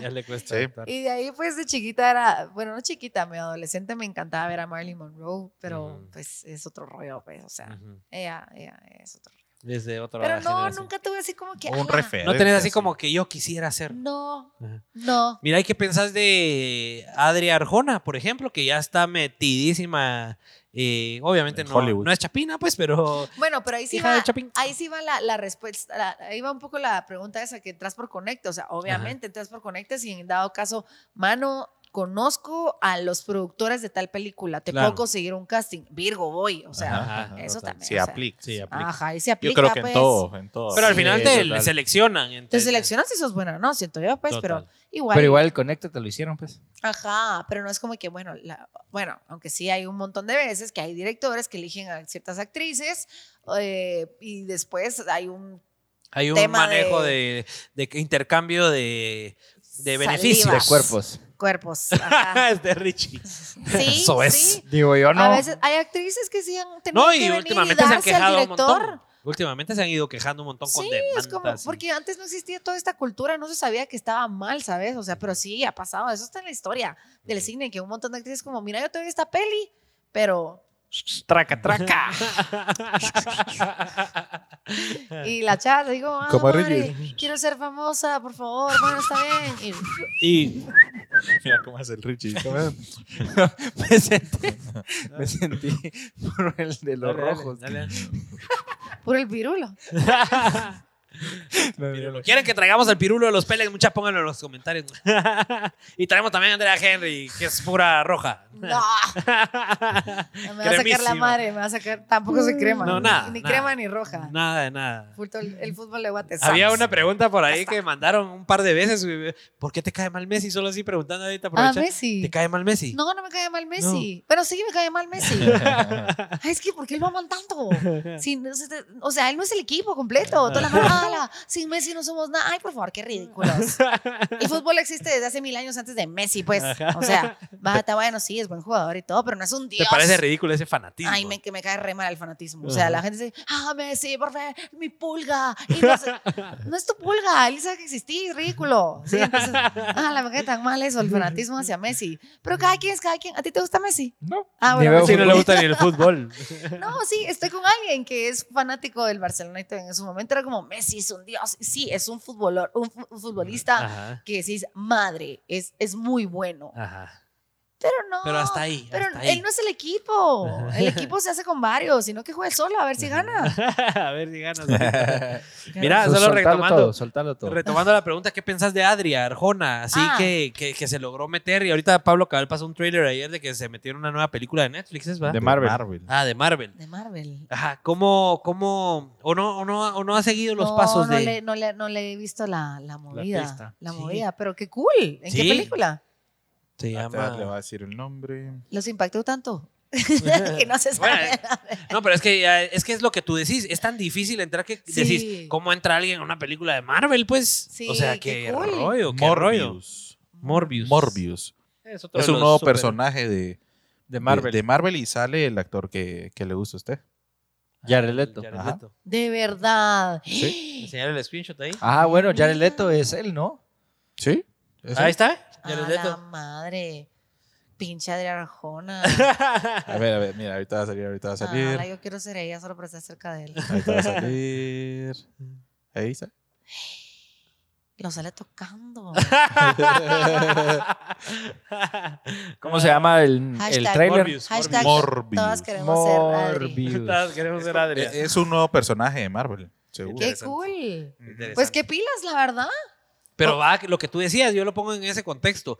[SPEAKER 1] Ya le cuesta.
[SPEAKER 2] Sí.
[SPEAKER 1] actuar.
[SPEAKER 6] Y de ahí, pues, de chiquita era, bueno, no chiquita, mi adolescente me encantaba ver a Marilyn Monroe, pero
[SPEAKER 1] Ujú.
[SPEAKER 6] pues es otro rollo, pues, o sea,
[SPEAKER 1] Ujú.
[SPEAKER 6] ella, ella es otro rollo.
[SPEAKER 1] Desde otra
[SPEAKER 6] Pero no,
[SPEAKER 1] generación.
[SPEAKER 6] nunca tuve así como que.
[SPEAKER 2] O un
[SPEAKER 6] "Ala".
[SPEAKER 2] referente.
[SPEAKER 1] No tenés así como que yo quisiera ser.
[SPEAKER 6] No,
[SPEAKER 1] Ajá.
[SPEAKER 6] no.
[SPEAKER 1] Mira, ¿y qué pensás de Adria Arjona, por ejemplo, que ya está metidísima? eh, obviamente
[SPEAKER 2] En
[SPEAKER 1] no,
[SPEAKER 2] Hollywood.
[SPEAKER 1] no es Chapina, pues, pero
[SPEAKER 6] Bueno, pero ahí sí
[SPEAKER 1] hija
[SPEAKER 6] va.
[SPEAKER 1] de Chapín.
[SPEAKER 6] Ahí sí va la, la respuesta, la- ahí va un poco la pregunta esa que entras por conecte, o sea, obviamente entras por conecte si en dado caso, mano, conozco a los productores de tal película, te
[SPEAKER 1] Claro.
[SPEAKER 6] puedo conseguir un casting, Virgo voy, o sea,
[SPEAKER 1] Ajá,
[SPEAKER 2] ajá,
[SPEAKER 6] eso
[SPEAKER 2] total.
[SPEAKER 6] también.
[SPEAKER 2] Sí,
[SPEAKER 6] o sea,
[SPEAKER 2] aplica.
[SPEAKER 1] Sí, aplica.
[SPEAKER 6] Ajá, ahí se
[SPEAKER 2] Yo
[SPEAKER 6] aplica,
[SPEAKER 2] creo que en
[SPEAKER 6] pues.
[SPEAKER 2] todo, en todo.
[SPEAKER 1] Pero al
[SPEAKER 2] Sí,
[SPEAKER 1] final te
[SPEAKER 2] total.
[SPEAKER 1] seleccionan.
[SPEAKER 6] Te
[SPEAKER 1] entonces-
[SPEAKER 6] seleccionas si sos buena, ¿no? Siento yo, pues,
[SPEAKER 1] Total.
[SPEAKER 6] pero igual.
[SPEAKER 3] Pero igual el Conecta te lo hicieron, pues.
[SPEAKER 6] Ajá, pero no es como que, bueno, la- bueno, aunque sí hay un montón de veces que hay directores que eligen a ciertas actrices eh, y después hay un
[SPEAKER 1] Hay un
[SPEAKER 6] tema
[SPEAKER 1] manejo de,
[SPEAKER 6] de-
[SPEAKER 1] de intercambio de, de
[SPEAKER 6] Saliva.
[SPEAKER 1] beneficios. Ah,
[SPEAKER 3] De
[SPEAKER 6] Vas.
[SPEAKER 3] cuerpos.
[SPEAKER 6] cuerpos. ajá.
[SPEAKER 1] es de Richie.
[SPEAKER 6] Sí,
[SPEAKER 1] Eso es.
[SPEAKER 6] sí.
[SPEAKER 3] Digo, yo no.
[SPEAKER 6] A veces hay actrices que sí han tenido
[SPEAKER 1] No,
[SPEAKER 6] que
[SPEAKER 1] y
[SPEAKER 6] venir
[SPEAKER 1] últimamente se han
[SPEAKER 6] darse al
[SPEAKER 1] quejado un
[SPEAKER 6] director.
[SPEAKER 1] montón. Últimamente se han ido quejando un montón con
[SPEAKER 6] Sí,
[SPEAKER 1] demandas.
[SPEAKER 6] es como,
[SPEAKER 1] y-
[SPEAKER 6] porque antes no existía toda esta cultura, no se sabía que estaba mal, ¿sabes? O sea, pero sí, ha pasado, eso está en la historia del cine, que un montón de actrices como, mira, yo tengo esta peli, pero...
[SPEAKER 3] Traca, traca.
[SPEAKER 6] Y la chava le digo, ah,
[SPEAKER 2] Como
[SPEAKER 6] madre,
[SPEAKER 2] Ridley.
[SPEAKER 6] quiero ser famosa, por favor, bueno, está bien. Y-
[SPEAKER 1] Y
[SPEAKER 2] Mira cómo es el Richie. cómo es.
[SPEAKER 3] me sentí, me sentí por el de
[SPEAKER 1] Dale,
[SPEAKER 3] los
[SPEAKER 1] dale,
[SPEAKER 3] rojos.
[SPEAKER 1] dale.
[SPEAKER 6] puro el virulo.
[SPEAKER 3] Me-
[SPEAKER 1] Pirulo. ¿Quieren que traigamos el pirulo de los peles? Muchas pónganlo en los comentarios. y traemos también a Andrea Henry, que es pura roja.
[SPEAKER 6] No, me va a sacar
[SPEAKER 1] Cremísima. Mm,
[SPEAKER 6] la madre, me va a sacar, tampoco soy crema.
[SPEAKER 1] No, nada,
[SPEAKER 6] Ni
[SPEAKER 1] nada.
[SPEAKER 6] crema ni roja.
[SPEAKER 1] Nada de nada.
[SPEAKER 6] Fútbol- El fútbol de Guatemala.
[SPEAKER 1] Había una pregunta por ahí que mandaron un par de veces. güey. ¿Por qué te cae mal Messi? Solo así preguntando ahorita.
[SPEAKER 6] Ah,
[SPEAKER 1] aprovecha.
[SPEAKER 6] Messi.
[SPEAKER 1] ¿Te cae mal Messi?
[SPEAKER 6] No, no me cae mal Messi. Pero sí me cae mal Messi. Ay, es que, ¿por qué lo aman tanto? Si no se- o sea, él no es el equipo completo. Toda la mala. Sin Messi no somos nada. Ay, por favor, qué ridículos. El fútbol existe desde hace mil años antes de Messi, pues. O sea, bata, bueno, sí, es buen jugador y todo, pero no es un
[SPEAKER 1] ¿Te
[SPEAKER 6] dios.
[SPEAKER 1] parece ridículo ese fanatismo?
[SPEAKER 6] Ay, me, que me cae re mal el fanatismo. O sea, la gente dice, ah, Messi, por favor, mi pulga. Y no, sé- no es tu pulga, él sabe que existís, ridículo. Sí, entonces, ah, la verdad tan mal eso, el fanatismo hacia Messi. Pero cada quien es cada quien. ¿A ti te gusta Messi?
[SPEAKER 3] No.
[SPEAKER 6] Ah,
[SPEAKER 3] Ni
[SPEAKER 6] bueno.
[SPEAKER 3] veo
[SPEAKER 6] Messi.
[SPEAKER 1] Si no le gusta ni el fútbol.
[SPEAKER 6] No, sí, estoy con alguien que es fanático del Barcelona y todo. en su momento era como, Messi es un dios. Sí, es un, futbolor, un fu- un futbolista
[SPEAKER 1] Ajá,
[SPEAKER 6] que decís, madre, es, es muy bueno.
[SPEAKER 1] ajá.
[SPEAKER 6] Pero no.
[SPEAKER 1] Pero hasta ahí.
[SPEAKER 6] Pero
[SPEAKER 1] hasta ahí.
[SPEAKER 6] él no es el equipo. El equipo se hace con varios, sino que juegue solo a ver si gana.
[SPEAKER 1] a ver si ganas. ahorita. Mira,
[SPEAKER 3] Sol-
[SPEAKER 1] solo
[SPEAKER 3] soltalo
[SPEAKER 1] retomando,
[SPEAKER 3] todo, soltalo todo.
[SPEAKER 1] retomando la pregunta, ¿qué pensás de Adria Arjona? Así
[SPEAKER 6] Ah.
[SPEAKER 1] que, que, que se logró meter. Y ahorita Pablo Cabal pasó un trailer ayer de que se metió en una nueva película de Netflix, ¿es verdad?
[SPEAKER 3] De Marvel.
[SPEAKER 1] ah, de Marvel.
[SPEAKER 6] De Marvel.
[SPEAKER 1] Ajá, ¿cómo, cómo, o no, o no, o no ha seguido los
[SPEAKER 6] no,
[SPEAKER 1] pasos
[SPEAKER 6] no
[SPEAKER 1] de...
[SPEAKER 6] Le, no, le, no le he visto la, la movida.
[SPEAKER 1] pista.
[SPEAKER 6] La,
[SPEAKER 1] Sí.
[SPEAKER 6] movida, pero qué cool. ¿En
[SPEAKER 1] Sí.
[SPEAKER 6] qué película?
[SPEAKER 1] Se
[SPEAKER 2] Ah,
[SPEAKER 1] llama...
[SPEAKER 2] Le va a decir el nombre.
[SPEAKER 6] ¿Los impactó tanto? que no se sabe.
[SPEAKER 1] Bueno, No, pero es que, ya- es que es lo que tú decís. Es tan difícil entrar que
[SPEAKER 6] Sí.
[SPEAKER 1] decís, ¿cómo entra alguien en una película de Marvel? Pues,
[SPEAKER 6] Sí,
[SPEAKER 1] o sea,
[SPEAKER 6] qué
[SPEAKER 1] qué
[SPEAKER 6] cool.
[SPEAKER 1] rollo, qué rollo.
[SPEAKER 2] Morbius.
[SPEAKER 1] Morbius.
[SPEAKER 2] Morbius.
[SPEAKER 1] Es, otro
[SPEAKER 2] Es
[SPEAKER 1] de
[SPEAKER 2] un
[SPEAKER 1] los
[SPEAKER 2] nuevo
[SPEAKER 1] super-
[SPEAKER 2] personaje de,
[SPEAKER 3] De
[SPEAKER 2] de, de Marvel y sale el actor que, que le gusta a usted.
[SPEAKER 3] Jared Leto.
[SPEAKER 1] Jared
[SPEAKER 2] Ajá.
[SPEAKER 1] Leto.
[SPEAKER 6] De verdad.
[SPEAKER 1] Enseñar el screenshot ahí.
[SPEAKER 3] Ah, bueno, Jared Leto es él, ¿no?
[SPEAKER 2] ¿Sí?
[SPEAKER 1] Ahí está.
[SPEAKER 6] A
[SPEAKER 1] Jared
[SPEAKER 6] la
[SPEAKER 1] Leto.
[SPEAKER 6] madre. Pincha de Arjona.
[SPEAKER 2] A ver, a ver, mira, ahorita va a salir, ahorita va a salir.
[SPEAKER 6] Ala, yo quiero ser ella solo para estar cerca de él.
[SPEAKER 2] Ahorita va a salir. Ahí está.
[SPEAKER 6] Lo sale tocando.
[SPEAKER 3] ¿Cómo se llama el, el
[SPEAKER 6] Ah. Hashtag
[SPEAKER 3] trailer?
[SPEAKER 1] Morbius.
[SPEAKER 6] Hashtag
[SPEAKER 2] Morbius.
[SPEAKER 6] todas queremos ser Adri.
[SPEAKER 3] Morbius.
[SPEAKER 1] Todas queremos ser Adria.
[SPEAKER 2] Es un nuevo personaje de Marvel, seguro.
[SPEAKER 6] Qué
[SPEAKER 1] Interesante.
[SPEAKER 6] cool.
[SPEAKER 1] Interesante.
[SPEAKER 6] Pues qué pilas, la verdad.
[SPEAKER 1] Pero va, lo que tú decías, yo lo pongo en ese contexto.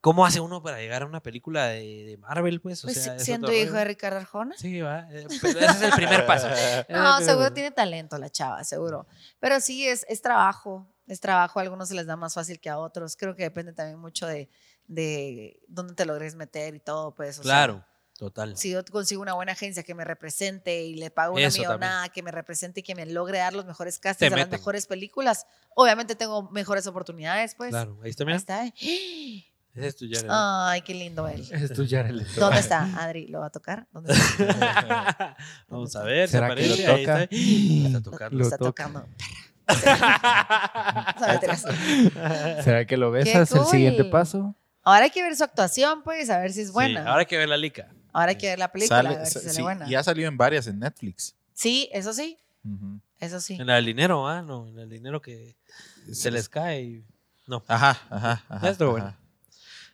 [SPEAKER 1] ¿Cómo hace uno para llegar a una película de, de Marvel, pues? O
[SPEAKER 6] Pues
[SPEAKER 1] sea, es
[SPEAKER 6] siendo
[SPEAKER 1] otro
[SPEAKER 6] hijo
[SPEAKER 1] rollo.
[SPEAKER 6] de Ricardo Arjona.
[SPEAKER 1] Sí, va. eh, Pero ese es el primer paso. Ah,
[SPEAKER 6] No, seguro tiene talento la chava, seguro. Pero sí, es, es trabajo, es trabajo. A algunos se les da más fácil que a otros. Creo que depende también mucho de, de dónde te logres meter y todo, pues. o sea,
[SPEAKER 1] Claro, total.
[SPEAKER 6] si yo consigo una buena agencia que me represente y le pago una
[SPEAKER 1] Eso también.
[SPEAKER 6] millonada que me represente y que me logre dar los mejores
[SPEAKER 1] Te
[SPEAKER 6] castings a las
[SPEAKER 1] meten.
[SPEAKER 6] mejores películas, obviamente tengo mejores oportunidades, pues. ah,
[SPEAKER 1] claro, ahí está,
[SPEAKER 6] Ahí
[SPEAKER 1] mira.
[SPEAKER 6] está. ¿eh?
[SPEAKER 1] Ese es tu Jared Leto.
[SPEAKER 6] Ay, qué lindo él.
[SPEAKER 3] Es tu Jared Leto.
[SPEAKER 6] ¿Dónde está, Adri? ¿Lo va a tocar? ¿Dónde está?
[SPEAKER 1] Vamos a ver,
[SPEAKER 3] ¿Será
[SPEAKER 1] se
[SPEAKER 3] que lo
[SPEAKER 1] aparece, ahí
[SPEAKER 3] toca?
[SPEAKER 1] está. Está
[SPEAKER 6] Lo
[SPEAKER 1] tocando.
[SPEAKER 6] está
[SPEAKER 3] toca.
[SPEAKER 6] tocando. Sábatelas.
[SPEAKER 3] ¿Será que lo besas?
[SPEAKER 6] Qué
[SPEAKER 3] El siguiente
[SPEAKER 6] cool.
[SPEAKER 3] paso.
[SPEAKER 6] Ahora hay que ver su actuación, pues, a ver si es buena.
[SPEAKER 1] Sí,
[SPEAKER 6] ahora,
[SPEAKER 1] ahora hay que ver la lica.
[SPEAKER 6] hay que ver la película, a
[SPEAKER 2] Sale,
[SPEAKER 6] ver si
[SPEAKER 2] sa-
[SPEAKER 6] sale
[SPEAKER 2] sí,
[SPEAKER 6] buena.
[SPEAKER 2] y ha salido en varias en Netflix.
[SPEAKER 6] Sí, eso sí.
[SPEAKER 2] Ujú.
[SPEAKER 6] Eso sí.
[SPEAKER 7] En la del dinero, ah, no, en el dinero que se les cae. y- No.
[SPEAKER 2] Ajá, ajá, ajá.
[SPEAKER 7] Esto, bueno.
[SPEAKER 2] ajá.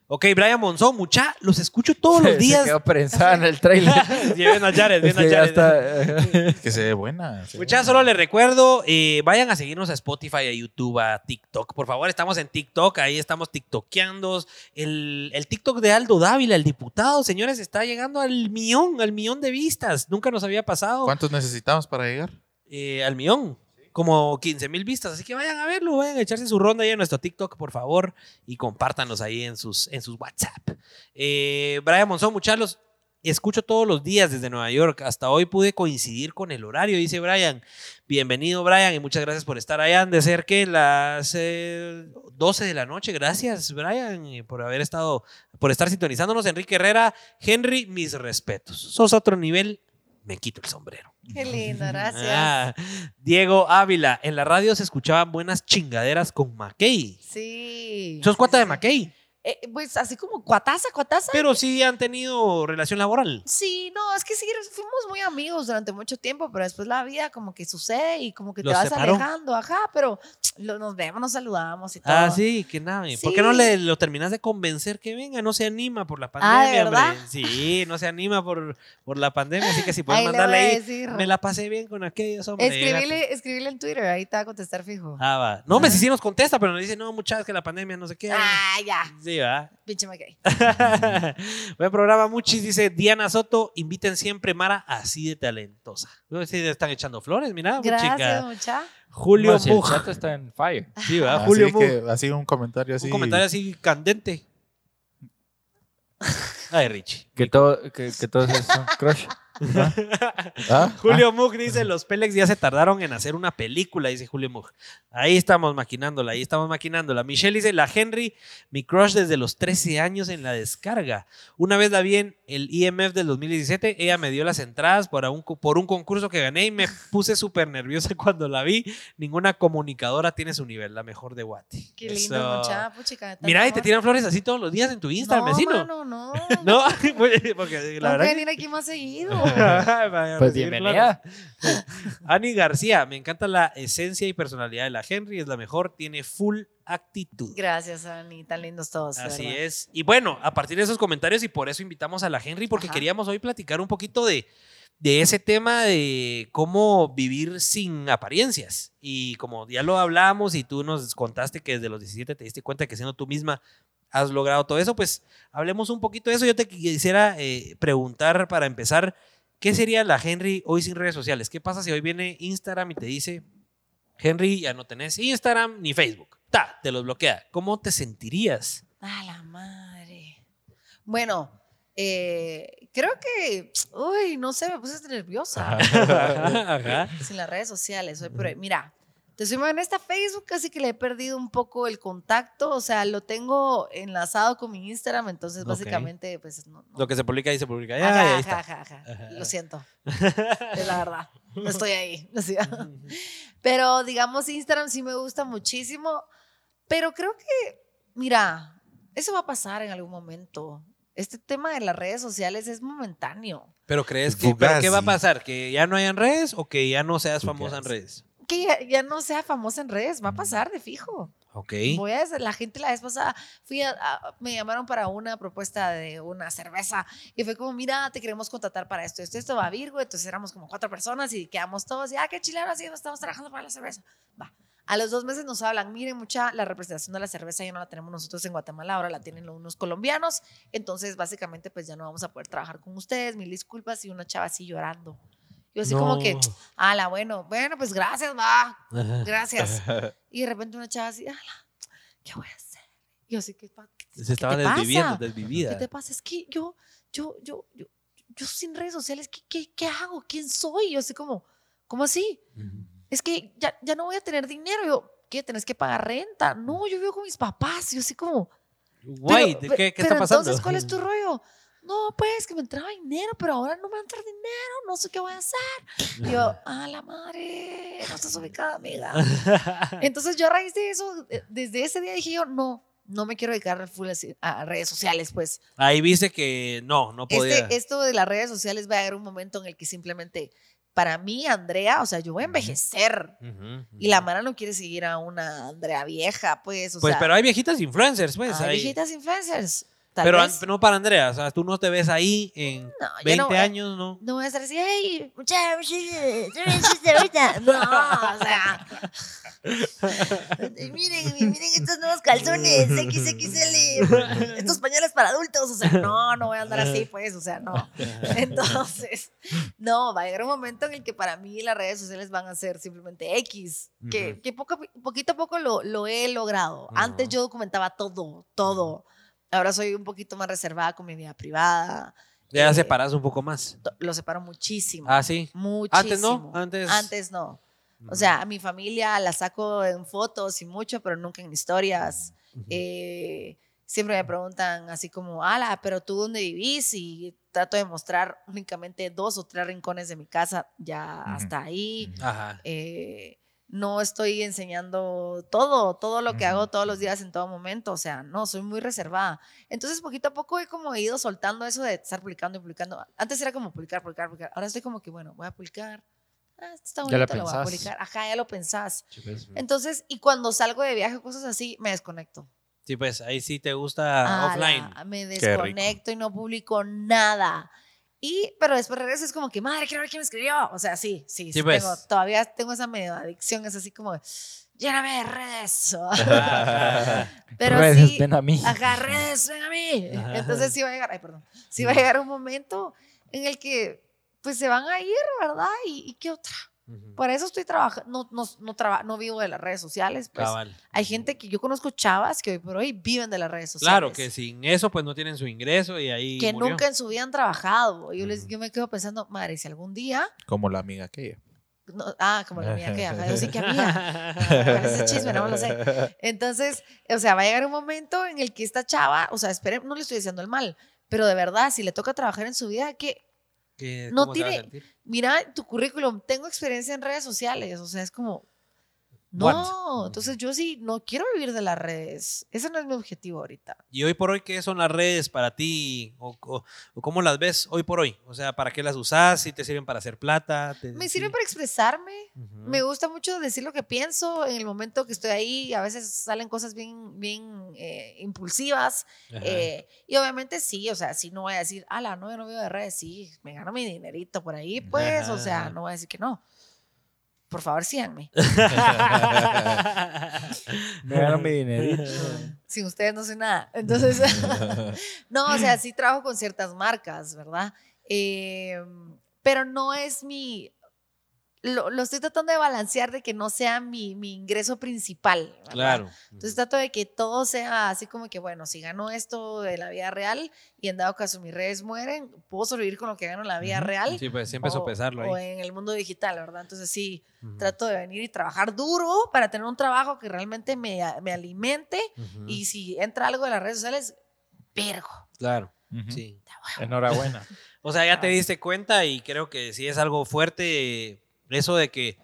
[SPEAKER 7] Ok, Brian Monzón, mucha, los escucho todos los días.
[SPEAKER 3] Se quedó prensada en el trailer.
[SPEAKER 7] Lleven a Jared,
[SPEAKER 3] Es
[SPEAKER 7] bien a
[SPEAKER 3] que ya
[SPEAKER 7] Jared.
[SPEAKER 3] está.
[SPEAKER 2] Que se ve buena. se ve
[SPEAKER 1] Muchachos, solo les recuerdo, eh, vayan a seguirnos a Spotify, a YouTube, a TikTok. Por favor, estamos en TikTok, ahí estamos tiktokeando. El, el TikTok de Aldo Dávila, el diputado, señores, está llegando al millón, al millón de vistas. Nunca nos había pasado
[SPEAKER 2] ¿Cuántos necesitamos para llegar?
[SPEAKER 1] eh, al millón. Como 15 mil vistas, así que vayan a verlo, vayan a echarse su ronda ahí en nuestro TikTok, por favor, y compártanos ahí en sus, en sus WhatsApp. Eh, Brian Monzón, muchachos, escucho todos los días desde Nueva York. Hasta hoy pude coincidir con el horario, dice Brian. Bienvenido, Brian, y muchas gracias por estar allá. Han de ser que las eh, 12 de la noche. Gracias, Brian, eh, por haber estado, por estar sintonizándonos. Enrique Herrera, Henry, mis respetos. Sos otro nivel, me quito el sombrero.
[SPEAKER 6] Qué lindo, gracias.
[SPEAKER 1] Ah, Diego Ávila, en la radio se escuchaban buenas chingaderas con McKay.
[SPEAKER 6] Sí.
[SPEAKER 1] ¿Sos cuata de
[SPEAKER 6] Sí, sí.
[SPEAKER 1] McKay?
[SPEAKER 6] Eh, pues así como cuataza, cuataza.
[SPEAKER 1] Pero sí han tenido relación laboral.
[SPEAKER 6] Sí, no, es que sí, fuimos muy amigos durante mucho tiempo, pero después la vida como que sucede y como que te
[SPEAKER 1] Los
[SPEAKER 6] vas
[SPEAKER 1] separó.
[SPEAKER 6] alejando, ajá, pero lo- nos vemos, nos saludamos y todo.
[SPEAKER 1] Ah, sí, que nada. ¿Por qué no
[SPEAKER 6] Sí.
[SPEAKER 1] le, lo terminas de convencer que venga? No se anima por la
[SPEAKER 6] Ah, ¿de
[SPEAKER 1] pandemia, hombre.
[SPEAKER 6] verdad?
[SPEAKER 1] Sí, no se anima por, por la pandemia. Así que si
[SPEAKER 6] Ahí
[SPEAKER 1] puedes
[SPEAKER 6] le voy
[SPEAKER 1] mandarle
[SPEAKER 6] a
[SPEAKER 1] pues, ahí,
[SPEAKER 6] decir.
[SPEAKER 1] me la pasé bien con aquellos, hombre.
[SPEAKER 6] Escribile, escribile en Twitter, ahí te va a contestar fijo.
[SPEAKER 1] Ah, va. No, me si sí nos contesta, pero nos dice, no, muchachos, que la pandemia no sé qué.
[SPEAKER 6] Ah, ya,
[SPEAKER 1] Sí, va.
[SPEAKER 6] pinche McKay.
[SPEAKER 1] Ah, Buen programa, Muchis. Dice Diana Soto, inviten siempre Mara así de talentosa. Uy, Sí, le están echando flores, mira, pues,
[SPEAKER 6] Gracias,
[SPEAKER 1] chica.
[SPEAKER 6] mucha.
[SPEAKER 1] Julio
[SPEAKER 3] Bueno, si el
[SPEAKER 1] Mug.
[SPEAKER 3] chato está en fire.
[SPEAKER 1] Sí, ¿verdad?
[SPEAKER 2] Así
[SPEAKER 1] Julio Mug.
[SPEAKER 2] que- pues así Ah, un comentario así.
[SPEAKER 1] Un comentario así candente. Ay, Richie.
[SPEAKER 3] Que todo, que, que todo es un crush.
[SPEAKER 2] Ah,
[SPEAKER 1] Julio Mug dice, los Pelex ya se tardaron en hacer una película, dice Julio Mug. Ahí estamos maquinándola, ahí estamos maquinándola. Michelle dice, la Henry, mi crush desde los 13 años en la descarga. Una vez la vi en el IMF del 2017, ella me dio las entradas para un, cu- por un concurso que gané y me puse súper nerviosa cuando la vi. Ninguna comunicadora tiene su nivel, la mejor de Guate.
[SPEAKER 6] Qué lindo,
[SPEAKER 1] Eso.
[SPEAKER 6] mucha, puchica. tanto
[SPEAKER 1] Mira, y te
[SPEAKER 6] amor.
[SPEAKER 1] tiran flores así todos los días en tu Instagram,
[SPEAKER 6] no,
[SPEAKER 1] vecino.
[SPEAKER 6] Mano, no, no.
[SPEAKER 1] No, porque la
[SPEAKER 6] Tengo que
[SPEAKER 1] verdad. que-
[SPEAKER 6] venir aquí más seguido.
[SPEAKER 1] Para
[SPEAKER 3] Pues
[SPEAKER 1] recibir
[SPEAKER 3] bienvenida.
[SPEAKER 1] Ani García, me encanta la esencia y personalidad de la Henry, es la mejor, tiene full actitud.
[SPEAKER 6] Gracias, Ani, tan lindos todos. de
[SPEAKER 1] Así
[SPEAKER 6] verdad.
[SPEAKER 1] es. Y bueno, a partir de esos comentarios y por eso invitamos a la Henry, porque
[SPEAKER 6] Ajá.
[SPEAKER 1] queríamos hoy platicar un poquito de, de ese tema de cómo vivir sin apariencias. Y como ya lo hablamos y tú nos contaste que desde los 17 te diste cuenta que siendo tú misma has logrado todo eso, pues hablemos un poquito de eso. Yo te quisiera eh, preguntar para empezar, ¿qué sería la Henry hoy sin redes sociales? ¿Qué pasa si hoy viene Instagram y te dice, Henry, ya no tenés Instagram ni Facebook? Ta, te los bloquea. ¿Cómo te sentirías?
[SPEAKER 6] A la madre. Bueno, eh, creo que, uy, no sé, me puse nerviosa
[SPEAKER 1] Ajá.
[SPEAKER 6] sin las redes sociales. Soy por ahí. Mira, te soy muy honesta, Facebook casi que le he perdido un poco el contacto, o sea, lo tengo enlazado con mi Instagram, entonces
[SPEAKER 1] Ok.
[SPEAKER 6] básicamente, pues, no. no.
[SPEAKER 1] Lo que se publica ahí se publica allá.
[SPEAKER 6] Ajá,
[SPEAKER 1] y ahí
[SPEAKER 6] ajá,
[SPEAKER 1] está.
[SPEAKER 6] ajá, ajá.
[SPEAKER 1] Ajá.
[SPEAKER 6] Lo siento. Es la verdad. No estoy ahí. O sea, Pero digamos, Instagram sí me gusta muchísimo. Pero creo que, mira, eso va a pasar en algún momento. Este tema de las redes sociales es momentáneo.
[SPEAKER 1] Pero crees que pero qué va a
[SPEAKER 2] Fugazi.
[SPEAKER 1] pasar, que ya no hayan redes o que ya no seas famosa en redes.
[SPEAKER 6] Que ya, ya no sea famosa en redes, va a pasar de fijo.
[SPEAKER 1] Ok.
[SPEAKER 6] Voy a des- la gente la vez pasada fui a- a- me llamaron para una propuesta de una cerveza y fue como, mira, te queremos contratar para esto, esto, esto va a Virgo, entonces éramos como cuatro personas y quedamos todos, ya, ah, qué chileno, así estamos trabajando para la cerveza. Va. A los dos meses nos hablan, miren, mucha, la representación de la cerveza ya no la tenemos nosotros en Guatemala, ahora la tienen unos colombianos, entonces básicamente pues ya no vamos a poder trabajar con ustedes, mil disculpas y una chava así llorando. Yo así como que, ala, bueno, bueno, pues gracias, va,
[SPEAKER 1] Ajá.
[SPEAKER 6] gracias. Y de repente una chava así, "Ala, ¿qué voy a hacer? Y yo así, ¿qué, pa- qué-
[SPEAKER 1] Se estaba
[SPEAKER 6] qué te
[SPEAKER 1] desviviendo,
[SPEAKER 6] pasa? ¿Qué
[SPEAKER 1] desvivida.
[SPEAKER 6] te pasa? Es que yo, yo, yo, yo, yo sin redes sociales, ¿qué, qué, qué hago? ¿Quién soy? Yo así como, ¿cómo así? Es que ya, ya no voy a tener dinero. Yo, ¿qué? ¿Tenés que pagar renta? No, yo vivo con mis papás. Yo así como,
[SPEAKER 1] Guay,
[SPEAKER 6] pero-
[SPEAKER 1] ¿de ¿qué, qué
[SPEAKER 6] pero
[SPEAKER 1] está pasando?
[SPEAKER 6] Entonces, ¿cuál es tu rollo? No, pues que me entraba dinero, pero ahora no me entra dinero, no sé qué voy a hacer. Y yo, a la madre, no estás ubicada, amiga. Entonces, yo a raíz de eso, eh, desde ese día dije yo, no, no me quiero dedicar al full así- a a redes sociales, pues.
[SPEAKER 1] Ahí viste que no, no podía.
[SPEAKER 6] Este, esto de las redes sociales va a haber un momento en el que simplemente para mí, Andrea, o sea, yo voy a envejecer. Y la Mara no quiere seguir a una Andrea vieja, pues. O
[SPEAKER 1] Pues,
[SPEAKER 6] sea,
[SPEAKER 1] pero hay viejitas influencers, pues.
[SPEAKER 6] hay
[SPEAKER 1] ahí.
[SPEAKER 6] viejitas influencers. Tal
[SPEAKER 1] Pero an-
[SPEAKER 6] vez.
[SPEAKER 1] no para Andrea, o sea, tú no te ves ahí en
[SPEAKER 6] No, yo
[SPEAKER 1] 20
[SPEAKER 6] no eh. voy a-
[SPEAKER 1] años, ¿no?
[SPEAKER 6] No voy a estar así, ay, muchachos, ahorita. No, o sea. miren, miren estos nuevos calzones, XXL, estos pañales para adultos, o sea, no, no voy a andar así, pues, o sea, no. Entonces, no, va a llegar un momento en el que para mí las redes sociales van a ser simplemente X, que, que poco, a pi- poquito a poco lo, lo he logrado. Antes yo documentaba todo, todo. Ahora soy un poquito más reservada con mi vida privada,
[SPEAKER 1] Ya
[SPEAKER 6] Eh,
[SPEAKER 1] separas un poco más.
[SPEAKER 6] to- lo separo muchísimo.
[SPEAKER 1] Ah, sí.
[SPEAKER 6] Muchísimo.
[SPEAKER 1] Antes no, antes. Mm.
[SPEAKER 6] Antes no. O sea, a mi familia la saco en fotos y mucho, pero nunca en historias.
[SPEAKER 1] Mm.
[SPEAKER 6] Eh, siempre me preguntan así como, ala, pero tú dónde vivís? Y trato de mostrar únicamente dos o tres rincones de mi casa, ya
[SPEAKER 2] Ujú.
[SPEAKER 6] hasta ahí.
[SPEAKER 1] Ajá.
[SPEAKER 6] Eh, no estoy enseñando todo, todo lo que
[SPEAKER 2] Ujú.
[SPEAKER 6] hago todos los días en todo momento, o sea, no, soy muy reservada. Entonces, poquito a poco he como ido soltando eso de estar publicando y publicando. Antes era como publicar, publicar, publicar. Ahora estoy como que, bueno, voy a publicar. Ah, esto está
[SPEAKER 3] Ya la
[SPEAKER 6] bonito, lo voy a
[SPEAKER 3] pensás.
[SPEAKER 6] publicar. Ajá, ya lo pensás. Entonces, y cuando salgo de viaje o cosas así, me desconecto.
[SPEAKER 1] Sí, pues ahí sí te gusta
[SPEAKER 6] Ala,
[SPEAKER 1] offline.
[SPEAKER 6] Ah, me
[SPEAKER 2] rico.
[SPEAKER 6] desconecto y no publico nada. Y, pero después regreso y es como que, madre, quiero ver quién me escribió. O sea, sí, sí, sí.
[SPEAKER 1] Sí, pues.
[SPEAKER 6] tengo- todavía tengo esa medio adicción, es así como, lléname de redes. pero
[SPEAKER 3] Redes,
[SPEAKER 6] sí, Ah.
[SPEAKER 3] ven a mí.
[SPEAKER 6] ajá, redes, ven a mí.
[SPEAKER 1] Ajá.
[SPEAKER 6] Entonces sí va a llegar, ay, perdón, sí va a llegar un momento en el que, pues se van a ir, ¿verdad? ¿Y, y qué otra?
[SPEAKER 1] Ujú.
[SPEAKER 6] Por eso estoy trabajando, no, no, no, traba- no vivo de las redes sociales. Pues.
[SPEAKER 1] Cabal.
[SPEAKER 6] Hay gente que yo conozco chavas que hoy por hoy viven de las redes sociales
[SPEAKER 1] Claro, que sin eso pues no tienen su ingreso y ahí
[SPEAKER 6] que
[SPEAKER 1] murió. Mm.
[SPEAKER 6] nunca en su vida han trabajado. Yo, les,
[SPEAKER 1] Ujú.
[SPEAKER 6] yo me quedo pensando, madre, si algún día.
[SPEAKER 2] ah, Como la amiga aquella.
[SPEAKER 6] no- ah, como la mía, que ajá, yo sí que amiga. Pero Ah, ese chisme, no me lo sé. Entonces, o sea, va a llegar un momento en el que esta chava, o sea, espere, no le estoy diciendo el mal, pero de verdad, si le toca trabajar en su vida, que.
[SPEAKER 1] Que,
[SPEAKER 6] no
[SPEAKER 1] ¿cómo se va a
[SPEAKER 6] tiene-
[SPEAKER 1] sentir?
[SPEAKER 6] Mira tu currículum, tengo experiencia en redes sociales, o sea, es como. No, entonces yo sí no quiero vivir de las redes. Ese no es mi objetivo ahorita.
[SPEAKER 1] Y hoy por hoy, ¿qué son las redes para ti? ¿O, o- o cómo las ves hoy por hoy? O sea, ¿para qué las usas? ¿Si te sirven para hacer plata? ¿Te-
[SPEAKER 6] Me
[SPEAKER 1] sí?
[SPEAKER 6] sirve para expresarme,
[SPEAKER 1] Ujú.
[SPEAKER 6] Me gusta mucho decir lo que pienso en el momento que estoy ahí. A veces salen cosas bien, bien eh, impulsivas.
[SPEAKER 1] Ajá.
[SPEAKER 6] eh, y obviamente sí, o sea, sí no voy a decir, ala, no, yo no vivo de redes. Sí, me gano mi dinerito por ahí, pues. O sea,
[SPEAKER 1] Ajá.
[SPEAKER 6] no voy a decir que no. Por favor, síganme.
[SPEAKER 3] Me dieron mi dinerito.
[SPEAKER 6] Sin ustedes no soy nada. Entonces, no, o sea, sí trabajo con ciertas marcas, ¿verdad? Eh, pero no es mi... Lo, lo estoy tratando de balancear de que no sea mi, mi ingreso principal. ¿verdad?
[SPEAKER 1] claro.
[SPEAKER 6] Entonces trato de que todo sea así como que, bueno, si gano esto de la vida real y en dado caso mis redes mueren, puedo sobrevivir con lo que gano en la vida real.
[SPEAKER 1] Sí, pues siempre
[SPEAKER 6] o-
[SPEAKER 1] sopesarlo
[SPEAKER 6] O
[SPEAKER 1] ahí.
[SPEAKER 6] en el mundo digital, ¿verdad? Entonces sí,
[SPEAKER 1] Ujú.
[SPEAKER 6] trato de venir y trabajar duro para tener un trabajo que realmente me, me alimente
[SPEAKER 1] Ujú.
[SPEAKER 6] y si entra algo de las redes sociales, vergo.
[SPEAKER 1] Claro,
[SPEAKER 2] Ujú.
[SPEAKER 1] sí.
[SPEAKER 3] Enhorabuena.
[SPEAKER 1] O sea, ya te diste cuenta y creo que sí es algo fuerte eh, eso de que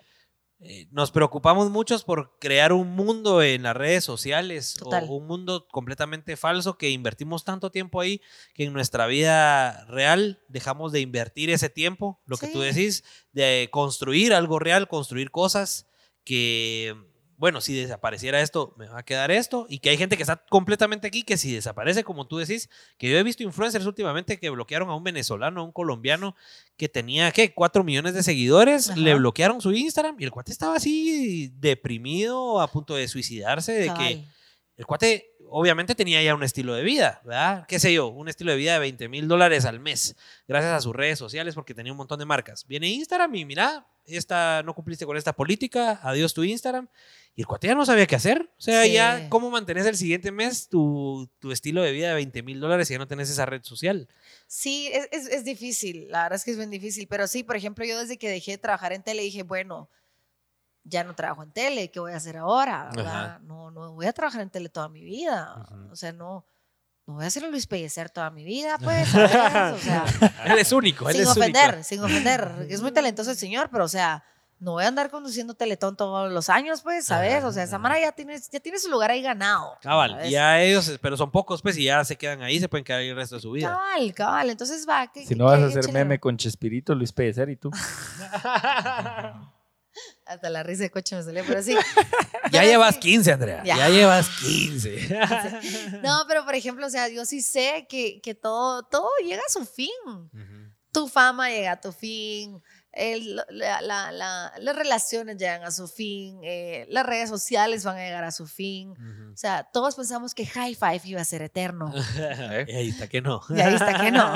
[SPEAKER 1] eh, nos preocupamos muchos por crear un mundo en las redes sociales
[SPEAKER 6] Total.
[SPEAKER 1] o un mundo completamente falso que invertimos tanto tiempo ahí que en nuestra vida real dejamos de invertir ese tiempo, lo que tú
[SPEAKER 6] Sí.
[SPEAKER 1] decís, de construir algo real, construir cosas que, bueno, si desapareciera esto, me va a quedar esto y que hay gente que está completamente aquí que si desaparece, como tú decís, que yo he visto influencers últimamente que bloquearon a un venezolano, a un colombiano que tenía, ¿qué? 4 millones de seguidores, le
[SPEAKER 6] Ajá.
[SPEAKER 1] bloquearon su Instagram y el cuate estaba así deprimido, a punto de suicidarse, de que
[SPEAKER 6] Cabal.
[SPEAKER 1] el cuate obviamente tenía ya un estilo de vida, ¿verdad? ¿Qué sé yo? Un estilo de vida de 20 mil dólares al mes, gracias a sus redes sociales porque tenía un montón de marcas. Viene Instagram y mira, esta, no cumpliste con esta política, adiós tu Instagram. Y el cuate ya no sabía qué hacer. O sea,
[SPEAKER 6] Sí.
[SPEAKER 1] ya, ¿cómo mantenés el siguiente mes tu, tu estilo de vida de 20 mil dólares si ya no tenés esa red social?
[SPEAKER 6] Sí, es, es- es difícil, la verdad es que es bien difícil, pero sí, por ejemplo, yo desde que dejé de trabajar en tele dije, bueno, ya no trabajo en tele, ¿qué voy a hacer ahora? ¿verdad?
[SPEAKER 1] Ajá.
[SPEAKER 6] No, no voy a trabajar en tele toda mi vida,
[SPEAKER 1] Ujú.
[SPEAKER 6] o sea, no, no voy a hacer a Luis Pellecer toda mi vida, pues, ¿sabes? o sea,
[SPEAKER 1] Él es único, él
[SPEAKER 6] sin
[SPEAKER 1] es único.
[SPEAKER 6] ofender, sin ofender, es muy talentoso el señor, pero o sea, No voy a andar conduciendo Teletón todos los años, pues, ¿sabes? O sea, esa mara ya tiene, ya tiene su lugar ahí ganado.
[SPEAKER 1] Cabal,
[SPEAKER 6] ¿sabes?
[SPEAKER 1] ya ellos, pero son pocos, pues, y ya se quedan ahí, se pueden quedar ahí el resto de su vida.
[SPEAKER 6] Cabal, cabal. Entonces va. que-
[SPEAKER 3] Si
[SPEAKER 6] que-
[SPEAKER 3] no vas
[SPEAKER 6] que-
[SPEAKER 3] a hacer
[SPEAKER 6] échale.
[SPEAKER 3] meme con Chespirito, Luis Pellecer y tú.
[SPEAKER 1] Ah,
[SPEAKER 6] Hasta la risa de coche me salió, pero sí.
[SPEAKER 1] Ya
[SPEAKER 6] Pero
[SPEAKER 1] llevas
[SPEAKER 6] sí.
[SPEAKER 1] 15, Andrea.
[SPEAKER 6] Ya.
[SPEAKER 1] Ya, llevas 15.
[SPEAKER 6] No, pero por ejemplo, o sea, yo sí sé que, que todo, todo llega a su fin. Tu fama llega a tu fin. el- la- la- la- las relaciones llegan a su fin. eh, las redes sociales van a llegar a su fin.
[SPEAKER 1] Mm.
[SPEAKER 6] O sea, todos pensamos que High Five iba a ser eterno.
[SPEAKER 1] Y ahí está que no.
[SPEAKER 6] Y ahí está que no.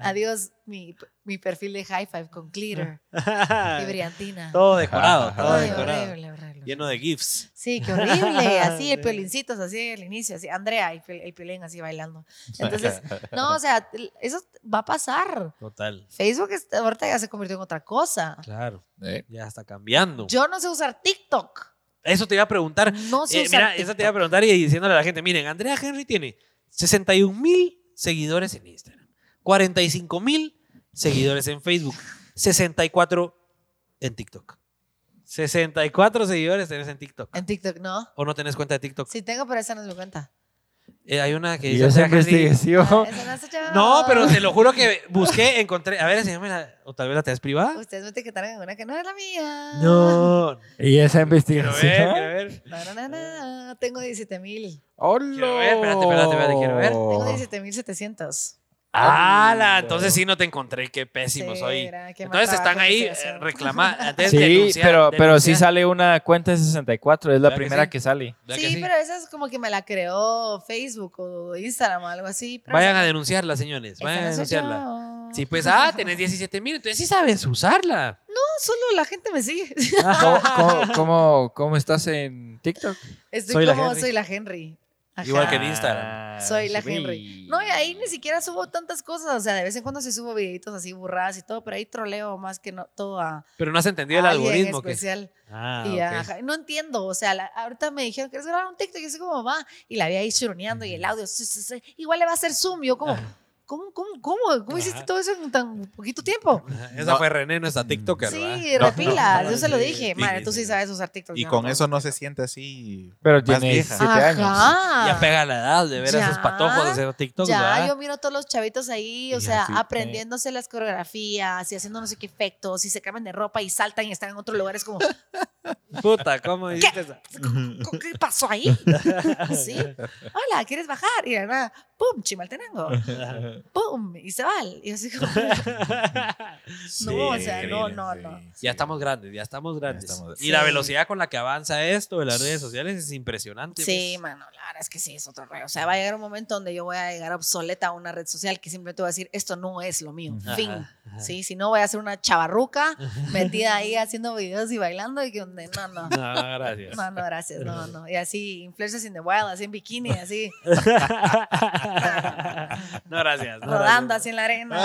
[SPEAKER 6] Adiós, mi, mi perfil de High Five con glitter y brillantina.
[SPEAKER 1] todo decorado, todo
[SPEAKER 6] Ay,
[SPEAKER 1] decorado.
[SPEAKER 6] horrible, horrible.
[SPEAKER 1] Lleno de GIFs.
[SPEAKER 6] Sí, qué horrible. Así, el
[SPEAKER 1] Sí.
[SPEAKER 6] piolincitos, así el inicio, así Andrea y Piol- el piolín así bailando. Entonces, no, o sea, el- eso va a pasar.
[SPEAKER 1] Total.
[SPEAKER 6] Facebook es- ahorita ya se convirtió en otra cosa.
[SPEAKER 1] Claro,
[SPEAKER 2] Eh,
[SPEAKER 1] ya está cambiando.
[SPEAKER 6] Yo no sé usar TikTok.
[SPEAKER 1] Eso te iba a preguntar.
[SPEAKER 6] No sé
[SPEAKER 1] Eh,
[SPEAKER 6] usar
[SPEAKER 1] mira, eso te iba a preguntar y diciéndole a la gente, miren, Andrea Henry tiene 61 mil seguidores en Instagram, 45 mil seguidores en Facebook, 64 en TikTok. 64 seguidores tenés en TikTok.
[SPEAKER 6] En TikTok, no.
[SPEAKER 1] ¿O no tenés cuenta de TikTok?
[SPEAKER 6] Sí tengo, pero esa no es mi cuenta.
[SPEAKER 1] Eh, hay una que
[SPEAKER 3] Y
[SPEAKER 1] dice
[SPEAKER 3] esa
[SPEAKER 1] Andrea Henry-
[SPEAKER 3] investigación.
[SPEAKER 6] Ah, esa no es yo.
[SPEAKER 1] No,
[SPEAKER 6] Ah.
[SPEAKER 1] pero te lo juro que busqué, encontré. A ver, enséñamela. O tal vez la tenés privada.
[SPEAKER 6] Ustedes me etiquetaron en una que no es la mía.
[SPEAKER 1] No.
[SPEAKER 3] Y esa
[SPEAKER 1] Quiero ver, quiero
[SPEAKER 3] investigación.
[SPEAKER 1] ver.
[SPEAKER 6] Na, na, na, na. Tengo 17 mil.
[SPEAKER 2] ¡Hola!
[SPEAKER 1] Quiero ver, espérate, espérate, espérate, quiero ver.
[SPEAKER 6] Tengo 17.700.
[SPEAKER 1] ¡Hala! Entonces sí no te encontré. Qué pésimo
[SPEAKER 6] Sí,
[SPEAKER 1] soy.
[SPEAKER 6] era, qué mal
[SPEAKER 1] Entonces están
[SPEAKER 6] trabajo de
[SPEAKER 1] ahí eh,
[SPEAKER 6] investigación.
[SPEAKER 1] reclamando.
[SPEAKER 3] Sí, pero, pero sí sale una cuenta de 64, es la
[SPEAKER 1] ¿Verdad que
[SPEAKER 3] primera
[SPEAKER 1] sí?
[SPEAKER 3] que, sale.
[SPEAKER 6] Sí, pero esa es como que me la creó Facebook o Instagram o algo así. Pero
[SPEAKER 1] Vayan
[SPEAKER 6] esa-
[SPEAKER 1] a denunciarla, señores.
[SPEAKER 6] esa
[SPEAKER 1] Vayan
[SPEAKER 6] no
[SPEAKER 1] a
[SPEAKER 6] soy
[SPEAKER 1] denunciarla.
[SPEAKER 6] yo.
[SPEAKER 1] Sí, pues, ah, tenés 17 mil, entonces sí sabes usarla.
[SPEAKER 6] No, solo la gente me sigue.
[SPEAKER 3] ¿Cómo, cómo, cómo, cómo estás en TikTok?
[SPEAKER 1] Ah,
[SPEAKER 6] Estoy
[SPEAKER 1] Soy la
[SPEAKER 6] como
[SPEAKER 1] Henry.
[SPEAKER 6] soy la Henry. Ajá.
[SPEAKER 1] Igual que en Instagram.
[SPEAKER 6] Soy la
[SPEAKER 3] sí.
[SPEAKER 6] Henry. No, y ahí ni siquiera subo tantas cosas. O sea, de vez en cuando sí subo videitos así burradas y todo, pero ahí troleo más que no, todo a.
[SPEAKER 1] Pero no has entendido el
[SPEAKER 6] a alguien
[SPEAKER 1] algoritmo. Que...
[SPEAKER 6] especial.
[SPEAKER 1] Ah,
[SPEAKER 6] Y
[SPEAKER 1] ok.
[SPEAKER 6] ya, ajá, No entiendo, o sea, la- ahorita me dijeron, ¿quieres grabar un TikTok? Y yo así como, va, y la vi ahí churoneando
[SPEAKER 1] Mm.
[SPEAKER 6] y el audio, sí, sí, sí, igual le va a hacer zoom, yo como, ¿cómo, cómo, cómo? ¿Cómo hiciste
[SPEAKER 1] Ajá.
[SPEAKER 6] todo eso en tan poquito tiempo?
[SPEAKER 1] Esa fue René, nuestra TikToker. ¿verdad?
[SPEAKER 6] Sí,
[SPEAKER 2] No,
[SPEAKER 6] repila,
[SPEAKER 1] no,
[SPEAKER 6] yo se lo
[SPEAKER 1] sí,
[SPEAKER 6] dije,
[SPEAKER 1] sí,
[SPEAKER 6] madre,
[SPEAKER 1] sí,
[SPEAKER 6] tú sí
[SPEAKER 1] sí.
[SPEAKER 6] sabes usar TikTok.
[SPEAKER 2] Y
[SPEAKER 6] yo
[SPEAKER 2] con
[SPEAKER 6] Pues no. Ah,
[SPEAKER 2] eso no se siente así.
[SPEAKER 3] Pero
[SPEAKER 2] Más
[SPEAKER 3] tiene
[SPEAKER 2] vieja.
[SPEAKER 3] 7 años.
[SPEAKER 6] Ajá.
[SPEAKER 1] Ya pega la edad de ver Ah, a esos
[SPEAKER 6] Ya.
[SPEAKER 1] patojos hacer TikTok.
[SPEAKER 6] Ya,
[SPEAKER 1] ¿verdad?
[SPEAKER 6] yo miro a todos los chavitos ahí, o
[SPEAKER 1] Y
[SPEAKER 6] sea,
[SPEAKER 1] así, eh.
[SPEAKER 6] aprendiéndose las coreografías y haciendo no sé qué efectos y se cambian de ropa y saltan y están en otros lugares como,
[SPEAKER 1] Puta, ¿cómo hiciste esa?
[SPEAKER 6] ¿Qué qué pasó ahí? sí. Hola, ¿quieres bajar? Y de la nada, ¡pum! Chimaltenango. ¡Pum! Y se va. Y yo así como, No, o sea, no, no, no.
[SPEAKER 1] Ya estamos grandes, ya estamos grandes.
[SPEAKER 2] estamos-
[SPEAKER 1] Y la
[SPEAKER 6] Sí.
[SPEAKER 1] velocidad con la que avanza esto de las redes sociales es impresionante.
[SPEAKER 6] sí,
[SPEAKER 1] pues.
[SPEAKER 6] mano, la verdad es que sí, es otro rollo. O sea, va a llegar un momento donde yo voy a llegar obsoleta a una red social que simplemente voy a decir, esto no es lo mío.
[SPEAKER 1] Ajá,
[SPEAKER 6] Fin.
[SPEAKER 1] ajá.
[SPEAKER 6] Sí, si no, voy a ser una chavarruca metida ahí haciendo videos y bailando y que donde, no,
[SPEAKER 1] No, gracias.
[SPEAKER 6] no. No, no, gracias, no, no. Y así, influencers in the wild, así en bikini, así,
[SPEAKER 1] No, gracias. no, gracias.
[SPEAKER 6] rodando así en la arena.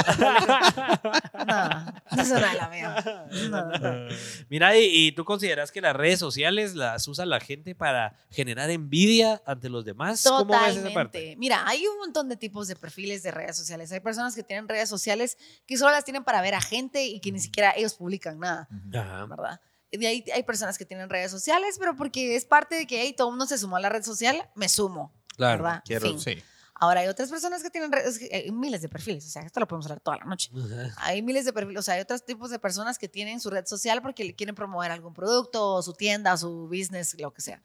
[SPEAKER 6] No, no es una de la mía. No, no, no.
[SPEAKER 1] Mira, y, y tú consideras que las redes sociales las usa la gente para generar envidia ante los demás. ¿Cómo ves esa parte?
[SPEAKER 6] Totalmente. Mira, hay un montón de tipos de perfiles de redes sociales. Hay personas que tienen redes sociales que solo las tienen para ver a gente y que ni siquiera ellos publican nada,
[SPEAKER 1] Ajá.
[SPEAKER 6] ¿verdad? Y de ahí hay personas que tienen redes sociales, pero porque es parte de que hey, todo el mundo se sumó a la red social, me sumo,
[SPEAKER 1] Claro.
[SPEAKER 6] ¿verdad?
[SPEAKER 2] Quiero,
[SPEAKER 6] Fin.
[SPEAKER 2] sí.
[SPEAKER 6] Ahora hay otras personas que tienen redes, hay miles de perfiles, o sea, esto lo podemos hablar toda la noche. Hay miles de perfiles, o sea, hay otros tipos de personas que tienen su red social porque le quieren promover algún producto, o su tienda, o su business, lo que sea.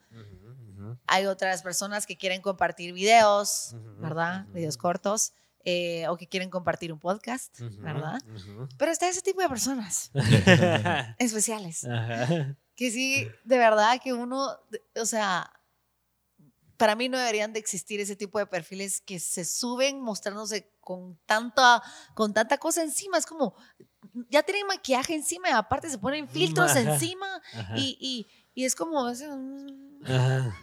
[SPEAKER 6] Hay otras personas que quieren compartir videos,
[SPEAKER 1] Ujú,
[SPEAKER 6] ¿verdad?
[SPEAKER 1] ujú.
[SPEAKER 6] Videos cortos, eh, o que quieren compartir un podcast, ¿verdad? Pero está ese tipo de personas
[SPEAKER 1] Ajá.
[SPEAKER 6] especiales,
[SPEAKER 1] Ajá.
[SPEAKER 6] que sí, de verdad que uno, de- o sea, para mí no deberían de existir ese tipo de perfiles que se suben mostrándose con tanta, con tanta cosa encima. Es como, ya tienen maquillaje encima, y aparte se ponen filtros
[SPEAKER 1] Ajá.
[SPEAKER 6] encima y, y, y es como... es, mm,
[SPEAKER 1] Ajá.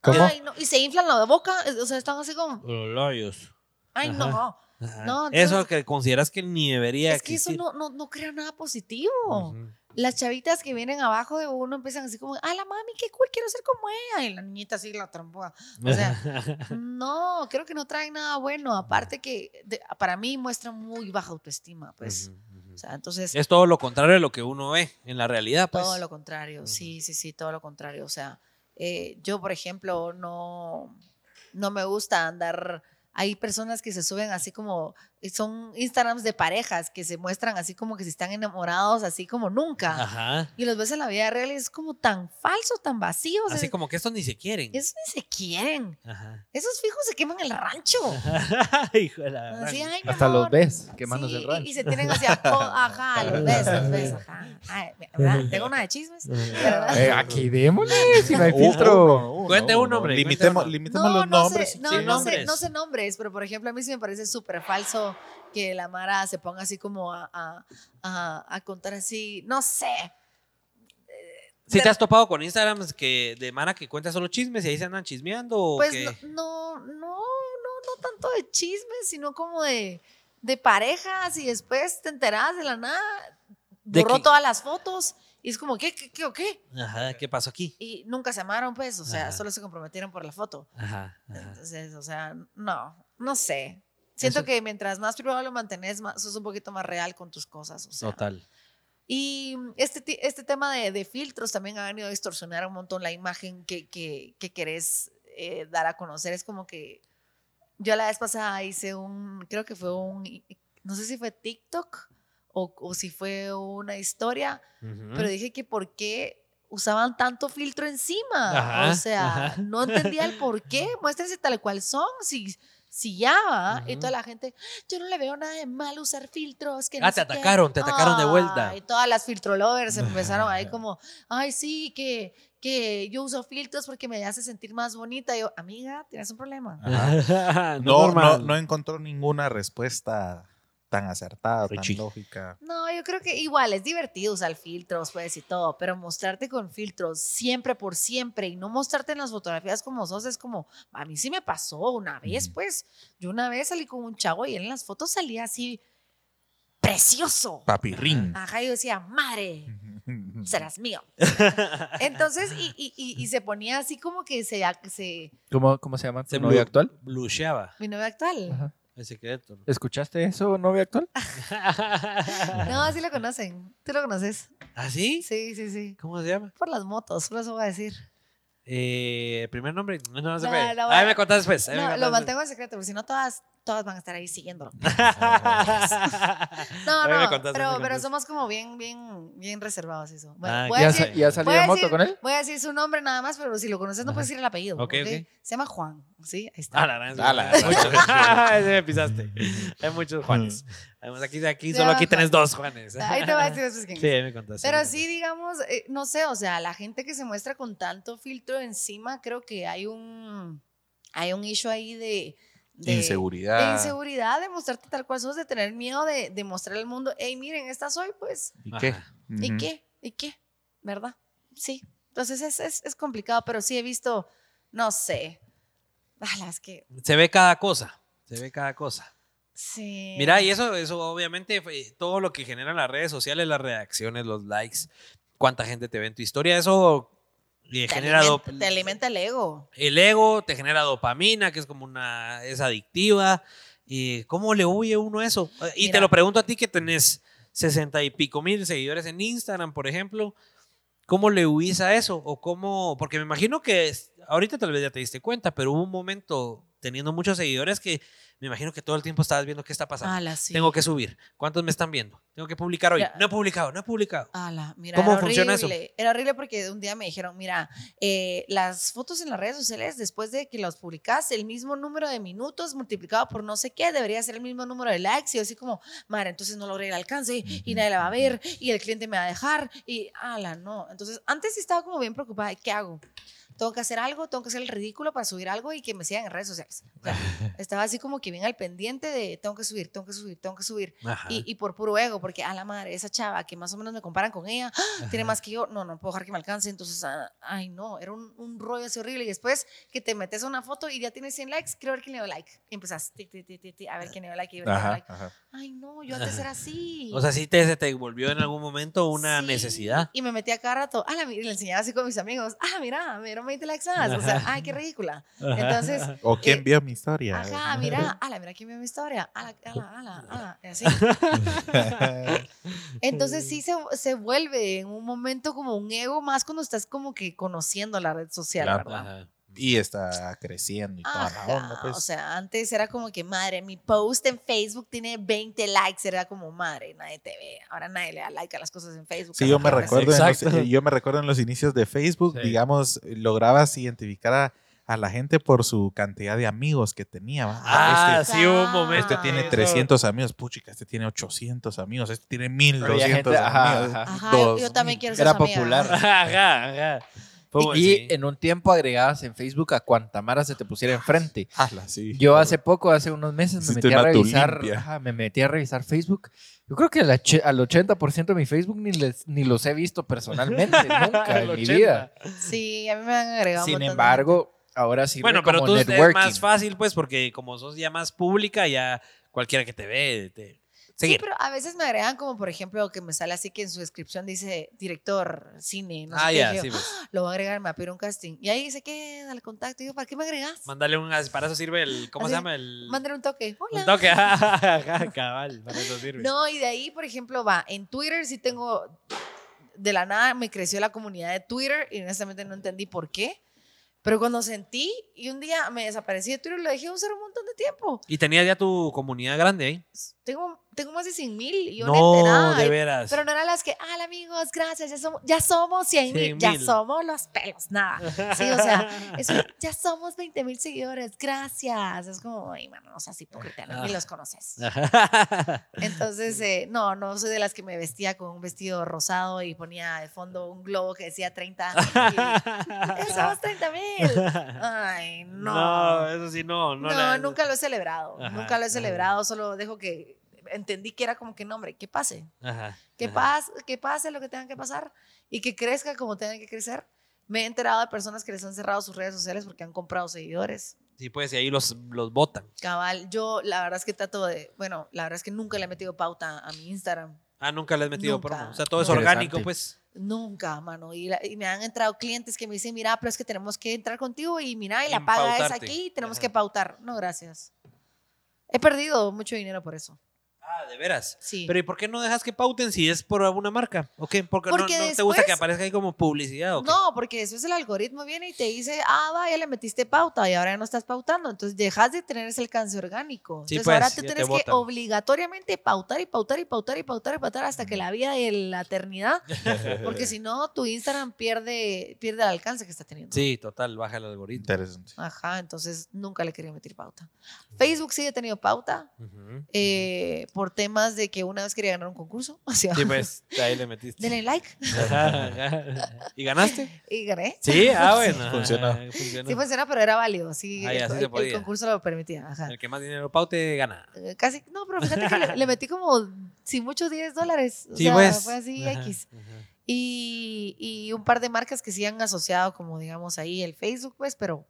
[SPEAKER 3] ¿Cómo?
[SPEAKER 6] Ay, no, Y se inflan la boca, es- o sea, están así como,
[SPEAKER 1] Los labios.
[SPEAKER 6] ay,
[SPEAKER 1] Ajá.
[SPEAKER 6] no.
[SPEAKER 1] Ajá.
[SPEAKER 6] No, entonces-
[SPEAKER 1] Eso que consideras que ni debería
[SPEAKER 6] Es que eso
[SPEAKER 1] existir.
[SPEAKER 6] no, no, no crea nada positivo.
[SPEAKER 1] Ujú.
[SPEAKER 6] Las chavitas que vienen abajo de uno empiezan así como, ah, la mami, qué cool, quiero ser como ella. Y la niñita así la trompuda. O sea, no, creo que no traen nada bueno. Aparte que de- para mí muestra muy baja autoestima, pues.
[SPEAKER 1] Ujú, ujú.
[SPEAKER 6] O sea, entonces
[SPEAKER 1] Es todo lo contrario de lo que uno ve en la realidad, pues.
[SPEAKER 6] todo lo contrario, sí, sí, sí, todo lo contrario. O sea, eh, yo, por ejemplo, no, no me gusta andar. Hay personas que se suben así como, eh, son Instagrams de parejas que se muestran así como que se están enamorados, así como nunca.
[SPEAKER 1] Ajá.
[SPEAKER 6] Y los ves en la vida real y es como tan falso, tan vacío. o sea,
[SPEAKER 1] Así como que estos ni se quieren.
[SPEAKER 6] Esos ni se quieren.
[SPEAKER 1] Ajá.
[SPEAKER 6] Esos fijos se queman el rancho.
[SPEAKER 1] Hijo de la gran-
[SPEAKER 6] Así, ay, mi
[SPEAKER 3] Hasta los
[SPEAKER 6] amor,
[SPEAKER 3] ves quemándose
[SPEAKER 6] Sí,
[SPEAKER 3] el
[SPEAKER 6] Y,
[SPEAKER 3] rancho. Eh,
[SPEAKER 6] y se tienen así, a co- ajá, los ves, los ves, ajá. Ay, ¿verdad? Tengo una de chismes. ¿verdad?
[SPEAKER 3] Eh, aquí démosle, si no hay
[SPEAKER 2] Uh,
[SPEAKER 3] filtro.
[SPEAKER 2] uh, uh,
[SPEAKER 1] Cuente
[SPEAKER 2] no,
[SPEAKER 1] un
[SPEAKER 2] no.
[SPEAKER 1] hombre,
[SPEAKER 2] Limitemos,
[SPEAKER 1] cuente uno.
[SPEAKER 2] limitemos
[SPEAKER 6] No,
[SPEAKER 2] los
[SPEAKER 6] no
[SPEAKER 2] nombres.
[SPEAKER 6] sé,
[SPEAKER 2] si
[SPEAKER 6] no,
[SPEAKER 2] quieren.
[SPEAKER 6] no sé,
[SPEAKER 1] nombres.
[SPEAKER 6] no sé nombres, pero por ejemplo, a mí sí me parece súper falso que la Mara se ponga así como a, a, a- a contar así, no sé.
[SPEAKER 1] Si te has topado con Instagrams que de Mara que cuenta solo chismes y ahí se andan chismeando o
[SPEAKER 6] Pues
[SPEAKER 1] qué?
[SPEAKER 6] no, no, no, no, no tanto de chismes, sino como de, de parejas y después te enteras de la nada,
[SPEAKER 1] De
[SPEAKER 6] borró
[SPEAKER 1] que-
[SPEAKER 6] todas las fotos y es como, ¿qué, qué, qué, o qué?
[SPEAKER 1] Ajá, ¿qué pasó aquí?
[SPEAKER 6] Y nunca se amaron, pues, o sea,
[SPEAKER 1] Ajá.
[SPEAKER 6] solo se comprometieron por la foto.
[SPEAKER 1] Ajá, ajá.
[SPEAKER 6] Entonces, o sea, no, no sé. Siento
[SPEAKER 1] Eso-
[SPEAKER 6] que mientras más privado lo mantenés, más, sos un poquito más real con tus cosas. O sea.
[SPEAKER 1] Total.
[SPEAKER 6] Y este, ti- este tema de, de filtros también ha venido a distorsionar un montón la imagen que, que, que querés eh, dar a conocer. Es como que yo la vez pasada hice un, creo que fue un, no sé si fue TikTok o, o si fue una historia,
[SPEAKER 1] Ujú.
[SPEAKER 6] pero dije que por qué usaban tanto filtro encima.
[SPEAKER 1] Ajá,
[SPEAKER 6] o sea,
[SPEAKER 1] ajá.
[SPEAKER 6] no entendía el por qué. Muéstrense tal cual son. Si, si ya va. Y
[SPEAKER 1] Ujú.
[SPEAKER 6] toda la gente, yo no le veo nada de mal usar filtros. Que no
[SPEAKER 1] Ah, te
[SPEAKER 6] sé qué".
[SPEAKER 1] atacaron, te atacaron de vuelta.
[SPEAKER 6] Y todas las filtro lovers empezaron ahí como, ay, sí, que, que yo uso filtros porque me hace sentir más bonita. Y yo, amiga, tienes un problema.
[SPEAKER 2] Ajá. No, no, no encontró ninguna respuesta tan acertada,
[SPEAKER 1] Richie.
[SPEAKER 2] tan lógica.
[SPEAKER 6] No, yo creo que igual es divertido usar filtros, pues, y todo, pero mostrarte con filtros siempre por siempre y no mostrarte en las fotografías como sos es como, a mí sí me pasó una vez, pues, yo una vez salí con un chavo y él en las fotos salía así precioso.
[SPEAKER 2] Papirrín.
[SPEAKER 6] Ajá, yo decía, madre, serás mío. Entonces, y, y- y- y se ponía así como que se, se
[SPEAKER 3] ¿Cómo, cómo se llama tu
[SPEAKER 1] Se
[SPEAKER 3] novio
[SPEAKER 1] blu-
[SPEAKER 3] actual?
[SPEAKER 1] Blusheaba.
[SPEAKER 6] mi novio actual.
[SPEAKER 3] Ajá.
[SPEAKER 1] El secreto.
[SPEAKER 3] ¿Escuchaste eso, novio actual?
[SPEAKER 6] No, así lo conocen. ¿Tú lo conoces?
[SPEAKER 1] ¿Ah, sí?
[SPEAKER 6] Sí, sí, sí.
[SPEAKER 1] ¿Cómo se llama?
[SPEAKER 6] Por las motos, solo eso voy a decir.
[SPEAKER 1] Eh, ¿Primer nombre? No, no se
[SPEAKER 6] No,
[SPEAKER 1] puede.
[SPEAKER 6] no,
[SPEAKER 1] ahí
[SPEAKER 6] bueno.
[SPEAKER 1] me contás después. ahí me
[SPEAKER 6] No,
[SPEAKER 1] contás
[SPEAKER 6] lo
[SPEAKER 1] después.
[SPEAKER 6] mantengo en secreto, porque si no, todas, todas van a estar ahí siguiéndolo. No,
[SPEAKER 1] Ahí me
[SPEAKER 6] no,
[SPEAKER 1] contás, ahí me
[SPEAKER 6] pero, pero
[SPEAKER 1] contás.
[SPEAKER 6] somos como bien, bien, bien reservados eso. Bueno,
[SPEAKER 1] Ah,
[SPEAKER 6] voy, a
[SPEAKER 3] ¿Ya,
[SPEAKER 6] decir,
[SPEAKER 3] sa- ya salió
[SPEAKER 6] voy a
[SPEAKER 3] de moto
[SPEAKER 6] decir-
[SPEAKER 3] con él?
[SPEAKER 6] voy a decir su nombre nada más, pero si lo conoces no puedes decir el apellido.
[SPEAKER 1] Ok,
[SPEAKER 6] ¿ok?
[SPEAKER 1] ok.
[SPEAKER 6] Se llama Juan, ¿sí? Ahí está.
[SPEAKER 1] Ah, la gran-
[SPEAKER 2] Ah, la-
[SPEAKER 1] Ese me pisaste. Hay muchos
[SPEAKER 2] Mm.
[SPEAKER 1] Juanes. Además, aquí, aquí
[SPEAKER 6] Se
[SPEAKER 1] solo
[SPEAKER 6] llama
[SPEAKER 1] aquí tenés
[SPEAKER 6] Juan.
[SPEAKER 1] dos Juanes.
[SPEAKER 6] Ahí te voy a decir después quién es.
[SPEAKER 1] Sí, ahí me contaste.
[SPEAKER 6] Pero sí, digamos, eh, no sé, o sea, la gente que se muestra con tanto filtro encima, creo que hay un, hay un issue ahí de... de- De
[SPEAKER 2] Inseguridad.
[SPEAKER 6] inseguridad, de mostrarte tal cual sos, de tener miedo de, de mostrar al mundo, hey, miren, esta soy, pues,
[SPEAKER 2] ¿Y qué?
[SPEAKER 1] Ajá.
[SPEAKER 6] ¿Y
[SPEAKER 2] Ujú.
[SPEAKER 6] qué? ¿Y qué? ¿Verdad? Sí. Entonces es, es, es complicado, pero sí he visto, no sé. Ah, es que.
[SPEAKER 1] Se ve cada cosa. Se ve cada cosa.
[SPEAKER 6] Sí.
[SPEAKER 1] Mira, y eso, eso obviamente fue todo lo que generan las redes sociales, las reacciones, los likes, cuánta gente te ve en tu historia, eso eh,
[SPEAKER 6] te
[SPEAKER 1] genera
[SPEAKER 6] alimenta,
[SPEAKER 1] dop-
[SPEAKER 6] te alimenta el ego.
[SPEAKER 1] el ego, te genera dopamina, que es como una, es adictiva. ¿Y ¿Cómo le huye uno a eso? Eh, Y
[SPEAKER 6] Mira.
[SPEAKER 1] te lo pregunto a ti que tenés sesenta y pico mil seguidores en Instagram, por ejemplo. ¿Cómo le huís a eso? O cómo, porque me imagino que es- ahorita tal vez ya te diste cuenta, pero hubo un momento teniendo muchos seguidores que me imagino que todo el tiempo estabas viendo qué está pasando.
[SPEAKER 6] Ala, Ah, sí.
[SPEAKER 1] Tengo que subir. ¿Cuántos me están viendo? Tengo que publicar hoy.
[SPEAKER 6] Ya.
[SPEAKER 1] No he publicado, no he publicado.
[SPEAKER 6] Ala, mira,
[SPEAKER 1] ¿Cómo
[SPEAKER 6] era
[SPEAKER 1] funciona eso?
[SPEAKER 6] horrible. Era horrible porque un día me dijeron, mira, eh, las fotos en las redes sociales, después de que las publicas, el mismo número de minutos multiplicado por no sé qué, debería ser el mismo número de likes. Y yo así como, madre, entonces no logré el alcance y nadie la va a ver y el cliente me va a dejar y, ala, no. Entonces, antes sí estaba como bien preocupada, de, ¿qué hago? Tengo que hacer algo, tengo que hacer el ridículo para subir algo y que me sigan en redes sociales. O sea, estaba así como que bien al pendiente de, tengo que subir, tengo que subir, tengo que subir.
[SPEAKER 1] Ajá.
[SPEAKER 6] Ah, Y, y por puro ego, porque a la madre, esa chava que más o menos me comparan con ella, ¡ah! tiene más que yo, no, no puedo dejar que me alcance, entonces, ah, ay no, era un, un rollo así horrible. Y después que te metes a una foto y ya tienes 100 likes, quiero ver quién le dio like. Y empezás, ti, ti, ti, ti, ti, a ver quién le dio like, y a ver quién le dio
[SPEAKER 2] Ajá,
[SPEAKER 6] like.
[SPEAKER 2] ajá.
[SPEAKER 6] Ay no, yo antes era así.
[SPEAKER 1] o sea, sí te, se te volvió en algún momento una
[SPEAKER 6] Sí.
[SPEAKER 1] necesidad.
[SPEAKER 6] Y me metía cada rato, ah, la, mi- y le enseñaba así con mis amigos, ah, mira, mira, me 20 likes más. O sea, ay, qué ridícula. Entonces,
[SPEAKER 2] ¿O quién
[SPEAKER 6] Eh,
[SPEAKER 2] vio mi historia?
[SPEAKER 6] ajá, mira, ala, mira quién vio mi historia. Ala, ala, ala, ala. y así. Entonces sí se, se vuelve en un momento como un ego más cuando estás como que conociendo la red social,
[SPEAKER 2] Claro.
[SPEAKER 6] ¿verdad?
[SPEAKER 2] y está creciendo y toda la
[SPEAKER 6] Ajá,
[SPEAKER 2] onda, pues.
[SPEAKER 6] O sea, antes era como que, madre, mi post en Facebook tiene 20 likes, era como, madre, nadie te ve, ahora nadie le da like a las cosas en Facebook.
[SPEAKER 2] Sí,
[SPEAKER 6] a
[SPEAKER 2] yo
[SPEAKER 6] lo
[SPEAKER 2] me,
[SPEAKER 6] que
[SPEAKER 2] recuerdo en los,
[SPEAKER 1] Exacto.
[SPEAKER 2] eh, yo me recuerdo en los inicios de Facebook,
[SPEAKER 1] Sí.
[SPEAKER 2] digamos, lograbas identificar a, a la gente por su cantidad de amigos que tenía. ¿va?
[SPEAKER 1] Ah,
[SPEAKER 2] este,
[SPEAKER 1] sí, hubo un
[SPEAKER 3] pues,
[SPEAKER 1] momento.
[SPEAKER 2] este
[SPEAKER 6] Ah,
[SPEAKER 2] tiene
[SPEAKER 1] Eso.
[SPEAKER 2] 300 amigos, puchica, este tiene 800 amigos, este tiene
[SPEAKER 3] Pero había
[SPEAKER 2] 1200
[SPEAKER 3] gente- ajá,
[SPEAKER 2] amigos.
[SPEAKER 3] ajá.
[SPEAKER 6] Ajá, yo- yo
[SPEAKER 2] 2000.
[SPEAKER 6] también quiero ser
[SPEAKER 3] Era
[SPEAKER 6] su amiga.
[SPEAKER 3] popular.
[SPEAKER 1] Ajá, ajá. Fue
[SPEAKER 3] Y
[SPEAKER 1] así.
[SPEAKER 3] en un tiempo agregabas en Facebook a cuanta Mara se te pusiera enfrente.
[SPEAKER 2] Ala, sí.
[SPEAKER 3] Yo hace poco, hace unos meses, me
[SPEAKER 2] Hiciste
[SPEAKER 3] metí a
[SPEAKER 2] una
[SPEAKER 3] revisar.
[SPEAKER 2] tulimpia.
[SPEAKER 3] ajá, me metí a revisar Facebook. Yo creo que al och- al 80% de mi Facebook ni, les- ni los he visto personalmente nunca
[SPEAKER 1] El
[SPEAKER 3] en mi
[SPEAKER 1] 80.
[SPEAKER 3] vida.
[SPEAKER 6] Sí, a mí me han agregado. un
[SPEAKER 3] Sin
[SPEAKER 6] montón de
[SPEAKER 3] embargo, ahora sí
[SPEAKER 1] Bueno, pero
[SPEAKER 3] como
[SPEAKER 1] tú es
[SPEAKER 3] networking.
[SPEAKER 1] más fácil, pues, porque como sos ya más pública, ya cualquiera que te ve, te...
[SPEAKER 6] gente. Sí,
[SPEAKER 1] Seguir.
[SPEAKER 6] pero a veces me agregan como, por ejemplo, que me sale así que en su descripción dice director, cine, no sé
[SPEAKER 1] ah,
[SPEAKER 6] qué,
[SPEAKER 1] ya,
[SPEAKER 6] yo,
[SPEAKER 1] sí, pues.
[SPEAKER 6] Lo voy a agregar, me va a pedir un casting. Y ahí dice que dale contacto. Y yo, ¿para qué me agregas?
[SPEAKER 1] Mándale un... Para eso sirve el... ¿Cómo
[SPEAKER 6] Así,
[SPEAKER 1] se llama? El...
[SPEAKER 6] Mándale un toque. Hola.
[SPEAKER 1] Un toque. Ajá, cabal. Para eso sirve.
[SPEAKER 6] No, y de ahí, por ejemplo, va, en Twitter sí tengo, de la nada me creció la comunidad de Twitter y honestamente no entendí por qué, pero cuando sentí y un día me desaparecí de Twitter, lo dejé de usar un montón de tiempo.
[SPEAKER 1] Y tenías ya tu comunidad grande ahí.
[SPEAKER 6] Tengo, tengo más de 100 mil y yo no
[SPEAKER 1] No,
[SPEAKER 6] enteraba.
[SPEAKER 1] de
[SPEAKER 6] y-
[SPEAKER 1] veras.
[SPEAKER 6] Pero no eran las que, ah, amigos, gracias, ya somos, ya somos 100 mil,
[SPEAKER 1] 100,000.
[SPEAKER 6] ya somos los pelos, nada. Sí, o sea, eso, ya somos 20 mil seguidores, gracias. Es como, ay, mano, no seas hipócrita, no,
[SPEAKER 1] Ah.
[SPEAKER 6] ni los conoces. Entonces, eh, no, no soy de las que me vestía con un vestido rosado y ponía de fondo un globo que decía 30. y, "Eh, somos 30 mil. Ay, no.
[SPEAKER 1] No,
[SPEAKER 6] No,
[SPEAKER 1] eso sí, no. No, la-
[SPEAKER 6] nunca lo he celebrado.
[SPEAKER 1] Ajá,
[SPEAKER 6] nunca lo he
[SPEAKER 1] ajá.
[SPEAKER 6] celebrado. Solo dejo que. Entendí que era como que, no, hombre, que pase.
[SPEAKER 1] Ajá,
[SPEAKER 6] Que,
[SPEAKER 1] ajá.
[SPEAKER 6] pase, que pase lo que tenga que pasar y que crezca como tenga que crecer. Me he enterado de personas que les han cerrado sus redes sociales porque han comprado seguidores.
[SPEAKER 1] Sí, pues, y ahí los, los botan.
[SPEAKER 6] Cabal, yo la verdad es que trato de. Bueno, la verdad es que nunca le he metido pauta a mi Instagram.
[SPEAKER 1] Ah, nunca le has metido
[SPEAKER 6] Nunca.
[SPEAKER 1] promo. O sea, todo es
[SPEAKER 2] Interesante.
[SPEAKER 1] orgánico, pues.
[SPEAKER 6] Nunca, mano. Y, la- y me han entrado clientes que me dicen, mira, pero es que tenemos que entrar contigo y mira, y la paga es
[SPEAKER 1] Empautarte.
[SPEAKER 6] aquí y tenemos
[SPEAKER 1] Ajá.
[SPEAKER 6] que pautar. No, gracias. He perdido mucho dinero por eso.
[SPEAKER 1] Ah, de veras.
[SPEAKER 6] Sí.
[SPEAKER 1] Pero ¿y por qué no dejas que pauten si es por alguna marca? ¿O qué? Porque, no-
[SPEAKER 6] Porque
[SPEAKER 1] no, te gusta que
[SPEAKER 6] después-
[SPEAKER 1] aparezca ahí como publicidad o qué?
[SPEAKER 6] No, porque después el algoritmo viene y te dice, ah, va, ya le metiste pauta y ahora ya no estás pautando. Entonces dejas de tener ese alcance orgánico.
[SPEAKER 1] Sí,
[SPEAKER 6] Entonces
[SPEAKER 1] pues,
[SPEAKER 6] ahora
[SPEAKER 1] ya
[SPEAKER 6] te
[SPEAKER 1] te
[SPEAKER 6] tienes que
[SPEAKER 1] botan.
[SPEAKER 6] obligatoriamente pautar y pautar y pautar y pautar y pautar hasta que la vida y la eternidad, porque si no, tu Instagram pierde, pierde el alcance que está teniendo.
[SPEAKER 1] Sí, total, baja el algoritmo.
[SPEAKER 2] Interesante.
[SPEAKER 6] Ajá, entonces nunca le quería meter pauta. Facebook sí he tenido pauta
[SPEAKER 1] Ujú.
[SPEAKER 6] eh, por temas de que una vez quería ganar un concurso. O sea,
[SPEAKER 1] Sí, pues, ahí le metiste.
[SPEAKER 6] denle like
[SPEAKER 1] Ajá, ajá. ¿Y ganaste? pues,
[SPEAKER 6] y gané.
[SPEAKER 1] Sí, ah, bueno.
[SPEAKER 2] funcionó.
[SPEAKER 1] Ajá, funcionó.
[SPEAKER 6] Sí pues, funciona, pero era válido. Sí,
[SPEAKER 1] Ah, ya,
[SPEAKER 6] el,
[SPEAKER 1] sí se
[SPEAKER 6] el- el
[SPEAKER 1] podía.
[SPEAKER 6] concurso lo permitía. Ajá.
[SPEAKER 1] El que más dinero paute gana.
[SPEAKER 6] Eh, Casi, no, pero fíjate que le, le metí como, si mucho, 10 dólares. O
[SPEAKER 1] Sí,
[SPEAKER 6] sea,
[SPEAKER 1] pues.
[SPEAKER 6] Fue así,
[SPEAKER 1] Ajá,
[SPEAKER 6] X.
[SPEAKER 1] ajá.
[SPEAKER 6] Y, y un par de marcas que sí han asociado, como digamos ahí el Facebook, pues, pero.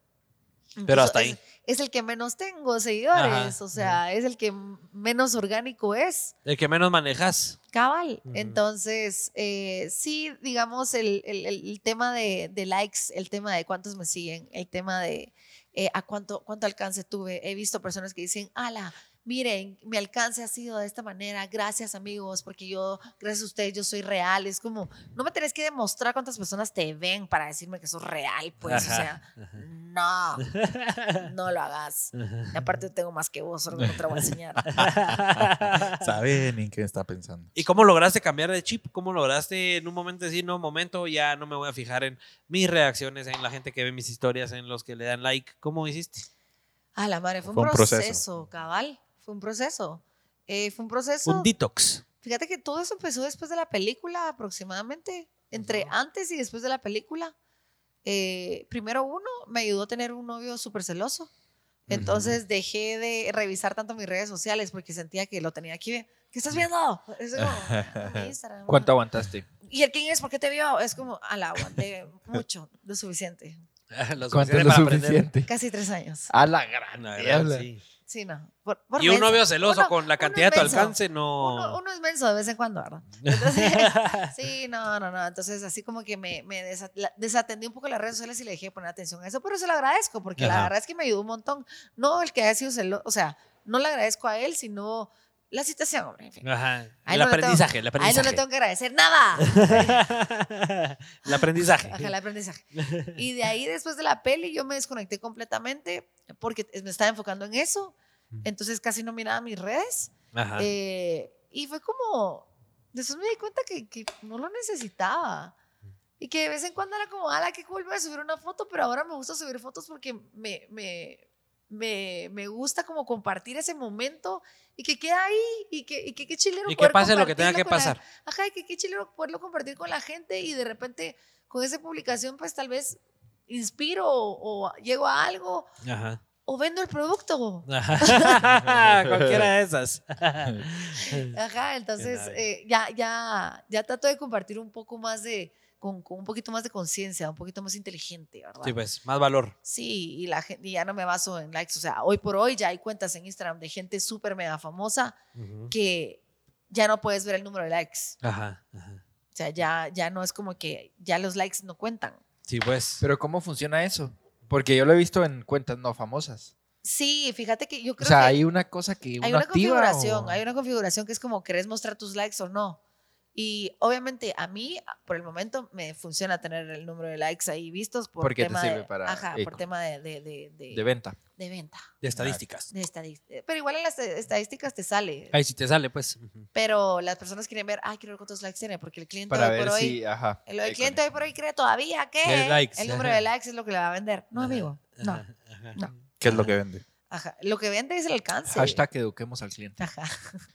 [SPEAKER 1] Pero
[SPEAKER 6] incluso
[SPEAKER 1] hasta
[SPEAKER 6] es-
[SPEAKER 1] ahí.
[SPEAKER 6] Es el que menos tengo seguidores,
[SPEAKER 1] Ajá,
[SPEAKER 6] o sea, es el que m- menos orgánico es.
[SPEAKER 1] El que menos manejas.
[SPEAKER 6] Cabal.
[SPEAKER 1] Ujú.
[SPEAKER 6] Entonces, eh, sí, digamos, el, el- el- el tema de, de likes, el tema de cuántos me siguen, el tema de eh, a cuánto, cuánto alcance tuve. He visto personas que dicen, ala, miren, mi alcance ha sido de esta manera, gracias amigos, porque yo, gracias a ustedes, yo soy real. Es como, no me tenés que demostrar cuántas personas te ven para decirme que sos real, pues, o sea,
[SPEAKER 1] Ajá, ajá.
[SPEAKER 6] no, no lo hagas. Y aparte yo tengo más que vos, solo que no te lo voy a enseñar.
[SPEAKER 2] Saben en qué está pensando.
[SPEAKER 1] ¿Y cómo lograste cambiar de chip? ¿Cómo lograste en un momento decir, no, momento, ya no me voy a fijar en mis reacciones, en la gente que ve mis historias, en los que le dan like? ¿Cómo hiciste?
[SPEAKER 6] Ah, la madre, fue,
[SPEAKER 2] Fue
[SPEAKER 6] un
[SPEAKER 2] un
[SPEAKER 6] proceso,
[SPEAKER 2] proceso.
[SPEAKER 6] cabal. Fue un proceso. Eh, fue un proceso.
[SPEAKER 1] Un detox.
[SPEAKER 6] Fíjate que todo eso empezó después de la película, aproximadamente. Entre antes y después de la película. Eh, primero uno, me ayudó a tener un novio súper celoso. Entonces dejé de revisar tanto mis redes sociales porque sentía que lo tenía aquí. ¿Qué estás viendo? Es como, "Ah, mi Instagram".
[SPEAKER 3] ¿Cuánto aguantaste?
[SPEAKER 6] ¿Y el quién es? ¿Por qué te vio? Es como, ala, aguanté mucho, lo suficiente.
[SPEAKER 1] Los
[SPEAKER 3] ¿Cuánto
[SPEAKER 1] suficiente
[SPEAKER 3] es lo
[SPEAKER 1] para aprender.
[SPEAKER 3] suficiente?
[SPEAKER 6] Casi tres años.
[SPEAKER 7] Ah,
[SPEAKER 3] A la gran.
[SPEAKER 1] La verdad,
[SPEAKER 3] diabla.
[SPEAKER 1] sí.
[SPEAKER 6] Sí, no. Por- por
[SPEAKER 7] Y un
[SPEAKER 6] menso.
[SPEAKER 7] novio celoso
[SPEAKER 6] Uno-
[SPEAKER 7] con la
[SPEAKER 6] uno
[SPEAKER 7] cantidad de tu
[SPEAKER 6] menso.
[SPEAKER 7] alcance, no.
[SPEAKER 6] Uno, uno es menso de vez en cuando, ¿verdad? Entonces, sí, no, no, no. Entonces, así como que me, me desa- la- desatendí un poco las redes sociales y le dejé de poner atención a eso, pero se lo agradezco porque la
[SPEAKER 7] Ajá.
[SPEAKER 6] verdad es que me ayudó un montón. No el que haya sido celoso, o sea, no le agradezco a él, sino la situación, hombre. En fin.
[SPEAKER 7] Ajá.
[SPEAKER 6] A él
[SPEAKER 7] El
[SPEAKER 6] no le tengo-
[SPEAKER 7] aprendizaje, el
[SPEAKER 6] A él no
[SPEAKER 7] aprendizaje.
[SPEAKER 6] le tengo que agradecer nada.
[SPEAKER 7] el aprendizaje.
[SPEAKER 6] Ajá, el aprendizaje. Y de ahí, después de la peli, yo me desconecté completamente porque me estaba enfocando en eso. Entonces casi no miraba mis redes.
[SPEAKER 7] Ajá.
[SPEAKER 6] Eh, y fue como, después me di cuenta que, que no lo necesitaba. Y que de vez en cuando era como, ala, qué cool, voy a subir una foto, pero ahora me gusta subir fotos porque me, me, me, me gusta como compartir ese momento y que queda ahí y que, y que qué chilero
[SPEAKER 7] y que
[SPEAKER 6] poder
[SPEAKER 7] pase lo que tenga
[SPEAKER 6] compartirlo
[SPEAKER 7] que
[SPEAKER 6] con la-
[SPEAKER 7] pasar.
[SPEAKER 6] ajá, y que qué chilero poderlo compartir con la gente y de repente con esa publicación pues tal vez inspiro o, o llego a algo
[SPEAKER 7] Ajá.
[SPEAKER 6] o vendo el producto.
[SPEAKER 7] Ajá. Cualquiera de esas.
[SPEAKER 6] Ajá, entonces
[SPEAKER 7] Claro.
[SPEAKER 6] eh, ya, ya, ya trato de compartir un poco más de, con, con un poquito más de conciencia, un poquito más inteligente, ¿verdad?
[SPEAKER 7] sí, pues, más valor.
[SPEAKER 6] Sí, y, la, gen- y ya no me baso en likes, o sea, hoy por hoy ya hay cuentas en Instagram de gente súper mega famosa que ya no puedes ver el número de likes,
[SPEAKER 7] Ajá. ajá.
[SPEAKER 6] o sea, ya, ya no es como que ya los likes no cuentan.
[SPEAKER 7] Sí, pues.
[SPEAKER 3] Pero ¿cómo funciona eso? Porque yo lo he visto en cuentas no famosas.
[SPEAKER 6] Sí, fíjate que yo creo
[SPEAKER 3] o sea,
[SPEAKER 6] que
[SPEAKER 3] hay una cosa que
[SPEAKER 6] hay
[SPEAKER 3] uno
[SPEAKER 6] una
[SPEAKER 3] activa
[SPEAKER 6] configuración,
[SPEAKER 3] o-
[SPEAKER 6] hay una configuración que es como querés mostrar tus likes o no. Y obviamente a mí, por el momento, me funciona tener el número de likes ahí vistos por
[SPEAKER 3] Porque te
[SPEAKER 6] tema
[SPEAKER 3] sirve
[SPEAKER 6] de,
[SPEAKER 3] para
[SPEAKER 6] ajá, por
[SPEAKER 3] eco.
[SPEAKER 6] tema de, de, de, de-
[SPEAKER 3] de venta.
[SPEAKER 6] de venta,
[SPEAKER 7] de estadísticas.
[SPEAKER 6] de estadística. Pero igual en las e-, estadísticas te sale.
[SPEAKER 7] Ahí sí te sale, pues. Ujú.
[SPEAKER 6] Pero las personas quieren ver, ay, quiero ver cuántos likes tiene, porque el cliente
[SPEAKER 3] Para
[SPEAKER 6] hoy
[SPEAKER 3] ver
[SPEAKER 6] por hoy,
[SPEAKER 3] si, ajá.
[SPEAKER 6] el, el
[SPEAKER 3] eco.
[SPEAKER 6] cliente hoy por hoy cree todavía que
[SPEAKER 7] Que likes,
[SPEAKER 6] el número
[SPEAKER 7] ajá.
[SPEAKER 6] de likes es lo que le va a vender. No, amigo, no.
[SPEAKER 7] Ajá, ajá.
[SPEAKER 6] no.
[SPEAKER 2] ¿Qué es lo que vende?
[SPEAKER 6] Ajá. Lo que vende es el alcance.
[SPEAKER 3] Hashtag eduquemos al cliente.
[SPEAKER 6] Ajá.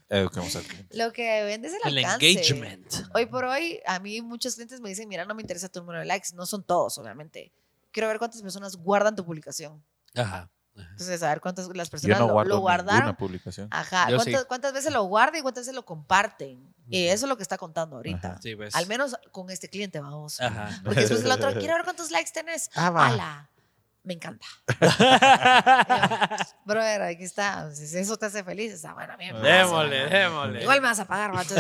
[SPEAKER 2] Eduquemos al cliente.
[SPEAKER 7] Pues
[SPEAKER 6] Lo que vende es el,
[SPEAKER 7] El
[SPEAKER 6] alcance.
[SPEAKER 7] engagement.
[SPEAKER 6] Hoy por hoy, a mí muchos clientes me dicen, mira, no me interesa tu número de likes. No son todos, obviamente. Quiero ver cuántas personas guardan tu publicación.
[SPEAKER 7] Ajá.
[SPEAKER 6] Entonces, a ver cuántas las
[SPEAKER 2] Yo
[SPEAKER 6] personas
[SPEAKER 2] no
[SPEAKER 6] lo-
[SPEAKER 2] guardo
[SPEAKER 6] lo, guardaron.
[SPEAKER 2] ninguna publicación.
[SPEAKER 6] Ajá.
[SPEAKER 3] Yo sí.
[SPEAKER 6] ¿Cuántas, cuántas veces lo guardan y cuántas veces lo comparten? Y eso es lo que está contando ahorita.
[SPEAKER 7] Sí, pues.
[SPEAKER 6] Al menos con este cliente, vamos.
[SPEAKER 1] Ah.
[SPEAKER 7] Ajá.
[SPEAKER 6] Porque después el otro, quiero ver cuántos likes tenés.
[SPEAKER 3] Ah, va.
[SPEAKER 6] ¡Hala! Me encanta. Brother, aquí está. Si eso te hace feliz, está bueno. bien,
[SPEAKER 7] démosle, démosle.
[SPEAKER 6] Igual me vas a pagar, macho.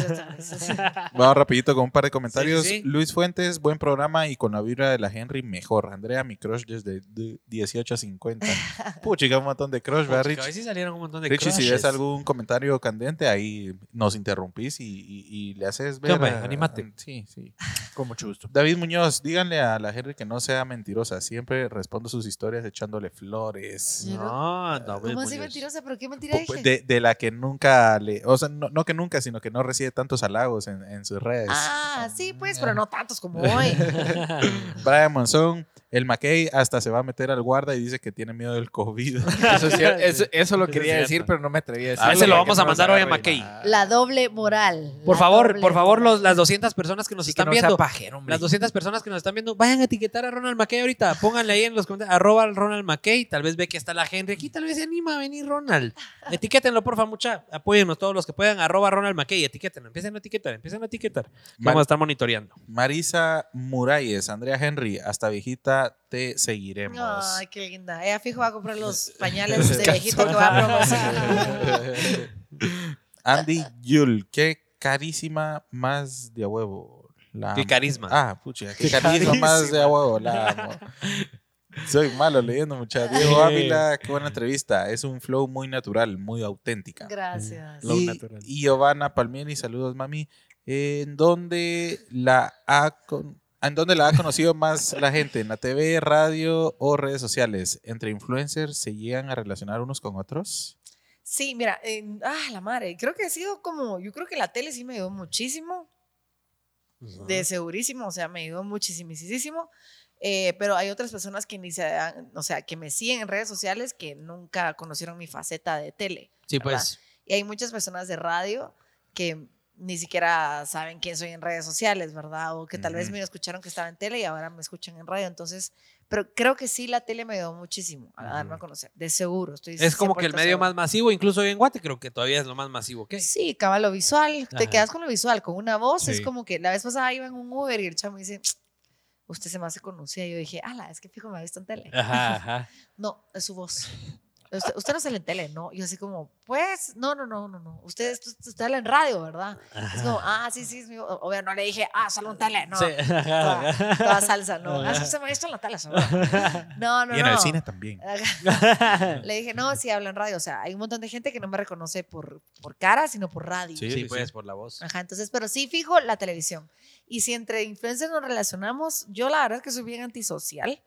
[SPEAKER 2] Vamos rapidito con un par de comentarios.
[SPEAKER 7] Sí, sí, sí.
[SPEAKER 2] Luis Fuentes, buen programa y con la vibra de la Henry, mejor. Andrea, mi crush desde de- 18 a 50. Puchica, un montón de crush, ¿verdad,
[SPEAKER 7] Ahí
[SPEAKER 2] Rich?
[SPEAKER 7] sí salieron un montón de
[SPEAKER 2] Richie, si ves
[SPEAKER 7] crushes.
[SPEAKER 2] algún comentario candente, ahí nos interrumpís y, y- y le haces ver.
[SPEAKER 7] hombre,
[SPEAKER 2] a-
[SPEAKER 7] anímate.
[SPEAKER 2] Sí, sí.
[SPEAKER 3] Con mucho gusto.
[SPEAKER 2] David Muñoz, díganle a la Henry que no sea mentirosa. Siempre respondo sus historias echándole flores.
[SPEAKER 7] No, no, pues,
[SPEAKER 6] ¿Cómo así
[SPEAKER 7] Muñoz.
[SPEAKER 6] mentirosa? ¿Pero qué mentira
[SPEAKER 2] Po- pues,
[SPEAKER 6] dije?
[SPEAKER 2] De, de la que nunca le. O sea, no, no que nunca, sino que no recibe tantos halagos en, en sus redes.
[SPEAKER 6] Ah, sí, pues, pero no tantos como hoy.
[SPEAKER 2] Brian Monzón, el McKay hasta se va a meter al guarda y dice que tiene miedo del COVID.
[SPEAKER 3] Eso, es cier- eso- eso lo
[SPEAKER 7] Eso es
[SPEAKER 3] quería decir,
[SPEAKER 7] cierto.
[SPEAKER 3] pero no me atreví a decir.
[SPEAKER 7] Ah, ese lo
[SPEAKER 3] Porque
[SPEAKER 7] vamos
[SPEAKER 3] no
[SPEAKER 7] a
[SPEAKER 3] nos
[SPEAKER 7] mandar hoy a
[SPEAKER 3] agarre.
[SPEAKER 7] McKay.
[SPEAKER 3] Ah.
[SPEAKER 6] La doble moral.
[SPEAKER 7] Por
[SPEAKER 6] la
[SPEAKER 7] favor,
[SPEAKER 6] doble
[SPEAKER 7] por favor,
[SPEAKER 6] moral.
[SPEAKER 7] los- las 200 personas que nos
[SPEAKER 3] Sí, que
[SPEAKER 7] están
[SPEAKER 3] no sea
[SPEAKER 7] viendo.
[SPEAKER 3] pajero, hombre.
[SPEAKER 7] Las 200 personas que nos están viendo, vayan a etiquetar a Ronald McKay ahorita. Pónganle ahí en los comentarios, arroba al Ronald McKay. Tal vez ve que está la gente aquí, tal vez se anima a venir Ronald. Etiquétenlo, porfa, mucha. Apóyennos todos los que puedan, arroba Ronald McKay. Etiquétenlo, empiecen a etiquetar, empiecen a etiquetar. Que
[SPEAKER 2] Mar-
[SPEAKER 7] Vamos a estar monitoreando.
[SPEAKER 2] Marisa Muralles, Andrea Henry, hasta viejita te seguiremos.
[SPEAKER 6] Ay, qué linda. Ella fijo va a comprar los pañales de viejito que va a promocionar.
[SPEAKER 2] Andy Yul, qué carísima más de a huevo. La
[SPEAKER 7] Qué
[SPEAKER 2] amo.
[SPEAKER 7] carisma.
[SPEAKER 2] Ah, pucha, qué carisma más de a huevo. La amo. Soy malo leyendo, muchachos. Diego Ávila, qué buena entrevista. Es un flow muy natural, muy auténtica.
[SPEAKER 6] Gracias.
[SPEAKER 7] Lo
[SPEAKER 2] y,
[SPEAKER 7] natural.
[SPEAKER 2] y Giovanna Palmieri, saludos mami. ¿En dónde la ha con- en dónde la ha conocido más la gente? ¿En la TV, radio o redes sociales? ¿Entre influencers se llegan a relacionar unos con otros?
[SPEAKER 6] Sí, mira, en- ah, la madre. Creo que ha sido como, yo creo que la tele sí me ayudó muchísimo, de segurísimo, o sea, me ayudó muchísimo. eh, pero hay otras personas que ni se dan- o sea, que me siguen en redes sociales que nunca conocieron mi faceta de tele.
[SPEAKER 7] Sí,
[SPEAKER 6] ¿verdad?
[SPEAKER 7] pues.
[SPEAKER 6] Y hay muchas personas de radio que ni siquiera saben quién soy en redes sociales, ¿verdad? O que tal vez
[SPEAKER 2] Ujú.
[SPEAKER 6] me escucharon que estaba en tele y ahora me escuchan en radio. Entonces, pero creo que sí la tele me ayudó muchísimo a darme a conocer, de seguro. Estoy
[SPEAKER 7] Es como que el
[SPEAKER 6] 100%
[SPEAKER 7] medio
[SPEAKER 6] segura.
[SPEAKER 7] más masivo, incluso hoy en Guate, creo que todavía es lo más masivo que hay.
[SPEAKER 6] Sí, cabal, lo visual. Te
[SPEAKER 7] Ajá.
[SPEAKER 6] quedas con lo visual, con una voz. Es
[SPEAKER 7] Sí.
[SPEAKER 6] como que la vez pasada iba en un Uber y el chavo me dice, usted se me hace conocida. Y yo dije, ala, es que fijo, me ha visto en tele.
[SPEAKER 7] Ajá, ajá.
[SPEAKER 6] No, es su voz. Usted, usted no sale en tele, ¿no? Yo así como, pues, no, no, no, no, no. Usted, usted, usted habla en radio, ¿verdad? Es como, ah, sí, sí, es mi voz. Obvio, no le dije, ah, solo en tele, no.
[SPEAKER 1] Sí.
[SPEAKER 6] Toda, toda salsa, no. Ah, se me ha visto en la tele, solo. No, no,
[SPEAKER 2] y en
[SPEAKER 6] no.
[SPEAKER 2] el cine también.
[SPEAKER 6] Le dije, no, sí hablo en radio. O sea, hay un montón de gente que no me reconoce por, por cara, sino por radio.
[SPEAKER 2] Sí, sí,
[SPEAKER 7] pues.
[SPEAKER 2] sí.
[SPEAKER 1] por la voz.
[SPEAKER 6] Ajá, entonces, pero sí fijo la televisión. Y si entre influencers nos relacionamos, yo la verdad es que soy bien antisocial.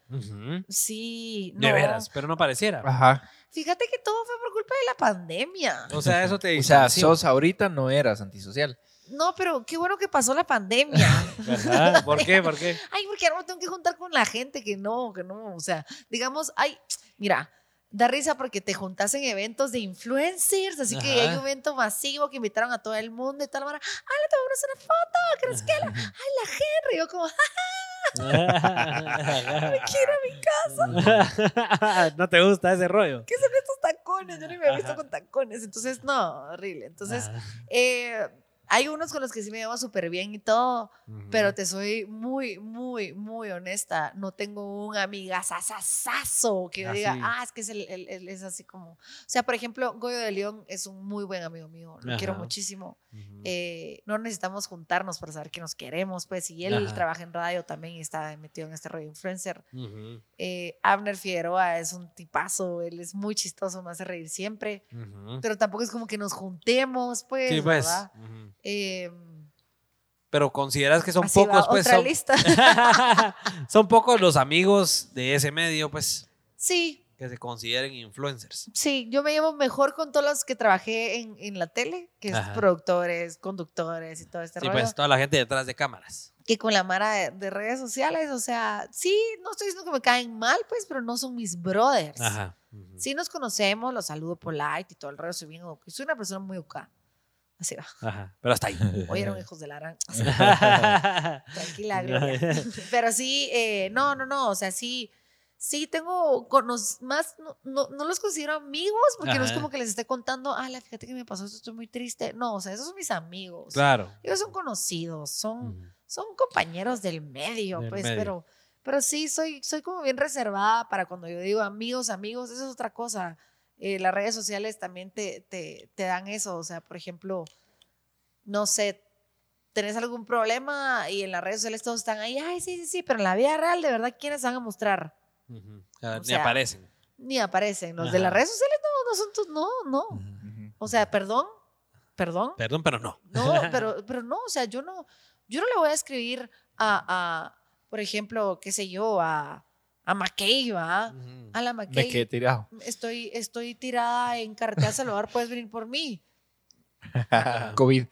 [SPEAKER 6] Sí, no.
[SPEAKER 1] De veras, pero no pareciera.
[SPEAKER 3] Ajá.
[SPEAKER 6] Fíjate que todo fue por culpa de la pandemia.
[SPEAKER 1] O sea, eso te
[SPEAKER 3] O sea,
[SPEAKER 1] distanció.
[SPEAKER 3] sos ahorita no eras antisocial.
[SPEAKER 6] No, pero qué bueno que pasó la pandemia.
[SPEAKER 1] Ajá, ¿Por qué? ¿Por qué?
[SPEAKER 6] Ay, porque ahora me tengo que juntar con la gente que no, que no. O sea, digamos, ay, mira, da risa porque te juntas en eventos de influencers, así que
[SPEAKER 1] Ajá.
[SPEAKER 6] hay un evento masivo que invitaron a todo el mundo y tal. Mara, ay, le tomamos una foto, que no sé qué. la- Ay, la Henry. Yo como, "Ah, me quiero a mi casa.
[SPEAKER 1] no te gusta ese rollo.
[SPEAKER 6] ¿Qué son estos tacones? Yo no me había visto con tacones. Entonces, no, horrible. Entonces, eh, hay unos con los que sí me llevo súper bien y todo, pero te soy muy, muy, muy honesta. No tengo un amiga sasasazo que yo
[SPEAKER 1] Ah,
[SPEAKER 6] diga,
[SPEAKER 1] sí.
[SPEAKER 6] ah, es que es, el- el- el- es así como. O sea, por ejemplo, Goyo de León es un muy buen amigo mío. Lo quiero
[SPEAKER 1] Ajá. Mm.
[SPEAKER 6] muchísimo.
[SPEAKER 1] Ujú.
[SPEAKER 6] Eh, no necesitamos juntarnos para saber que nos queremos, pues. Y él
[SPEAKER 1] Ajá.
[SPEAKER 6] trabaja en radio también y está metido en este rollo influencer.
[SPEAKER 1] Ujú,
[SPEAKER 6] Eh, Abner Figueroa es un tipazo, él es muy chistoso, me hace reír siempre,
[SPEAKER 1] ujú.
[SPEAKER 6] pero tampoco es como que nos juntemos, pues.
[SPEAKER 1] Sí, pues.
[SPEAKER 6] ¿verdad?
[SPEAKER 1] Ujú.
[SPEAKER 6] Eh,
[SPEAKER 1] Pero consideras que son
[SPEAKER 6] así va,
[SPEAKER 1] pocos, pues.
[SPEAKER 6] Otra
[SPEAKER 1] Son,
[SPEAKER 6] lista.
[SPEAKER 1] son pocos los amigos de ese medio, pues,
[SPEAKER 6] sí,
[SPEAKER 1] que se consideren influencers.
[SPEAKER 6] sí, yo me llevo mejor con todos los que trabajé en, en la tele, que es
[SPEAKER 1] Ajá.
[SPEAKER 6] productores, conductores y todo este
[SPEAKER 1] Sí,
[SPEAKER 6] rollo,
[SPEAKER 1] pues, toda la gente detrás de cámaras.
[SPEAKER 6] que con la mara de, de redes sociales, o sea, sí, no estoy diciendo que me caen mal, pues, pero no son mis brothers.
[SPEAKER 1] Ajá. Ujú.
[SPEAKER 6] Sí nos conocemos, los saludo por light y todo el rollo, soy bien, educ- soy una persona muy educada. Así va.
[SPEAKER 1] Ajá. Pero hasta ahí.
[SPEAKER 6] Oyeron hijos de la gran. Tranquila, Gloria. Pero sí, eh, no, no, no, o sea, sí, sí tengo con los más, no, no, no los considero amigos porque no es
[SPEAKER 1] Ajá.
[SPEAKER 6] como que les esté contando, ah, fíjate que me pasó esto, estoy muy triste. No, o sea, esos son mis amigos.
[SPEAKER 1] claro.
[SPEAKER 6] Ellos son conocidos, son,
[SPEAKER 1] Ujú.
[SPEAKER 6] son compañeros del medio,
[SPEAKER 1] Del
[SPEAKER 6] pues,
[SPEAKER 1] medio.
[SPEAKER 6] pero, pero sí, soy, soy como bien reservada para cuando yo digo amigos, amigos, eso es otra cosa. Eh, las redes sociales también te, te, te dan eso, o sea, por ejemplo, no sé, tenés algún problema y en las redes sociales todos están ahí, ay, sí, sí, sí, pero en la vida real, de verdad, ¿quiénes van a mostrar?
[SPEAKER 1] Ujú. Ah,
[SPEAKER 6] O
[SPEAKER 1] Ni
[SPEAKER 6] sea,
[SPEAKER 1] aparecen.
[SPEAKER 6] Ni aparecen. Los de las
[SPEAKER 1] Ajá.
[SPEAKER 6] redes sociales no, no son tus, no, no.
[SPEAKER 2] Ujú.
[SPEAKER 6] O sea, perdón, perdón,
[SPEAKER 1] Perdón, pero no.
[SPEAKER 6] no, pero, pero no, o sea, yo no, yo no le voy a escribir a, a, por ejemplo, qué sé yo, a, a McKay, ¿va?
[SPEAKER 1] Ujú.
[SPEAKER 6] A la
[SPEAKER 3] Me quedé
[SPEAKER 6] McKay.
[SPEAKER 3] tirado.
[SPEAKER 6] Estoy, estoy tirada en carretera Salvador, puedes venir por mí.
[SPEAKER 3] COVID.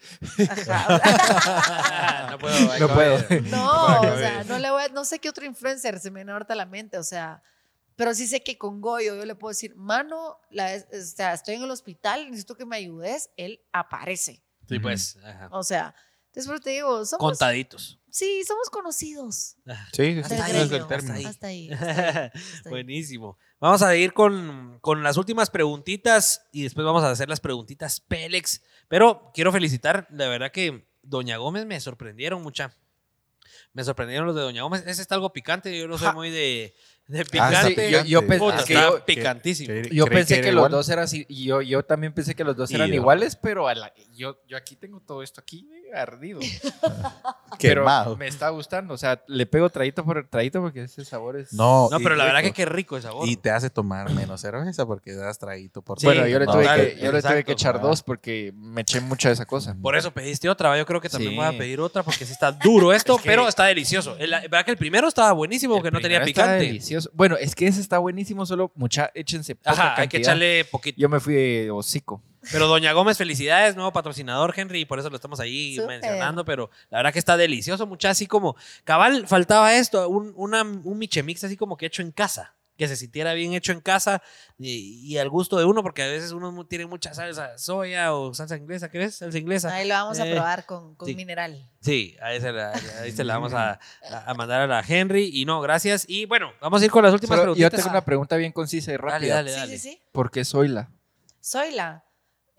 [SPEAKER 6] Ajá, o sea,
[SPEAKER 1] no puedo. hay
[SPEAKER 3] No
[SPEAKER 1] que
[SPEAKER 3] puedo.
[SPEAKER 1] ver.
[SPEAKER 6] no, o sea, no le voy a- no sé qué otro influencer se me viene ahorita a la mente, o sea, pero sí sé que con Goyo yo le puedo decir, mano, la, es- o sea, estoy en el hospital, necesito que me ayudes, él aparece.
[SPEAKER 1] Sí, pues. ajá.
[SPEAKER 6] O sea, entonces por eso te digo, somos,
[SPEAKER 1] Contaditos.
[SPEAKER 6] sí, somos conocidos.
[SPEAKER 2] Sí,
[SPEAKER 6] Hasta
[SPEAKER 2] sí,
[SPEAKER 6] ahí,
[SPEAKER 2] ese es el
[SPEAKER 6] hasta
[SPEAKER 2] término.
[SPEAKER 6] ahí. Hasta ahí. ahí.
[SPEAKER 1] Buenísimo. Vamos a ir con, con las últimas preguntitas y después vamos a hacer las preguntitas Pélex. Pero quiero felicitar, la verdad que Doña Gómez me sorprendieron mucha. Me sorprendieron los de Doña Gómez. Ese está algo picante, yo no soy muy de, de
[SPEAKER 2] Ah,
[SPEAKER 1] picante.
[SPEAKER 2] sí,
[SPEAKER 3] yo- yo pensé-
[SPEAKER 1] Puta,
[SPEAKER 3] es que
[SPEAKER 1] está
[SPEAKER 3] yo-
[SPEAKER 1] picantísimo.
[SPEAKER 2] que-
[SPEAKER 3] Yo
[SPEAKER 2] ¿Cree
[SPEAKER 3] pensé que,
[SPEAKER 2] era
[SPEAKER 3] los
[SPEAKER 2] igual?
[SPEAKER 3] dos eran así. y Yo, yo también pensé que los dos eran
[SPEAKER 2] Y-
[SPEAKER 3] iguales, pero a la- yo, yo aquí tengo todo esto aquí eh, ardido. pero
[SPEAKER 2] Quemado.
[SPEAKER 3] me está gustando. O sea, le pego tradito por tradito porque ese sabor es.
[SPEAKER 2] No,
[SPEAKER 1] no,
[SPEAKER 2] y
[SPEAKER 1] pero la verdad que
[SPEAKER 2] rico.
[SPEAKER 1] qué rico el sabor.
[SPEAKER 2] Y te hace tomar menos cerveza porque das traguito por
[SPEAKER 1] Sí,
[SPEAKER 3] bueno, yo le,
[SPEAKER 1] no,
[SPEAKER 3] tuve,
[SPEAKER 1] dale,
[SPEAKER 3] que, yo le tuve
[SPEAKER 1] exacto,
[SPEAKER 3] que echar
[SPEAKER 1] ajá.
[SPEAKER 3] dos porque me eché mucha de esa cosa.
[SPEAKER 1] Por eso pediste otra, ¿va? yo creo que también
[SPEAKER 3] Sí.
[SPEAKER 1] voy a pedir otra porque sí está duro esto,
[SPEAKER 3] Es que-
[SPEAKER 1] pero está delicioso. El- la verdad que el primero estaba buenísimo porque
[SPEAKER 3] El
[SPEAKER 1] no tenía
[SPEAKER 3] primero estaba
[SPEAKER 1] picante.
[SPEAKER 3] delicioso. Bueno, es que ese está buenísimo, solo mucha, échense. poca
[SPEAKER 1] Ajá, hay que
[SPEAKER 3] cantidad.
[SPEAKER 1] echarle poquito.
[SPEAKER 3] Yo me fui de hocico.
[SPEAKER 1] Pero Doña Gómez, felicidades, nuevo patrocinador, Henry, y por eso lo estamos ahí
[SPEAKER 6] Súper.
[SPEAKER 1] mencionando, pero la verdad que está delicioso, mucha, así como, cabal, faltaba esto, un, una, un michemix así como que hecho en casa, que se sintiera bien hecho en casa y, y al gusto de uno, porque a veces uno mu- tiene mucha salsa soya o salsa inglesa, ¿crees? Salsa inglesa.
[SPEAKER 6] Pues Ahí lo vamos a
[SPEAKER 1] Eh,
[SPEAKER 6] probar con, con
[SPEAKER 1] sí.
[SPEAKER 6] mineral.
[SPEAKER 1] Sí, a esa la- ahí se la vamos a, a- a mandar a la Henry, y no, gracias, y bueno, vamos a ir con las últimas
[SPEAKER 3] Solo- yo
[SPEAKER 1] preguntitas. Ah,
[SPEAKER 3] tengo una pregunta bien concisa y rápida.
[SPEAKER 1] Dale, dale.
[SPEAKER 6] Sí, sí, sí.
[SPEAKER 3] ¿Por qué soy la?
[SPEAKER 6] Soy la.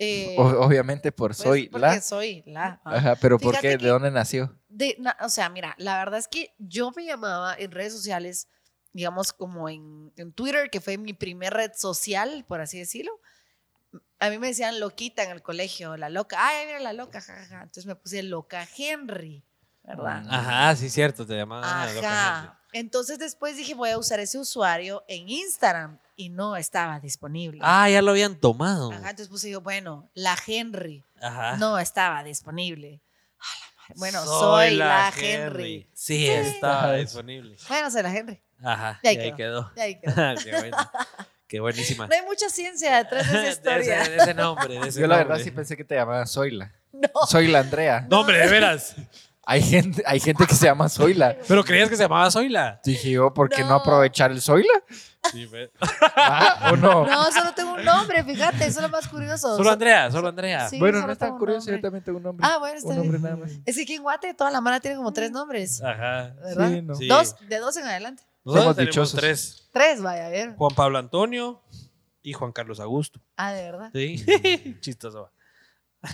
[SPEAKER 6] eh,
[SPEAKER 3] O- obviamente por
[SPEAKER 6] pues,
[SPEAKER 3] soy
[SPEAKER 6] porque
[SPEAKER 3] la.
[SPEAKER 6] soy la. ah.
[SPEAKER 3] Ajá, pero ¿por
[SPEAKER 6] Fíjate
[SPEAKER 3] qué?
[SPEAKER 6] que-
[SPEAKER 3] ¿De dónde nació?
[SPEAKER 6] De- na- o sea, mira, la verdad es que yo me llamaba en redes sociales digamos, como en, en Twitter, que fue mi primer red social, por así decirlo, a mí me decían loquita en el colegio, la loca, ay, mira la loca, jajaja. Entonces me puse loca Henry,
[SPEAKER 1] Ah,
[SPEAKER 6] ¿verdad?
[SPEAKER 1] Ajá, sí, cierto, te llamaban la loca Henry.
[SPEAKER 6] Ajá. Entonces después dije, voy a usar ese usuario en Instagram y no estaba disponible.
[SPEAKER 1] Ah, ya lo habían tomado.
[SPEAKER 6] Ajá, entonces puse yo, bueno, la Henry
[SPEAKER 1] Ajá.
[SPEAKER 6] no estaba disponible. A la madre. Bueno, soy, la Henry.
[SPEAKER 1] Sí, estaba disponible.
[SPEAKER 6] Bueno, soy la Henry.
[SPEAKER 1] Ajá,
[SPEAKER 6] Y ahí
[SPEAKER 1] y ahí quedó.
[SPEAKER 6] Ya ahí quedó.
[SPEAKER 1] Qué bueno. Qué buenísima.
[SPEAKER 6] No hay mucha ciencia detrás de
[SPEAKER 1] De
[SPEAKER 6] esa
[SPEAKER 1] ese,
[SPEAKER 6] historia.
[SPEAKER 1] de ese nombre, de ese
[SPEAKER 3] Yo la verdad
[SPEAKER 1] nombre.
[SPEAKER 3] sí pensé que te llamaba Zoila.
[SPEAKER 6] No.
[SPEAKER 3] Zoila Andrea.
[SPEAKER 1] Nombre, de veras.
[SPEAKER 3] Hay gente, hay gente que se llama Zoila.
[SPEAKER 1] Pero creías que se llamaba Zoila.
[SPEAKER 3] Dije yo, ¿por qué no,
[SPEAKER 6] No.
[SPEAKER 3] aprovechar el Zoila?
[SPEAKER 1] Sí, pero-
[SPEAKER 3] Ah, ¿O no?
[SPEAKER 6] No, solo tengo un nombre, fíjate, eso es lo más curioso.
[SPEAKER 1] Solo
[SPEAKER 6] So-
[SPEAKER 1] Andrea, solo Andrea.
[SPEAKER 6] sí,
[SPEAKER 3] bueno,
[SPEAKER 6] solo
[SPEAKER 3] no es tan
[SPEAKER 6] tengo un
[SPEAKER 3] curioso, yo
[SPEAKER 6] nombre.
[SPEAKER 3] también tengo un nombre.
[SPEAKER 6] Ah, bueno, está
[SPEAKER 3] un
[SPEAKER 6] bien.
[SPEAKER 3] nombre nada más. Mm.
[SPEAKER 6] Es que aquí en Guate toda la mara tiene como tres nombres,
[SPEAKER 1] Ajá.
[SPEAKER 6] ¿verdad?
[SPEAKER 3] no.
[SPEAKER 1] Sí.
[SPEAKER 6] Dos, de dos en adelante.
[SPEAKER 1] Nosotros
[SPEAKER 3] Somos
[SPEAKER 1] tenemos
[SPEAKER 3] dichosos.
[SPEAKER 1] tres.
[SPEAKER 6] Tres, vaya, a ver.
[SPEAKER 1] Juan Pablo Antonio y Juan Carlos Augusto.
[SPEAKER 6] Ah, de verdad.
[SPEAKER 1] Sí. Chistoso.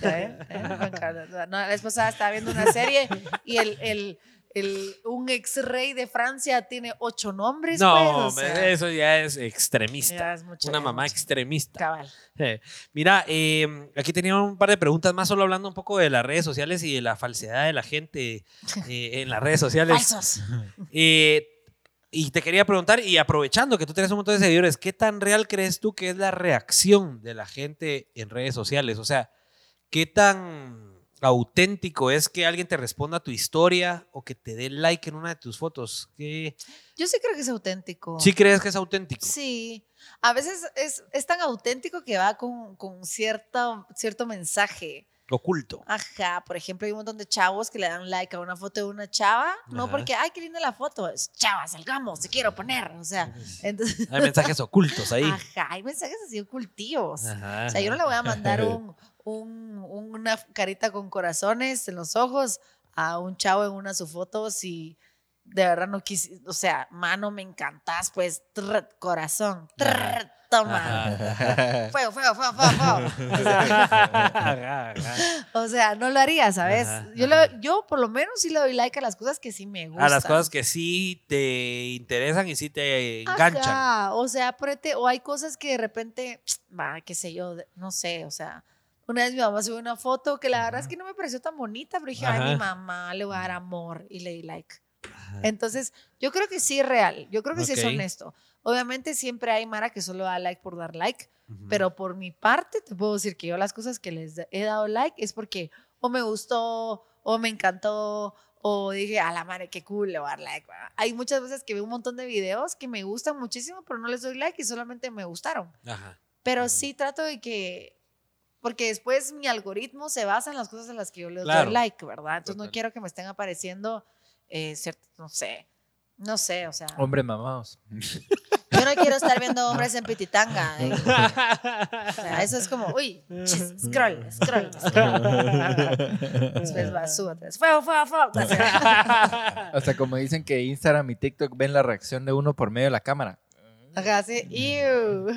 [SPEAKER 6] Ya, ¿eh? Eh, Juan Carlos. No, la esposa estaba viendo una serie y el, el, el- un ex rey de Francia tiene ocho nombres.
[SPEAKER 1] No,
[SPEAKER 6] pues, o sea,
[SPEAKER 1] hombre, eso ya es extremista.
[SPEAKER 6] ya es mucho,
[SPEAKER 1] Una
[SPEAKER 6] ya
[SPEAKER 1] mamá
[SPEAKER 6] mucho.
[SPEAKER 1] extremista.
[SPEAKER 6] Cabal.
[SPEAKER 1] Eh, Mira, eh, aquí tenía un par de preguntas más, solo hablando un poco de las redes sociales y de la falsedad de la gente eh, en las redes sociales.
[SPEAKER 6] Falsos.
[SPEAKER 1] Eh, y te quería preguntar, y aprovechando que tú tienes un montón de seguidores, ¿qué tan real crees tú que es la reacción de la gente en redes sociales? O sea, ¿qué tan auténtico es que alguien te responda a tu historia o que te dé like en una de tus fotos? ¿Qué-
[SPEAKER 6] Yo sí creo que es auténtico.
[SPEAKER 1] ¿Sí crees que es auténtico?
[SPEAKER 6] Sí, a veces es, es tan auténtico que va con, con cierta, cierto mensaje.
[SPEAKER 1] Oculto.
[SPEAKER 6] Ajá, por ejemplo, hay un montón de chavos que le dan like a una foto de una chava, no
[SPEAKER 1] Ajá.
[SPEAKER 6] porque, ay, qué linda la foto, es chava, salgamos, te quiero poner, o sea, entonces,
[SPEAKER 1] Hay mensajes ocultos ahí.
[SPEAKER 6] ajá, hay mensajes así ocultivos.
[SPEAKER 1] Ajá,
[SPEAKER 6] O sea, yo no
[SPEAKER 1] ajá.
[SPEAKER 6] le voy a mandar un, un- una carita con corazones en los ojos a un chavo en una de sus fotos y de verdad no quise, o sea, mano, me encantás, pues, trrr, corazón, trrr,
[SPEAKER 1] Ajá.
[SPEAKER 6] toma,
[SPEAKER 1] Ajá.
[SPEAKER 6] fuego, fuego, fuego, fuego, fuego. O sea,
[SPEAKER 1] Ajá, ajá.
[SPEAKER 6] o sea, no lo haría, ¿sabes?
[SPEAKER 1] Ajá,
[SPEAKER 6] Yo, le- yo por lo menos sí le doy like a las cosas que sí me gustan.
[SPEAKER 1] A las cosas que sí te interesan y sí te
[SPEAKER 6] Ajá,
[SPEAKER 1] enganchan.
[SPEAKER 6] o sea, ponete, o hay cosas que de repente, va, qué sé yo, de- no sé, o sea, una vez mi mamá subió una foto que la verdad es que no me pareció tan bonita, pero dije,
[SPEAKER 1] Ajá. Mm.
[SPEAKER 6] ay, mi mamá le voy a dar amor y le di like. Entonces, yo creo que sí es real, yo creo que sí es
[SPEAKER 1] Ok.
[SPEAKER 6] honesto. Obviamente siempre hay Mara que solo da like por dar like,
[SPEAKER 1] Ujú.
[SPEAKER 6] pero por mi parte te puedo decir que yo las cosas que les he dado like es porque o me gustó o me encantó o dije, a la madre, qué cool, le voy a dar like. ¿verdad? Hay muchas veces que veo un montón de videos que me gustan muchísimo, pero no les doy like y solamente me gustaron.
[SPEAKER 1] Ajá.
[SPEAKER 6] Pero sí trato de que, porque después mi algoritmo se basa en las cosas a las que yo les
[SPEAKER 1] Claro.
[SPEAKER 6] doy like, ¿verdad? Entonces no
[SPEAKER 1] Total.
[SPEAKER 6] quiero que me estén apareciendo, eh, cierto, no sé, no sé, o sea,
[SPEAKER 3] Hombre mamados.
[SPEAKER 6] yo no quiero estar viendo hombres en pititanga. ¿eh? O sea, eso es como, uy, chis, scroll, scroll, scroll. Después va, sube, tres. Fuego, fuego, fuego. O sea,
[SPEAKER 3] Hasta como dicen que Instagram y TikTok ven la reacción de uno por medio de la cámara.
[SPEAKER 6] Acá así, ew, ew.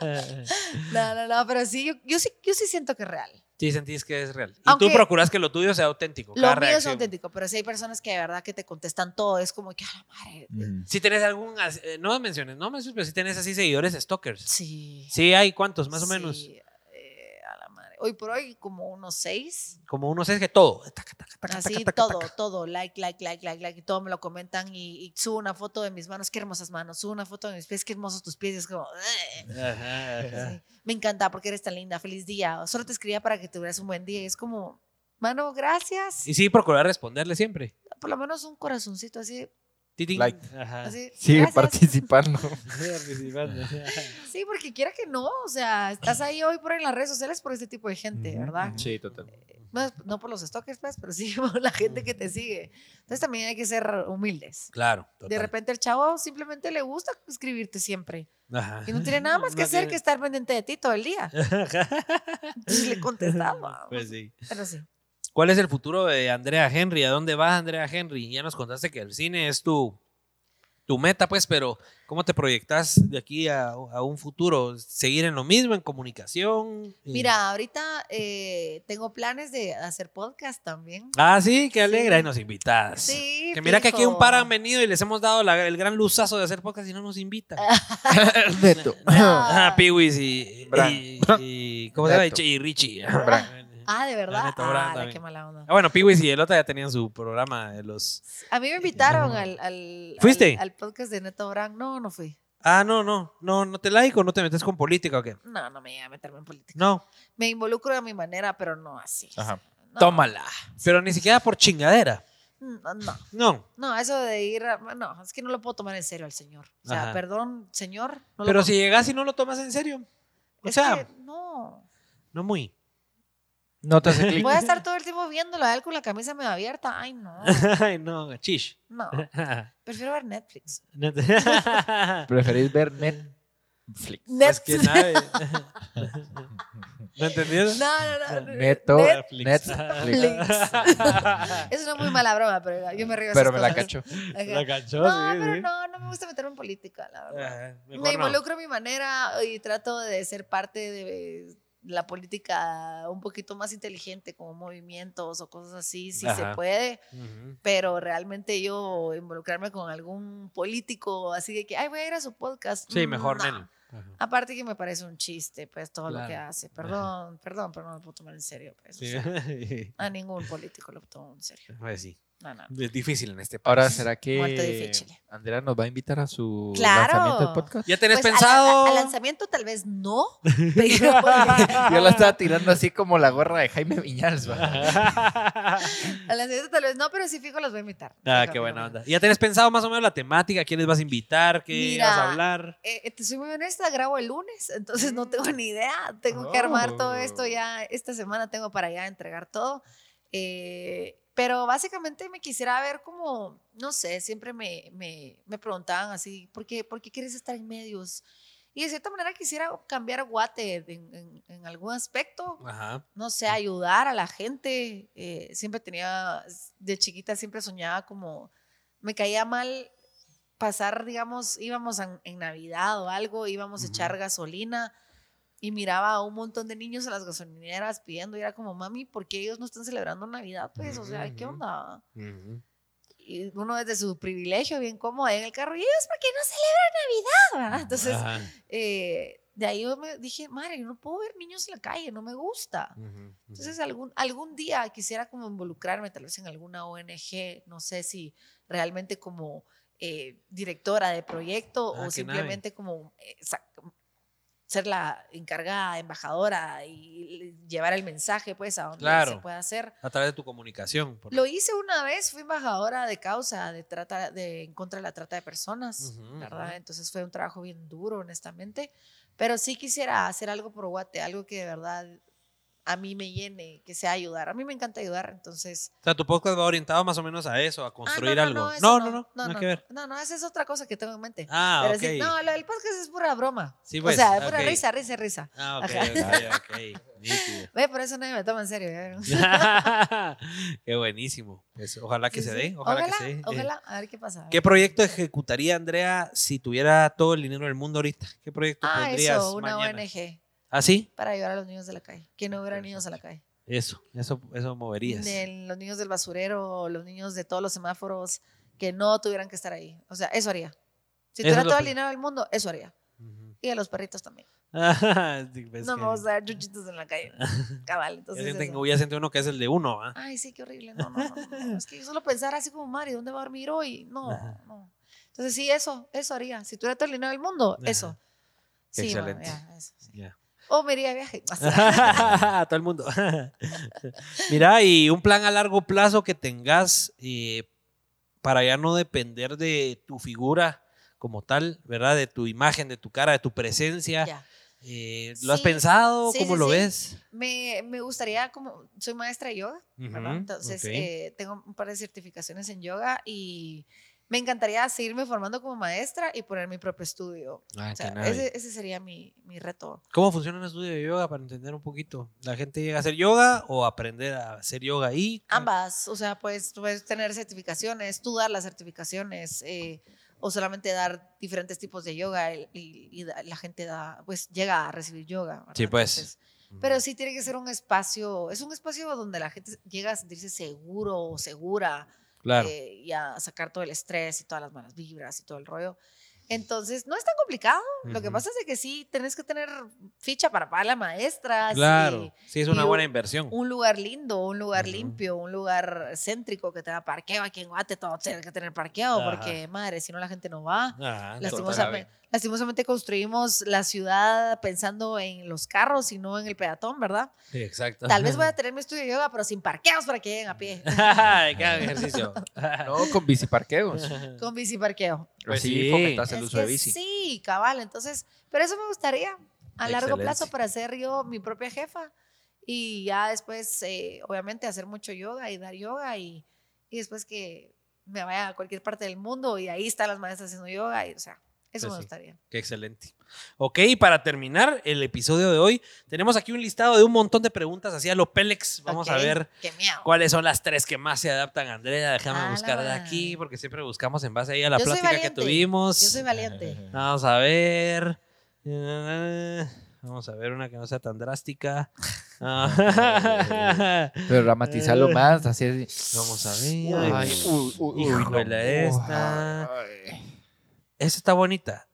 [SPEAKER 1] Mm.
[SPEAKER 6] No, no, no, pero sí, yo, yo sí, yo sí siento que es real.
[SPEAKER 1] Sí, sentís que es real. Y
[SPEAKER 6] Aunque-
[SPEAKER 1] tú procuras que lo tuyo sea auténtico.
[SPEAKER 6] Lo
[SPEAKER 1] cada
[SPEAKER 6] mío es
[SPEAKER 1] reacción.
[SPEAKER 6] auténtico, pero sí hay personas que de verdad que te contestan todo, es como que, a la madre.
[SPEAKER 1] Si tenés algún. as- eh, No menciones, no menciones, pero si tenés así seguidores stalkers.
[SPEAKER 6] Sí.
[SPEAKER 1] Sí, hay cuántos, más o
[SPEAKER 6] Sí,
[SPEAKER 1] menos.
[SPEAKER 6] eh, a la madre. Hoy por hoy, como unos seis.
[SPEAKER 1] Como uno es que todo. Taca, taca, taca,
[SPEAKER 6] Así
[SPEAKER 1] taca, taca,
[SPEAKER 6] todo,
[SPEAKER 1] taca.
[SPEAKER 6] todo, like, like, like, like, like, y todo me lo comentan y, y subo una foto de mis manos, qué hermosas manos, subo una foto de mis pies, qué hermosos tus pies, y es como, "Ugh".
[SPEAKER 1] Ajá, ajá.
[SPEAKER 6] Sí. me encanta porque eres tan linda, feliz día, o solo te escribía para que tuvieras un buen día, y es como, mano, gracias,
[SPEAKER 1] Y sí, procurar responderle siempre.
[SPEAKER 6] por lo menos un corazoncito así,
[SPEAKER 1] Titín.
[SPEAKER 2] Like.
[SPEAKER 1] Ajá.
[SPEAKER 6] así,
[SPEAKER 3] Sigue
[SPEAKER 6] gracias.
[SPEAKER 3] participando.
[SPEAKER 6] Sí, porque quiera que no, o sea, estás ahí hoy por en las redes sociales por este tipo de gente, ¿verdad? Eh,
[SPEAKER 3] Sí, total.
[SPEAKER 6] No, es- no por los stalkers, pues, pero sí por la gente que te sigue. Entonces también hay que ser humildes.
[SPEAKER 1] Claro.
[SPEAKER 6] De
[SPEAKER 1] total.
[SPEAKER 6] repente el chavo simplemente le gusta escribirte siempre
[SPEAKER 1] Ajá.
[SPEAKER 6] y no tiene nada más que
[SPEAKER 1] No
[SPEAKER 6] hacer
[SPEAKER 1] tiene-
[SPEAKER 6] que estar pendiente de ti todo el día. Entonces le contestaba.
[SPEAKER 1] Pues sí.
[SPEAKER 6] Pero sí.
[SPEAKER 1] ¿Cuál es el futuro de Andrea Henry? ¿A dónde va Andrea Henry? Ya nos contaste que el cine es tu, tu meta, pues, pero ¿cómo te proyectas de aquí a, a un futuro? ¿Seguir en lo mismo, en comunicación? Eh,
[SPEAKER 6] Mira, ahorita eh, tengo planes de hacer podcast también.
[SPEAKER 1] Ah, sí, qué
[SPEAKER 6] Sí.
[SPEAKER 1] alegra. Y nos invitas.
[SPEAKER 6] Sí,
[SPEAKER 1] Que mira que aquí un
[SPEAKER 6] fijo.
[SPEAKER 1] par han venido y les hemos dado la- el gran luzazo de hacer podcast y no nos invitan.
[SPEAKER 3] Neto.
[SPEAKER 1] Ah,
[SPEAKER 6] Ah,
[SPEAKER 1] Piwis y,
[SPEAKER 3] Bran.
[SPEAKER 1] y, y- ¿Cómo se llama?
[SPEAKER 3] Neto.
[SPEAKER 1] Y Richie.
[SPEAKER 6] ah, de verdad.
[SPEAKER 1] Neto Brand
[SPEAKER 6] Ah, la
[SPEAKER 1] también.
[SPEAKER 6] qué mala onda.
[SPEAKER 1] Ah, bueno, Piwis y Elota ya tenían su programa de los...
[SPEAKER 6] A mí me invitaron al, al,
[SPEAKER 1] ¿Fuiste?
[SPEAKER 6] al, al podcast de Neto Brand. No, no fui.
[SPEAKER 1] Ah, no, no, no, no te laico, no te metes con política o qué.
[SPEAKER 6] No, no me iba a meterme en política.
[SPEAKER 1] No,
[SPEAKER 6] Me involucro de mi manera, pero no así.
[SPEAKER 2] Ajá.
[SPEAKER 6] No,
[SPEAKER 1] tómala. Pero ni siquiera por chingadera.
[SPEAKER 6] No, no,
[SPEAKER 1] No,
[SPEAKER 6] no, eso de ir. a- no, es que no lo puedo tomar en serio al señor. O sea,
[SPEAKER 1] Ajá.
[SPEAKER 6] perdón, señor. no lo
[SPEAKER 1] pero
[SPEAKER 6] puedo-
[SPEAKER 1] si llegas y no lo tomas en serio. O
[SPEAKER 6] Es
[SPEAKER 1] sea,
[SPEAKER 6] que no.
[SPEAKER 1] no muy.
[SPEAKER 3] No te hace clic.
[SPEAKER 6] Voy a estar todo el tiempo viéndolo a él con la camisa medio abierta. Ay, no.
[SPEAKER 1] Ay, no, chish.
[SPEAKER 6] No. Prefiero ver Netflix.
[SPEAKER 1] No te-
[SPEAKER 3] ¿Preferís ver Netflix?
[SPEAKER 1] Es
[SPEAKER 6] Netflix.
[SPEAKER 1] Pues que nadie. ¿No entendieron?
[SPEAKER 6] No, no, no.
[SPEAKER 3] Neto.
[SPEAKER 6] Netflix.
[SPEAKER 3] Netflix.
[SPEAKER 6] Es una muy mala broma, pero yo me río de
[SPEAKER 3] Pero
[SPEAKER 6] esas
[SPEAKER 3] me la
[SPEAKER 6] cosas.
[SPEAKER 3] cacho.
[SPEAKER 6] Ajá.
[SPEAKER 1] La cachó,
[SPEAKER 6] No,
[SPEAKER 1] sí,
[SPEAKER 6] pero
[SPEAKER 1] sí.
[SPEAKER 6] no, no me gusta meterme en política, la verdad.
[SPEAKER 1] Ah, mejor
[SPEAKER 6] me
[SPEAKER 1] no.
[SPEAKER 6] involucro a mi manera y trato de ser parte de la política un poquito más inteligente, como movimientos o cosas así, si
[SPEAKER 1] Ajá.
[SPEAKER 6] se puede,
[SPEAKER 1] Ujú.
[SPEAKER 6] pero realmente yo involucrarme con algún político así de que, ay, voy a ir a su podcast.
[SPEAKER 1] Sí,
[SPEAKER 6] mm,
[SPEAKER 1] mejor,
[SPEAKER 6] no.
[SPEAKER 1] Nel. Ajá.
[SPEAKER 6] Aparte que me parece un chiste, pues, todo lo que
[SPEAKER 1] Claro.
[SPEAKER 6] hace. Perdón, perdón, pero no lo puedo tomar en serio, pues. o
[SPEAKER 1] Sí.
[SPEAKER 6] sea, a ningún político lo tomo en serio.
[SPEAKER 1] Pues sí.
[SPEAKER 6] No, no, no.
[SPEAKER 1] Es difícil en este país.
[SPEAKER 3] Ahora, ¿será
[SPEAKER 6] Muerto
[SPEAKER 3] que
[SPEAKER 6] difícil.
[SPEAKER 3] Andrea nos va a invitar a su
[SPEAKER 6] Claro.
[SPEAKER 3] lanzamiento de podcast?
[SPEAKER 1] ¿Ya tenés
[SPEAKER 6] Pues, al-
[SPEAKER 1] pensado?
[SPEAKER 6] Al, al lanzamiento tal vez no, pero...
[SPEAKER 3] Yo la estaba tirando así como la gorra de Jaime Viñals. ¿va?
[SPEAKER 6] A las fiestas tal vez no, pero sí fijo los voy a invitar.
[SPEAKER 1] Ah,
[SPEAKER 6] Fijo,
[SPEAKER 1] qué
[SPEAKER 6] fijo,
[SPEAKER 1] buena
[SPEAKER 6] fijo.
[SPEAKER 1] onda. ¿Ya tenés pensado más o menos la temática? ¿Quién les vas a invitar? ¿Qué
[SPEAKER 6] Mira,
[SPEAKER 1] vas a hablar?
[SPEAKER 6] Eh, eh, te soy muy honesta, grabo el lunes, entonces no tengo ni idea. Tengo que armar todo esto ya. Esta semana tengo para ya entregar todo. Eh, pero básicamente me quisiera ver como, no sé, siempre me, me, me preguntaban así, ¿por qué, ¿por qué quieres estar en medios? Y de cierta manera quisiera cambiar guate en, en- en algún aspecto,
[SPEAKER 1] Ajá.
[SPEAKER 6] no sé, ayudar a la gente. eh, siempre tenía, de chiquita siempre soñaba como, me caía mal pasar, digamos, íbamos en, en Navidad o algo, íbamos a echar gasolina y miraba a un montón de niños en las gasolineras pidiendo y era como, mami, ¿por qué ellos no están celebrando Navidad? Pues, o sea, ¿qué
[SPEAKER 1] Ujú.
[SPEAKER 6] onda?
[SPEAKER 1] Ujú.
[SPEAKER 6] Y uno desde su privilegio, bien cómodo ahí en el carro, ¿y ellos por qué no celebran Navidad? verdad? Entonces,
[SPEAKER 1] Ajá.
[SPEAKER 6] eh, de ahí yo me dije, madre, yo no puedo ver niños en la calle, no me gusta.
[SPEAKER 1] Ujú.
[SPEAKER 6] Entonces, algún, algún día quisiera como involucrarme tal vez en alguna ONG, no sé si realmente como eh, directora de proyecto
[SPEAKER 1] Ah, qué
[SPEAKER 6] o simplemente como eh, sa- ser la encargada, embajadora y llevar el mensaje pues a donde se
[SPEAKER 1] Claro.
[SPEAKER 6] pueda hacer.
[SPEAKER 1] A través de tu comunicación. por-
[SPEAKER 6] Lo hice una vez, fui embajadora de causa de trata de en contra de la trata de personas,
[SPEAKER 1] Ujú,
[SPEAKER 6] ¿verdad?
[SPEAKER 1] ujú.
[SPEAKER 6] Entonces fue un trabajo bien duro, honestamente, pero sí quisiera hacer algo por Guate, algo que de verdad a mí me llene, que sea ayudar. A mí me encanta ayudar, entonces
[SPEAKER 1] O sea, tu podcast va orientado más o menos a eso, a
[SPEAKER 6] Ah,
[SPEAKER 1] construir
[SPEAKER 6] no,
[SPEAKER 1] algo.
[SPEAKER 6] eso
[SPEAKER 1] No, no, no, nada que ver.
[SPEAKER 6] No, no, esa es otra cosa que tengo en mente.
[SPEAKER 1] Ah,
[SPEAKER 6] pero
[SPEAKER 1] ok.
[SPEAKER 6] sí, no, lo del podcast es pura broma.
[SPEAKER 1] Sí, pues,
[SPEAKER 6] o sea, es pura
[SPEAKER 1] ok.
[SPEAKER 6] risa, risa, risa.
[SPEAKER 1] Ah, ok,
[SPEAKER 6] Ajá.
[SPEAKER 1] ok, ok. Nítido.
[SPEAKER 6] Ve, por eso nadie me toma en serio. ¿eh? ya vieron.
[SPEAKER 1] Qué buenísimo. Eso, Ojalá que
[SPEAKER 6] Sí,
[SPEAKER 1] se
[SPEAKER 6] sí.
[SPEAKER 1] dé. Ojalá, que se dé. Eh,
[SPEAKER 6] Ojalá, a ver qué pasa.
[SPEAKER 1] ¿Qué proyecto ejecutaría Andrea si tuviera todo el dinero del mundo ahorita? ¿Qué proyecto
[SPEAKER 6] Ah,
[SPEAKER 1] pondrías
[SPEAKER 6] eso, una
[SPEAKER 1] mañana?
[SPEAKER 6] ONG.
[SPEAKER 1] ¿Ah, sí?
[SPEAKER 6] para ayudar a los niños de la calle, que no hubiera niños a la calle.
[SPEAKER 1] Eso, eso, eso moverías.
[SPEAKER 6] Del- los niños del basurero, los niños de todos los semáforos, que no tuvieran que estar ahí. O sea, eso haría. Si
[SPEAKER 1] Eso
[SPEAKER 6] tuviera
[SPEAKER 1] es lo
[SPEAKER 6] todo el
[SPEAKER 1] pri-
[SPEAKER 6] dinero del mundo, eso haría.
[SPEAKER 1] Ujú.
[SPEAKER 6] Y a los perritos también.
[SPEAKER 1] Sí, pues,
[SPEAKER 6] no
[SPEAKER 1] que-
[SPEAKER 6] me gusta dar chuchitos en la calle. Cabal,
[SPEAKER 1] Ya
[SPEAKER 6] entonces.
[SPEAKER 1] sienten,
[SPEAKER 6] eso.
[SPEAKER 1] uy, ya siente uno que es el de uno, ¿ah?
[SPEAKER 6] Ay, sí, qué horrible. No, no, no, no, no. Es que yo solo pensar así como, Mari, ¿dónde va a dormir hoy? No,
[SPEAKER 1] Ajá.
[SPEAKER 6] no. Entonces, sí, eso, eso haría. Si tuviera todo el dinero del mundo,
[SPEAKER 1] Ajá.
[SPEAKER 6] eso.
[SPEAKER 3] Qué
[SPEAKER 6] Sí, bueno,
[SPEAKER 3] excelente.
[SPEAKER 6] ya, eso, sí.
[SPEAKER 1] Ya.
[SPEAKER 6] O me iría de viaje. O sea,
[SPEAKER 1] A todo el mundo. Mira, y un plan a largo plazo que tengas eh, para ya no depender de tu figura como tal, ¿verdad? De tu imagen, de tu cara, de tu presencia.
[SPEAKER 6] ya.
[SPEAKER 1] Eh, ¿Lo has
[SPEAKER 6] Sí,
[SPEAKER 1] pensado?
[SPEAKER 6] sí,
[SPEAKER 1] ¿Cómo
[SPEAKER 6] sí,
[SPEAKER 1] lo
[SPEAKER 6] sí.
[SPEAKER 1] ves?
[SPEAKER 6] Me, me gustaría, como soy maestra de yoga, ¿verdad?
[SPEAKER 1] Ujú,
[SPEAKER 6] Entonces,
[SPEAKER 1] ok.
[SPEAKER 6] eh, tengo un par de certificaciones en yoga y me encantaría seguirme formando como maestra y poner mi propio estudio.
[SPEAKER 1] Ah,
[SPEAKER 6] O sea,
[SPEAKER 1] qué nave.
[SPEAKER 6] ese, ese sería mi, mi reto.
[SPEAKER 1] ¿Cómo funciona un estudio de yoga para entender un poquito? ¿La gente llega a hacer yoga o aprender a hacer yoga ahí?
[SPEAKER 6] Ambas, o sea, pues puedes tener certificaciones, tú dar las certificaciones eh, o solamente dar diferentes tipos de yoga y, y- y da- la gente da, pues llega a recibir yoga. ¿verdad?
[SPEAKER 8] Sí, pues.
[SPEAKER 6] Entonces, pero sí tiene que ser un espacio, es un espacio donde la gente llega a sentirse seguro o segura
[SPEAKER 8] Claro.
[SPEAKER 6] eh, y a sacar todo el estrés y todas las malas vibras y todo el rollo. Entonces, no es tan complicado. Lo que
[SPEAKER 8] Ujú.
[SPEAKER 6] pasa es de que sí, tenés que tener ficha para pagar la maestra. sí,
[SPEAKER 8] Claro. Sí, es una
[SPEAKER 6] y
[SPEAKER 8] buena
[SPEAKER 6] un-
[SPEAKER 8] inversión.
[SPEAKER 6] un lugar lindo, un lugar
[SPEAKER 8] Ujú.
[SPEAKER 6] limpio, un lugar céntrico que te da parqueo. Aquí en Guate todo tiene que tener parqueo
[SPEAKER 8] Ajá.
[SPEAKER 6] porque, madre, si no la gente no va.
[SPEAKER 8] Ah,
[SPEAKER 6] Lastimosa- lastimosamente construimos la ciudad pensando en los carros y no en el peatón, ¿verdad?
[SPEAKER 8] sí, exacto.
[SPEAKER 6] Tal vez voy a tener mi estudio de yoga, pero sin parqueos para que lleguen a pie.
[SPEAKER 8] Ay, cada ejercicio.
[SPEAKER 3] No, con biciparqueos.
[SPEAKER 6] Con bici parqueo.
[SPEAKER 8] Pues
[SPEAKER 3] Así
[SPEAKER 8] sí.
[SPEAKER 3] fomentas el
[SPEAKER 6] Es
[SPEAKER 3] uso de
[SPEAKER 6] que
[SPEAKER 3] bici.
[SPEAKER 6] Sí, cabal. Entonces, pero eso me gustaría a largo
[SPEAKER 3] Excelente.
[SPEAKER 6] plazo para ser yo mi propia jefa y ya después, eh, obviamente, hacer mucho yoga y dar yoga y, y después que me vaya a cualquier parte del mundo y ahí están las maestras haciendo yoga y, o sea, eso
[SPEAKER 8] Pues
[SPEAKER 6] me
[SPEAKER 8] sí.
[SPEAKER 6] gustaría.
[SPEAKER 1] Qué excelente. Ok, y para terminar el episodio de hoy, tenemos aquí un listado de un montón de preguntas hacia los Pélex. Vamos
[SPEAKER 6] Ok,
[SPEAKER 1] a ver
[SPEAKER 6] Qué miedo.
[SPEAKER 1] cuáles son las tres que más se adaptan a Andrea. Déjame
[SPEAKER 6] A Ah, la
[SPEAKER 1] buscar de
[SPEAKER 6] madre.
[SPEAKER 1] aquí, porque siempre buscamos en base ahí a la
[SPEAKER 6] Yo soy
[SPEAKER 1] plática que
[SPEAKER 6] valiente.
[SPEAKER 1] tuvimos.
[SPEAKER 6] Yo soy valiente.
[SPEAKER 1] Vamos a ver. Eh, Vamos a ver una que no sea tan drástica. Ah,
[SPEAKER 3] Pero dramatizarlo más, así es.
[SPEAKER 1] Vamos a ver.
[SPEAKER 3] Ay, uy, uy, uy,
[SPEAKER 1] Híjole,
[SPEAKER 3] no.
[SPEAKER 1] esta.
[SPEAKER 3] Ay.
[SPEAKER 1] Esa está bonita.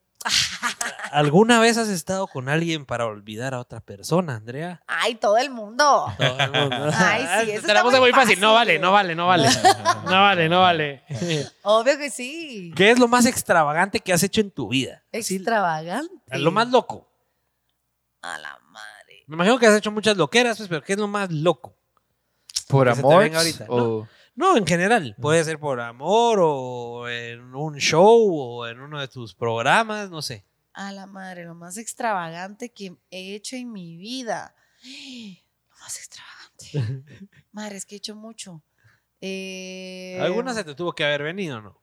[SPEAKER 1] ¿Alguna vez has estado con alguien para olvidar a otra persona, Andrea?
[SPEAKER 6] Ay, todo el mundo.
[SPEAKER 1] Todo el mundo.
[SPEAKER 6] Ay, sí, eso
[SPEAKER 1] Te la
[SPEAKER 6] está
[SPEAKER 1] puse muy
[SPEAKER 6] muy
[SPEAKER 1] fácil. No vale,
[SPEAKER 6] fácil.
[SPEAKER 1] no vale, no vale. No vale, no vale.
[SPEAKER 6] Obvio que sí.
[SPEAKER 1] ¿Qué es lo más extravagante que has hecho en tu vida? Así,
[SPEAKER 6] Extravagante.
[SPEAKER 1] Lo más loco.
[SPEAKER 6] A la madre.
[SPEAKER 1] Me imagino que has hecho muchas loqueras, pues, pero ¿qué es lo más loco?
[SPEAKER 3] Por
[SPEAKER 1] Que se te
[SPEAKER 3] amor.
[SPEAKER 1] venga ahorita, ¿no?
[SPEAKER 3] o-
[SPEAKER 1] No, en general.
[SPEAKER 6] Mm.
[SPEAKER 1] Puede ser por amor o en un show o en uno de tus programas, no sé.
[SPEAKER 6] A la madre, lo más extravagante que he hecho en mi vida. Lo más extravagante. madre, es que he hecho mucho. Eh,
[SPEAKER 1] Alguna se te tuvo que haber venido, ¿no?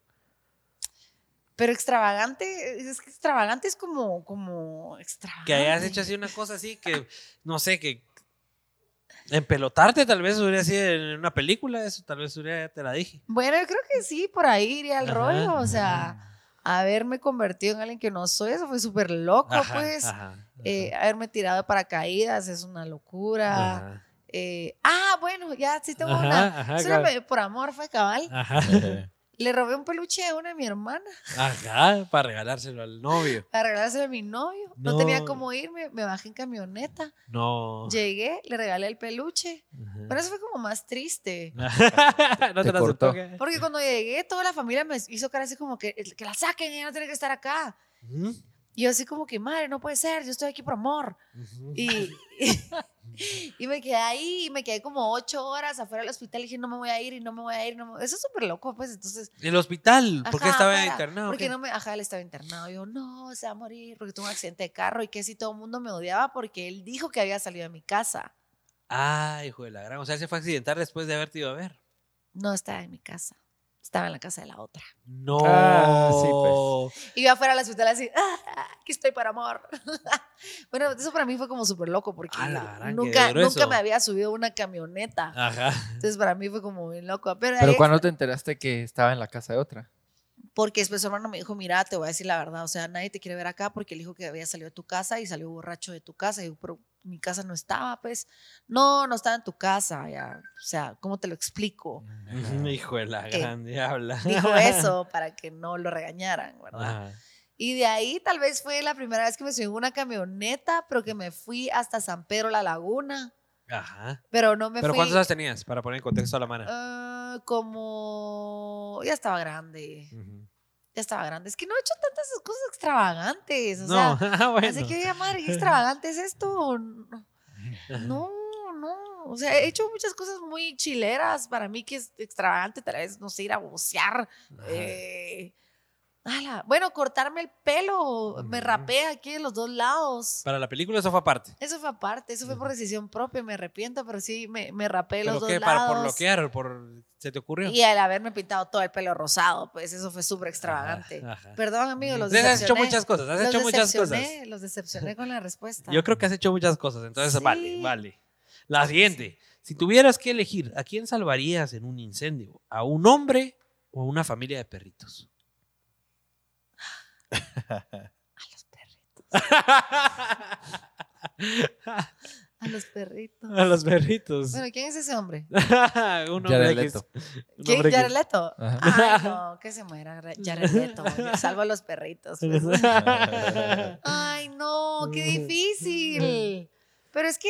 [SPEAKER 6] Pero extravagante, es que extravagante es como, como extravagante.
[SPEAKER 1] Que hayas hecho así una cosa así que, no sé, que empelotarte tal vez hubiera sido en una película, eso tal vez hubiera, ya te la dije.
[SPEAKER 6] Bueno, yo creo que sí, por ahí iría el
[SPEAKER 1] Ajá,
[SPEAKER 6] rollo. O sea, haberme convertido en alguien que no soy, eso fue súper loco,
[SPEAKER 1] Ajá,
[SPEAKER 6] pues.
[SPEAKER 1] ajá, ajá.
[SPEAKER 6] Eh, haberme tirado de paracaídas es una locura.
[SPEAKER 1] Ajá.
[SPEAKER 6] Eh, ah, bueno, ya sí tengo
[SPEAKER 1] Ajá,
[SPEAKER 6] una.
[SPEAKER 1] ajá,
[SPEAKER 6] Solo
[SPEAKER 1] claro.
[SPEAKER 6] me- por amor fue cabal.
[SPEAKER 1] Ajá.
[SPEAKER 6] Le robé un peluche a una de mi hermana
[SPEAKER 1] Ajá, para regalárselo al novio.
[SPEAKER 6] para regalárselo a mi novio. No, tenía
[SPEAKER 1] No. Ah.
[SPEAKER 6] cómo irme, me bajé en camioneta.
[SPEAKER 1] No.
[SPEAKER 6] Llegué, le regalé el peluche.
[SPEAKER 1] Ah.
[SPEAKER 6] Pero eso fue como más triste.
[SPEAKER 1] no te,
[SPEAKER 3] Te
[SPEAKER 1] la
[SPEAKER 3] cortó.
[SPEAKER 1] aceptó. ¿qué?
[SPEAKER 6] Porque cuando llegué, toda la familia me hizo cara así como que, que la saquen, ella no tiene que estar acá.
[SPEAKER 1] Ujú,
[SPEAKER 6] Y yo así como que, madre, no puede ser, yo estoy aquí por amor.
[SPEAKER 1] ujú.
[SPEAKER 6] Y, y me quedé ahí, y me quedé como ocho horas afuera del hospital y dije, no me voy a ir y no me voy a ir. No me- Eso es súper loco, pues entonces...
[SPEAKER 1] El hospital, porque
[SPEAKER 6] ajá,
[SPEAKER 1] estaba
[SPEAKER 6] afuera,
[SPEAKER 1] internado?
[SPEAKER 6] Porque
[SPEAKER 1] ¿Qué?
[SPEAKER 6] no me, ajá, él estaba internado. Yo, no, se va a morir porque tuvo un accidente de carro y que si todo el mundo me odiaba porque él dijo que había salido de mi casa.
[SPEAKER 1] Ay, Ah, hijo de la gran. O sea, él se fue a accidentar después de haberte ido a ver.
[SPEAKER 6] No estaba en mi casa. Estaba en la casa de la otra.
[SPEAKER 1] No.
[SPEAKER 3] Ah, sí,
[SPEAKER 6] Y yo afuera del hospital así, "Ah, aquí estoy por amor. bueno, eso para mí fue como súper loco porque
[SPEAKER 1] A la gran, qué
[SPEAKER 6] nunca, nunca
[SPEAKER 1] grueso. Ah.
[SPEAKER 6] me había subido a una camioneta.
[SPEAKER 1] Ajá.
[SPEAKER 6] Entonces para mí fue como bien loco. Pero,
[SPEAKER 3] Pero
[SPEAKER 6] ahí-
[SPEAKER 3] cuando te enteraste que estaba en la casa de otra.
[SPEAKER 6] porque después su hermano me dijo, mira, te voy a decir la verdad, o sea, nadie te quiere ver acá porque él dijo que había salido de tu casa y salió borracho de tu casa. Y yo, pero mi casa no estaba, pues, no, no estaba en tu casa, ya, o sea, ¿cómo te lo explico?
[SPEAKER 1] Hijo de la
[SPEAKER 6] ¿Qué?
[SPEAKER 1] gran diabla.
[SPEAKER 6] Dijo eso para que no lo regañaran, ¿verdad?
[SPEAKER 1] Ajá.
[SPEAKER 6] Y de ahí tal vez fue la primera vez que me subí en una camioneta, pero que me fui hasta San Pedro La Laguna,
[SPEAKER 1] Ajá.
[SPEAKER 6] pero no me
[SPEAKER 1] ¿Pero
[SPEAKER 6] fui
[SPEAKER 1] cuántos años tenías para poner en contexto a la mano?
[SPEAKER 6] eh, como ya estaba grande, ya estaba grande. Es que no he hecho tantas cosas extravagantes, pues, o sea,
[SPEAKER 1] no, ah, bueno.
[SPEAKER 6] Así que, oiga, madre, qué extravagante es esto. No, no. O sea, he hecho muchas cosas muy chileras. Para mí que es extravagante, tal vez, no sé, ir a bucear.
[SPEAKER 1] Ajá.
[SPEAKER 6] eh, ala, Bueno, cortarme el pelo. Me
[SPEAKER 1] Ujú.
[SPEAKER 6] rapé aquí de los dos lados.
[SPEAKER 1] Para la película eso fue aparte.
[SPEAKER 6] Eso fue aparte, eso fue por
[SPEAKER 1] Ujú.
[SPEAKER 6] decisión propia, me arrepiento, pero sí, me, me rapé de los
[SPEAKER 1] ¿Pero
[SPEAKER 6] dos
[SPEAKER 1] qué?
[SPEAKER 6] lados.
[SPEAKER 1] ¿Para por bloquear? Por... ¿Se te ocurrió?
[SPEAKER 6] Y al haberme pintado todo el pelo rosado, pues eso fue súper extravagante.
[SPEAKER 1] Ajá, ajá.
[SPEAKER 6] Perdón, amigo, los
[SPEAKER 1] Entonces, has hecho
[SPEAKER 6] decepcioné.
[SPEAKER 1] muchas cosas, has
[SPEAKER 6] los
[SPEAKER 1] hecho muchas cosas.
[SPEAKER 6] decepcioné, Los decepcioné con la respuesta.
[SPEAKER 1] Yo creo que has hecho muchas cosas, entonces
[SPEAKER 6] Sí.
[SPEAKER 1] vale, vale. La siguiente, si tuvieras que elegir, ¿a quién salvarías en un incendio? ¿A un hombre o a una familia de perritos?
[SPEAKER 6] A los perritos. A los perritos.
[SPEAKER 1] A los perritos.
[SPEAKER 6] Bueno, ¿quién es ese hombre?
[SPEAKER 1] un hombre
[SPEAKER 3] Jared
[SPEAKER 1] X.
[SPEAKER 3] Leto.
[SPEAKER 1] Un
[SPEAKER 6] ¿Quién?
[SPEAKER 1] hombre X.
[SPEAKER 6] ¿Jared Leto?
[SPEAKER 3] Ajá.
[SPEAKER 1] Ah.
[SPEAKER 6] Ay, no, que se muera Ra- Jared Leto. Yo Salvo a los perritos. pues. Ay, no, qué difícil. Pero es que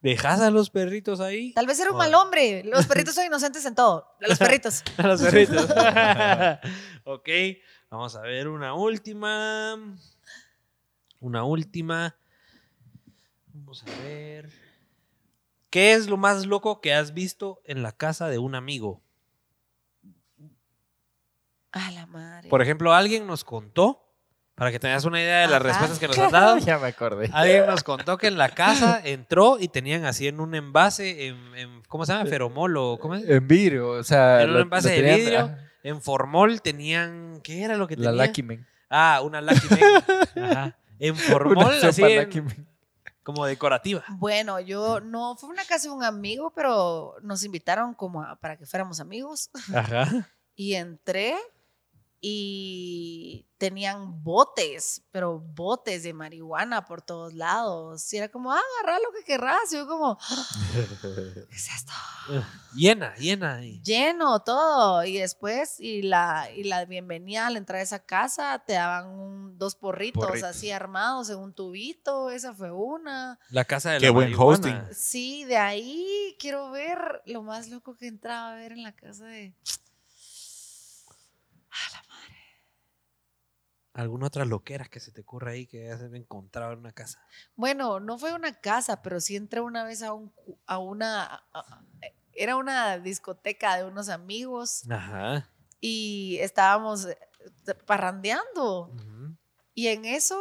[SPEAKER 1] ¿Dejas a los perritos ahí?
[SPEAKER 6] tal vez era un mal hombre. Los perritos son inocentes en todo. A los perritos.
[SPEAKER 1] A los perritos. ok, vamos a ver una última. Una última. Vamos a ver. ¿Qué es lo más loco que has visto en la casa de un amigo?
[SPEAKER 6] A la madre.
[SPEAKER 1] Por ejemplo, alguien nos contó, para que tengas una idea de las
[SPEAKER 6] Ajá.
[SPEAKER 1] respuestas que nos han dado,
[SPEAKER 3] Ya me acordé.
[SPEAKER 1] alguien nos contó que en la casa entró y tenían así en un envase, en, en- ¿cómo se llama? Feromolo, ¿cómo es?
[SPEAKER 3] En vidrio, o sea.
[SPEAKER 1] En pues. un
[SPEAKER 3] lo-
[SPEAKER 1] envase
[SPEAKER 3] lo
[SPEAKER 1] de
[SPEAKER 3] tenían-
[SPEAKER 1] vidrio,
[SPEAKER 3] ajá,
[SPEAKER 1] En formol tenían, ¿qué era lo que
[SPEAKER 3] La
[SPEAKER 1] tenían?
[SPEAKER 3] Lucky Man.
[SPEAKER 1] Ah, una Lucky Man. Ajá. En formol,
[SPEAKER 3] Una
[SPEAKER 1] así
[SPEAKER 3] sopa
[SPEAKER 1] en-
[SPEAKER 3] Lucky Man.
[SPEAKER 1] como decorativa.
[SPEAKER 6] Bueno, yo no, fue una casa de un amigo, pero nos invitaron como a- para que fuéramos amigos.
[SPEAKER 1] Ajá.
[SPEAKER 6] Y entré y tenían botes, pero botes de marihuana por todos lados. Y era como, ah, agarra lo que querrás. Y yo como, ¿qué es esto?
[SPEAKER 1] Llena, llena. ahí.
[SPEAKER 6] Lleno todo. Y después, y la, y la bienvenida al entrar a esa casa, te daban un- dos porritos,
[SPEAKER 3] Porritos.
[SPEAKER 6] así armados en un tubito. Esa fue una.
[SPEAKER 1] La casa de
[SPEAKER 2] Qué
[SPEAKER 1] la
[SPEAKER 2] buen
[SPEAKER 1] marihuana.
[SPEAKER 2] hosting.
[SPEAKER 6] Sí, de ahí quiero ver lo más loco que entraba a ver en la casa de...
[SPEAKER 1] ¿Alguna otra loquera que se te ocurra ahí que has encontrado en una casa?
[SPEAKER 6] Bueno, no fue una casa, pero sí entré una vez a, un, cu- a una... a- a- eh, era una discoteca de unos amigos
[SPEAKER 1] Ajá.
[SPEAKER 6] y estábamos eh, parrandeando. Y en eso,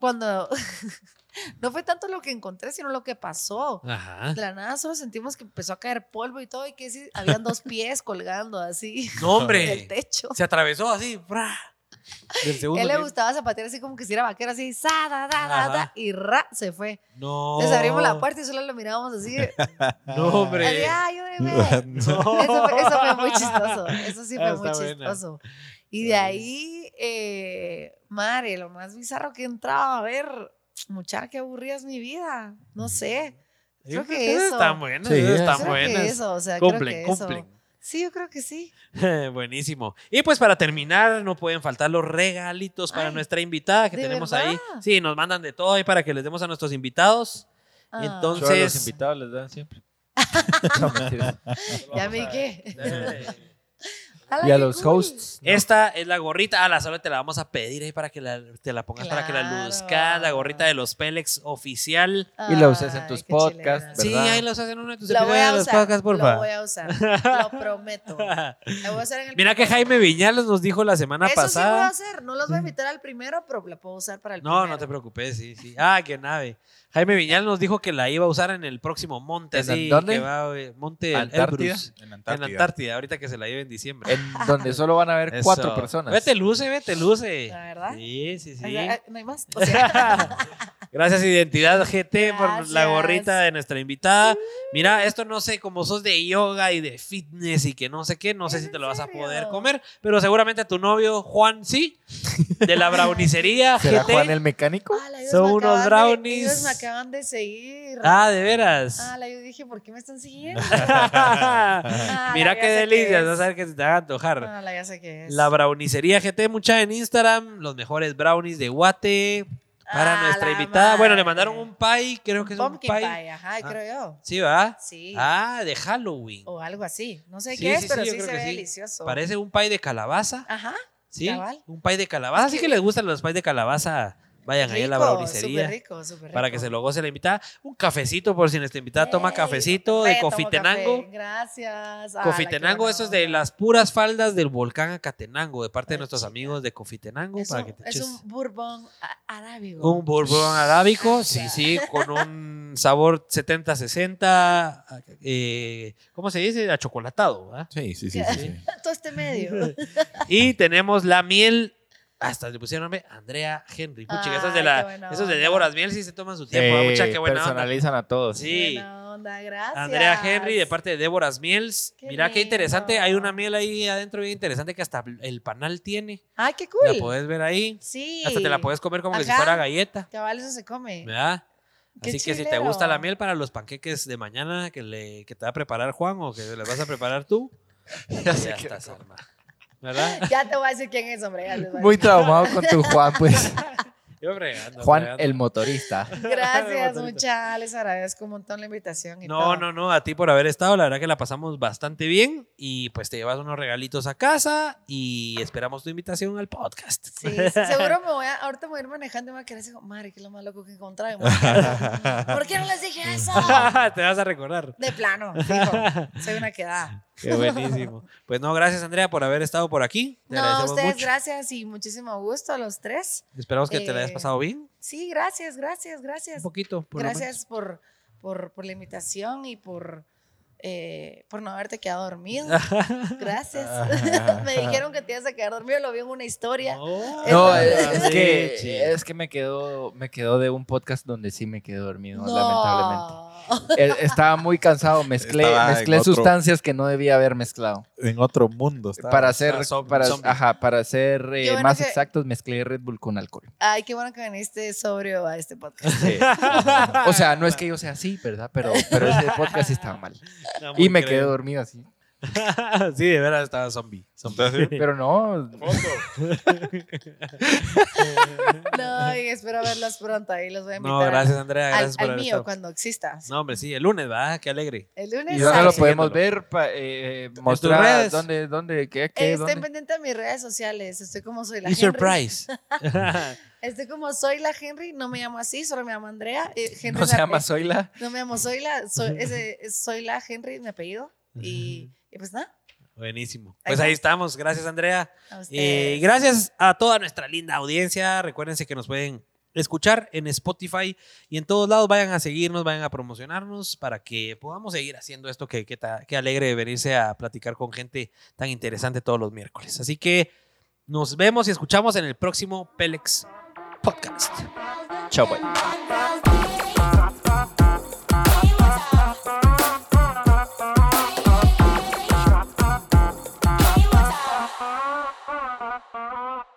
[SPEAKER 6] cuando... no fue tanto lo que encontré, sino lo que pasó.
[SPEAKER 1] Ajá.
[SPEAKER 6] De la nada solo sentimos que empezó a caer polvo y todo y que sí, habían dos pies colgando así
[SPEAKER 1] No,
[SPEAKER 6] del
[SPEAKER 1] hombre.
[SPEAKER 6] techo.
[SPEAKER 1] Se atravesó así. ¡fra! Del
[SPEAKER 6] A
[SPEAKER 1] segundo.
[SPEAKER 6] él le
[SPEAKER 1] nivel.
[SPEAKER 6] gustaba zapatear así como que si era vaquero, así, sa, da, da, da, da,
[SPEAKER 1] Ajá. Oh.
[SPEAKER 6] y ra, se fue.
[SPEAKER 1] No.
[SPEAKER 6] Entonces abrimos la puerta y solo lo mirábamos así, así,
[SPEAKER 1] No, hombre.
[SPEAKER 6] ayúdeme.
[SPEAKER 1] No.
[SPEAKER 6] Eso, fue, eso fue muy chistoso, eso sí fue
[SPEAKER 1] Ah,
[SPEAKER 6] muy
[SPEAKER 1] está buena.
[SPEAKER 6] chistoso. Y de
[SPEAKER 1] Está
[SPEAKER 6] ahí, eh, madre, lo más bizarro que entraba a ver, muchacha, qué aburrida es mi vida,
[SPEAKER 1] Mm.
[SPEAKER 6] no sé.
[SPEAKER 1] Yo
[SPEAKER 6] creo que eso.
[SPEAKER 1] Están buenas.
[SPEAKER 3] Sí,
[SPEAKER 1] esas
[SPEAKER 3] yo
[SPEAKER 1] están
[SPEAKER 6] creo que
[SPEAKER 1] buenas.
[SPEAKER 6] eso, o sea,
[SPEAKER 1] Cumplen,
[SPEAKER 6] creo que eso.
[SPEAKER 1] cumplen.
[SPEAKER 6] Sí, yo creo que sí.
[SPEAKER 1] Buenísimo. Y pues para terminar, no pueden faltar los regalitos para
[SPEAKER 6] Ay,
[SPEAKER 1] nuestra invitada que
[SPEAKER 6] ¿de
[SPEAKER 1] tenemos
[SPEAKER 6] verdad?
[SPEAKER 1] ahí. Sí, nos mandan de todo ahí para que les demos a nuestros invitados.
[SPEAKER 6] Ah,
[SPEAKER 1] Entonces-
[SPEAKER 3] Solo a los invitados les dan siempre. No, mentiras.
[SPEAKER 6] ya me qué.
[SPEAKER 3] y a los hosts. ¿no?
[SPEAKER 1] Esta es la gorrita. A la sola te la vamos a pedir ahí para que la- te la pongas para que la
[SPEAKER 6] Claro.
[SPEAKER 1] luzcas. La gorrita de los Pélex oficial.
[SPEAKER 3] Y la usas en tus podcasts,
[SPEAKER 6] Sí,
[SPEAKER 1] Sí,
[SPEAKER 3] ¿Verdad?
[SPEAKER 1] ahí los hacen uno de tus
[SPEAKER 6] la voy
[SPEAKER 1] episodios
[SPEAKER 6] a
[SPEAKER 1] de los
[SPEAKER 6] usar.
[SPEAKER 1] podcasts,
[SPEAKER 6] Lo voy
[SPEAKER 1] porfa.
[SPEAKER 6] a usar. Lo prometo. La voy a usar en el
[SPEAKER 1] Mira que Jaime Viñales nos dijo la semana
[SPEAKER 6] Eso sí voy a
[SPEAKER 1] pasada.
[SPEAKER 6] hacer. No los voy a invitar al primero, pero la puedo usar para el
[SPEAKER 1] no, no
[SPEAKER 6] primero.
[SPEAKER 1] te preocupes, sí, sí. Ah, qué nave. Jaime Viñales nos dijo que la iba a usar en el próximo monte,
[SPEAKER 3] ¿En
[SPEAKER 1] así
[SPEAKER 3] dónde?
[SPEAKER 1] que va, eh, monte del
[SPEAKER 3] ¿Antártida?
[SPEAKER 1] Elbrus.
[SPEAKER 2] En
[SPEAKER 1] En Antártida, ahorita que se la lleve en diciembre.
[SPEAKER 3] En donde solo van a ver
[SPEAKER 1] Eso.
[SPEAKER 3] cuatro personas.
[SPEAKER 1] Vete luce, vete luce.
[SPEAKER 6] La verdad.
[SPEAKER 1] Sí, sí, sí.
[SPEAKER 6] O sea, eh, No hay más. O sea,
[SPEAKER 1] Gracias Identidad GT por la
[SPEAKER 6] Gracias.
[SPEAKER 1] gorrita de nuestra invitada. Mira, esto no sé, como sos de yoga y de fitness y que no sé qué, no sé
[SPEAKER 6] ¿Es
[SPEAKER 1] si te
[SPEAKER 6] en
[SPEAKER 1] lo vas a
[SPEAKER 6] serio?
[SPEAKER 1] poder comer, pero seguramente tu novio Juan sí, de la braunicería
[SPEAKER 3] ¿Será Juan
[SPEAKER 1] GT.
[SPEAKER 3] el mecánico?
[SPEAKER 6] ala, ellos
[SPEAKER 1] Son
[SPEAKER 6] me
[SPEAKER 1] unos
[SPEAKER 6] acaban de-
[SPEAKER 1] brownies.
[SPEAKER 6] ellos me acaban de seguir.
[SPEAKER 1] Ah, de veras.
[SPEAKER 6] Ala, yo dije, ¿por qué me están siguiendo? Ah,
[SPEAKER 1] Mira qué
[SPEAKER 6] ya sé qué
[SPEAKER 1] delicia,
[SPEAKER 6] es.
[SPEAKER 1] vas a ver que se te va a antojar.
[SPEAKER 6] Ala, ya sé qué es.
[SPEAKER 1] La braunicería GT, mucha en Instagram, los mejores brownies de Guate para
[SPEAKER 6] Ah,
[SPEAKER 1] nuestra
[SPEAKER 6] la
[SPEAKER 1] invitada. Bueno, le
[SPEAKER 6] madre.
[SPEAKER 1] mandaron un pie, creo que es
[SPEAKER 6] Pumpkin
[SPEAKER 1] un
[SPEAKER 6] pie.
[SPEAKER 1] pie.
[SPEAKER 6] ajá, creo yo.
[SPEAKER 1] Sí, va.
[SPEAKER 6] Sí. Oh,
[SPEAKER 1] Ah, de Halloween.
[SPEAKER 6] O algo así. No sé
[SPEAKER 1] Sí,
[SPEAKER 6] qué es,
[SPEAKER 1] sí, sí,
[SPEAKER 6] pero
[SPEAKER 1] yo
[SPEAKER 6] sí
[SPEAKER 1] creo
[SPEAKER 6] se
[SPEAKER 1] que
[SPEAKER 6] ve
[SPEAKER 1] sí.
[SPEAKER 6] delicioso.
[SPEAKER 1] Parece un pie de calabaza,
[SPEAKER 6] Ajá.
[SPEAKER 1] ¿sí?
[SPEAKER 6] Ah, cabal. Ah,
[SPEAKER 1] Un pie de calabaza, así que les gustan los pies de calabaza. Vayan ahí a la
[SPEAKER 6] Rico,
[SPEAKER 1] braunicería
[SPEAKER 6] súper rico, súper
[SPEAKER 1] para
[SPEAKER 6] rico.
[SPEAKER 1] que se lo goce la invitada. Un cafecito por si nuestra invitada toma
[SPEAKER 6] Ey,
[SPEAKER 1] cafecito de
[SPEAKER 6] hombre, tomo
[SPEAKER 1] Cofitenango.
[SPEAKER 6] café, Gracias. Ala,
[SPEAKER 1] Cofitenango,
[SPEAKER 6] qué
[SPEAKER 1] eso es
[SPEAKER 6] buena
[SPEAKER 1] de
[SPEAKER 6] onda.
[SPEAKER 1] las puras faldas del volcán Acatenango, de parte de
[SPEAKER 6] Ay,
[SPEAKER 1] nuestros
[SPEAKER 6] chica.
[SPEAKER 1] amigos de Cofitenango,
[SPEAKER 6] Es
[SPEAKER 1] para
[SPEAKER 6] un,
[SPEAKER 1] que te
[SPEAKER 6] es
[SPEAKER 1] eches
[SPEAKER 6] un bourbon a- arábigo.
[SPEAKER 1] un bourbon arábico, sí, sí, con un sabor 70-60, eh, ¿cómo se dice? Achocolatado, ¿verdad?
[SPEAKER 2] Sí, sí, sí. sí, sí.
[SPEAKER 6] Todo este medio.
[SPEAKER 1] Y tenemos la miel. Hasta le pusieron nombre Andrea Henry. Puchi,
[SPEAKER 6] Ay,
[SPEAKER 1] eso es de,
[SPEAKER 6] qué
[SPEAKER 1] la,
[SPEAKER 6] buena
[SPEAKER 1] eso es de
[SPEAKER 6] onda.
[SPEAKER 1] Débora's Miel, sí se toman su tiempo. ah, pues, ¿eh? mucha, qué buena onda.
[SPEAKER 3] personalizan a todos.
[SPEAKER 1] Sí.
[SPEAKER 6] Buena onda, gracias.
[SPEAKER 1] Andrea Henry, de parte de Débora Miels.
[SPEAKER 6] Qué
[SPEAKER 1] Mira qué interesante,
[SPEAKER 6] lindo.
[SPEAKER 1] hay una miel ahí adentro bien interesante que hasta el panal tiene.
[SPEAKER 6] Ah, qué
[SPEAKER 1] La
[SPEAKER 6] cool.
[SPEAKER 1] puedes ver ahí.
[SPEAKER 6] Sí.
[SPEAKER 1] Hasta te la puedes comer como que si
[SPEAKER 6] Ajá.
[SPEAKER 1] fuera galleta.
[SPEAKER 6] Cabal, eso se come.
[SPEAKER 1] ¿Verdad?
[SPEAKER 6] Qué
[SPEAKER 1] Así que si te
[SPEAKER 6] chilero.
[SPEAKER 1] gusta la miel para los panqueques de mañana que, le, que te va a preparar Juan o que las vas a preparar tú, ya, estás arma. ¿Verdad?
[SPEAKER 6] Ya te voy a decir quién es, hombre. ya les voy a
[SPEAKER 3] Muy
[SPEAKER 6] decir.
[SPEAKER 3] traumado con tu Juan, pues.
[SPEAKER 1] Yo fregando,
[SPEAKER 3] Juan,
[SPEAKER 1] fregando.
[SPEAKER 3] el motorista.
[SPEAKER 6] Gracias,
[SPEAKER 1] Marcelita.
[SPEAKER 6] muchas. Les agradezco un montón la invitación. Y
[SPEAKER 1] No,
[SPEAKER 6] todo.
[SPEAKER 1] no, no, a ti por haber estado, la verdad que la pasamos bastante bien y pues te llevas unos regalitos a casa y esperamos tu invitación al podcast.
[SPEAKER 6] Sí, sí, seguro me voy a, ahorita me voy a ir manejando y me voy a quedar así, como, madre, qué es lo más loco que encontré. Y me voy a quedar, ¿Por qué no les dije eso?
[SPEAKER 1] te vas a recordar.
[SPEAKER 6] De plano, fijo, soy una quedada.
[SPEAKER 1] Qué buenísimo. Pues no, gracias Andrea por haber estado por aquí. Te
[SPEAKER 6] No, a
[SPEAKER 1] agradecemos
[SPEAKER 6] ustedes
[SPEAKER 1] mucho.
[SPEAKER 6] gracias y muchísimo gusto a los tres.
[SPEAKER 1] Esperamos que te la hayas
[SPEAKER 6] Eh,
[SPEAKER 1] pasado bien.
[SPEAKER 6] Sí, gracias, gracias, gracias.
[SPEAKER 1] Un poquito. por lo menos.
[SPEAKER 6] gracias por, por, por la invitación y por, eh, por no haberte quedado dormido. Gracias. me dijeron que te ibas a quedar dormido, lo vi en una historia.
[SPEAKER 1] No.
[SPEAKER 3] No,
[SPEAKER 6] Es
[SPEAKER 3] es,
[SPEAKER 6] verdad.
[SPEAKER 3] es
[SPEAKER 1] Sí,
[SPEAKER 3] que,
[SPEAKER 1] sí.
[SPEAKER 3] es que me quedó me quedó de un podcast donde sí me quedé dormido,
[SPEAKER 6] No.
[SPEAKER 3] lamentablemente. Eh, Estaba muy cansado, mezclé,
[SPEAKER 2] Estaba en
[SPEAKER 3] mezclé
[SPEAKER 2] otro-
[SPEAKER 3] sustancias que no debía haber mezclado.
[SPEAKER 2] En otro mundo. estaba.
[SPEAKER 3] para ser,
[SPEAKER 1] estaba som-
[SPEAKER 3] para,
[SPEAKER 1] zombie.
[SPEAKER 3] ajá, para ser eh,
[SPEAKER 6] bueno
[SPEAKER 3] más
[SPEAKER 6] que-
[SPEAKER 3] exactos, mezclé Red Bull con alcohol.
[SPEAKER 6] Ay, qué bueno que viniste sobrio a este podcast.
[SPEAKER 3] o sea, no es que yo sea así, ¿verdad? Pero, pero ese podcast sí estaba mal.
[SPEAKER 1] No, muy
[SPEAKER 3] Y me quedé
[SPEAKER 1] creo.
[SPEAKER 3] dormido así.
[SPEAKER 1] sí, de verdad estaba zombie.
[SPEAKER 3] Pero no,
[SPEAKER 6] No, y espero verlos pronto. Ahí los voy a invitar.
[SPEAKER 1] No,
[SPEAKER 6] al-
[SPEAKER 1] gracias Andrea,
[SPEAKER 6] Al,
[SPEAKER 1] gracias por
[SPEAKER 6] al
[SPEAKER 1] haber
[SPEAKER 6] mío,
[SPEAKER 1] estado.
[SPEAKER 6] cuando existas.
[SPEAKER 1] No, hombre, sí, el lunes, ¿verdad? Qué alegre.
[SPEAKER 6] El lunes.
[SPEAKER 3] y no lo
[SPEAKER 1] Exacto.
[SPEAKER 3] podemos ver, pa- eh, eh, mostrar
[SPEAKER 1] redes.
[SPEAKER 3] dónde, dónde, qué, qué,
[SPEAKER 6] Eh, Estén
[SPEAKER 3] dónde.
[SPEAKER 6] pendientes de mis redes sociales. Estoy como soy la
[SPEAKER 1] Y
[SPEAKER 6] Henry.
[SPEAKER 1] surprise.
[SPEAKER 6] Estoy como soy la Henry. No me llamo así, solo me llamo Andrea. Eh, Henry
[SPEAKER 3] No
[SPEAKER 6] es
[SPEAKER 3] se
[SPEAKER 6] mi
[SPEAKER 3] llama
[SPEAKER 6] apellido.
[SPEAKER 3] Zoila.
[SPEAKER 6] No me llamo soy la. Soy, ese, es soy la Henry, mi apellido. Y, y pues nada.
[SPEAKER 1] Buenísimo.
[SPEAKER 6] Ahí
[SPEAKER 1] Pues ahí
[SPEAKER 6] está.
[SPEAKER 1] estamos. Gracias Andrea.
[SPEAKER 6] a
[SPEAKER 1] Eh,
[SPEAKER 6] ustedes.
[SPEAKER 1] gracias a toda nuestra linda audiencia. Recuérdense que nos pueden escuchar en Spotify y en todos lados. Vayan a seguirnos, vayan a promocionarnos para que podamos seguir haciendo esto. Que, que, ta- que alegre de venirse a platicar con gente tan interesante todos los miércoles. Así que nos vemos y escuchamos en el próximo Pelex Podcast.
[SPEAKER 3] Chao, pues.
[SPEAKER 9] Hey, what's up?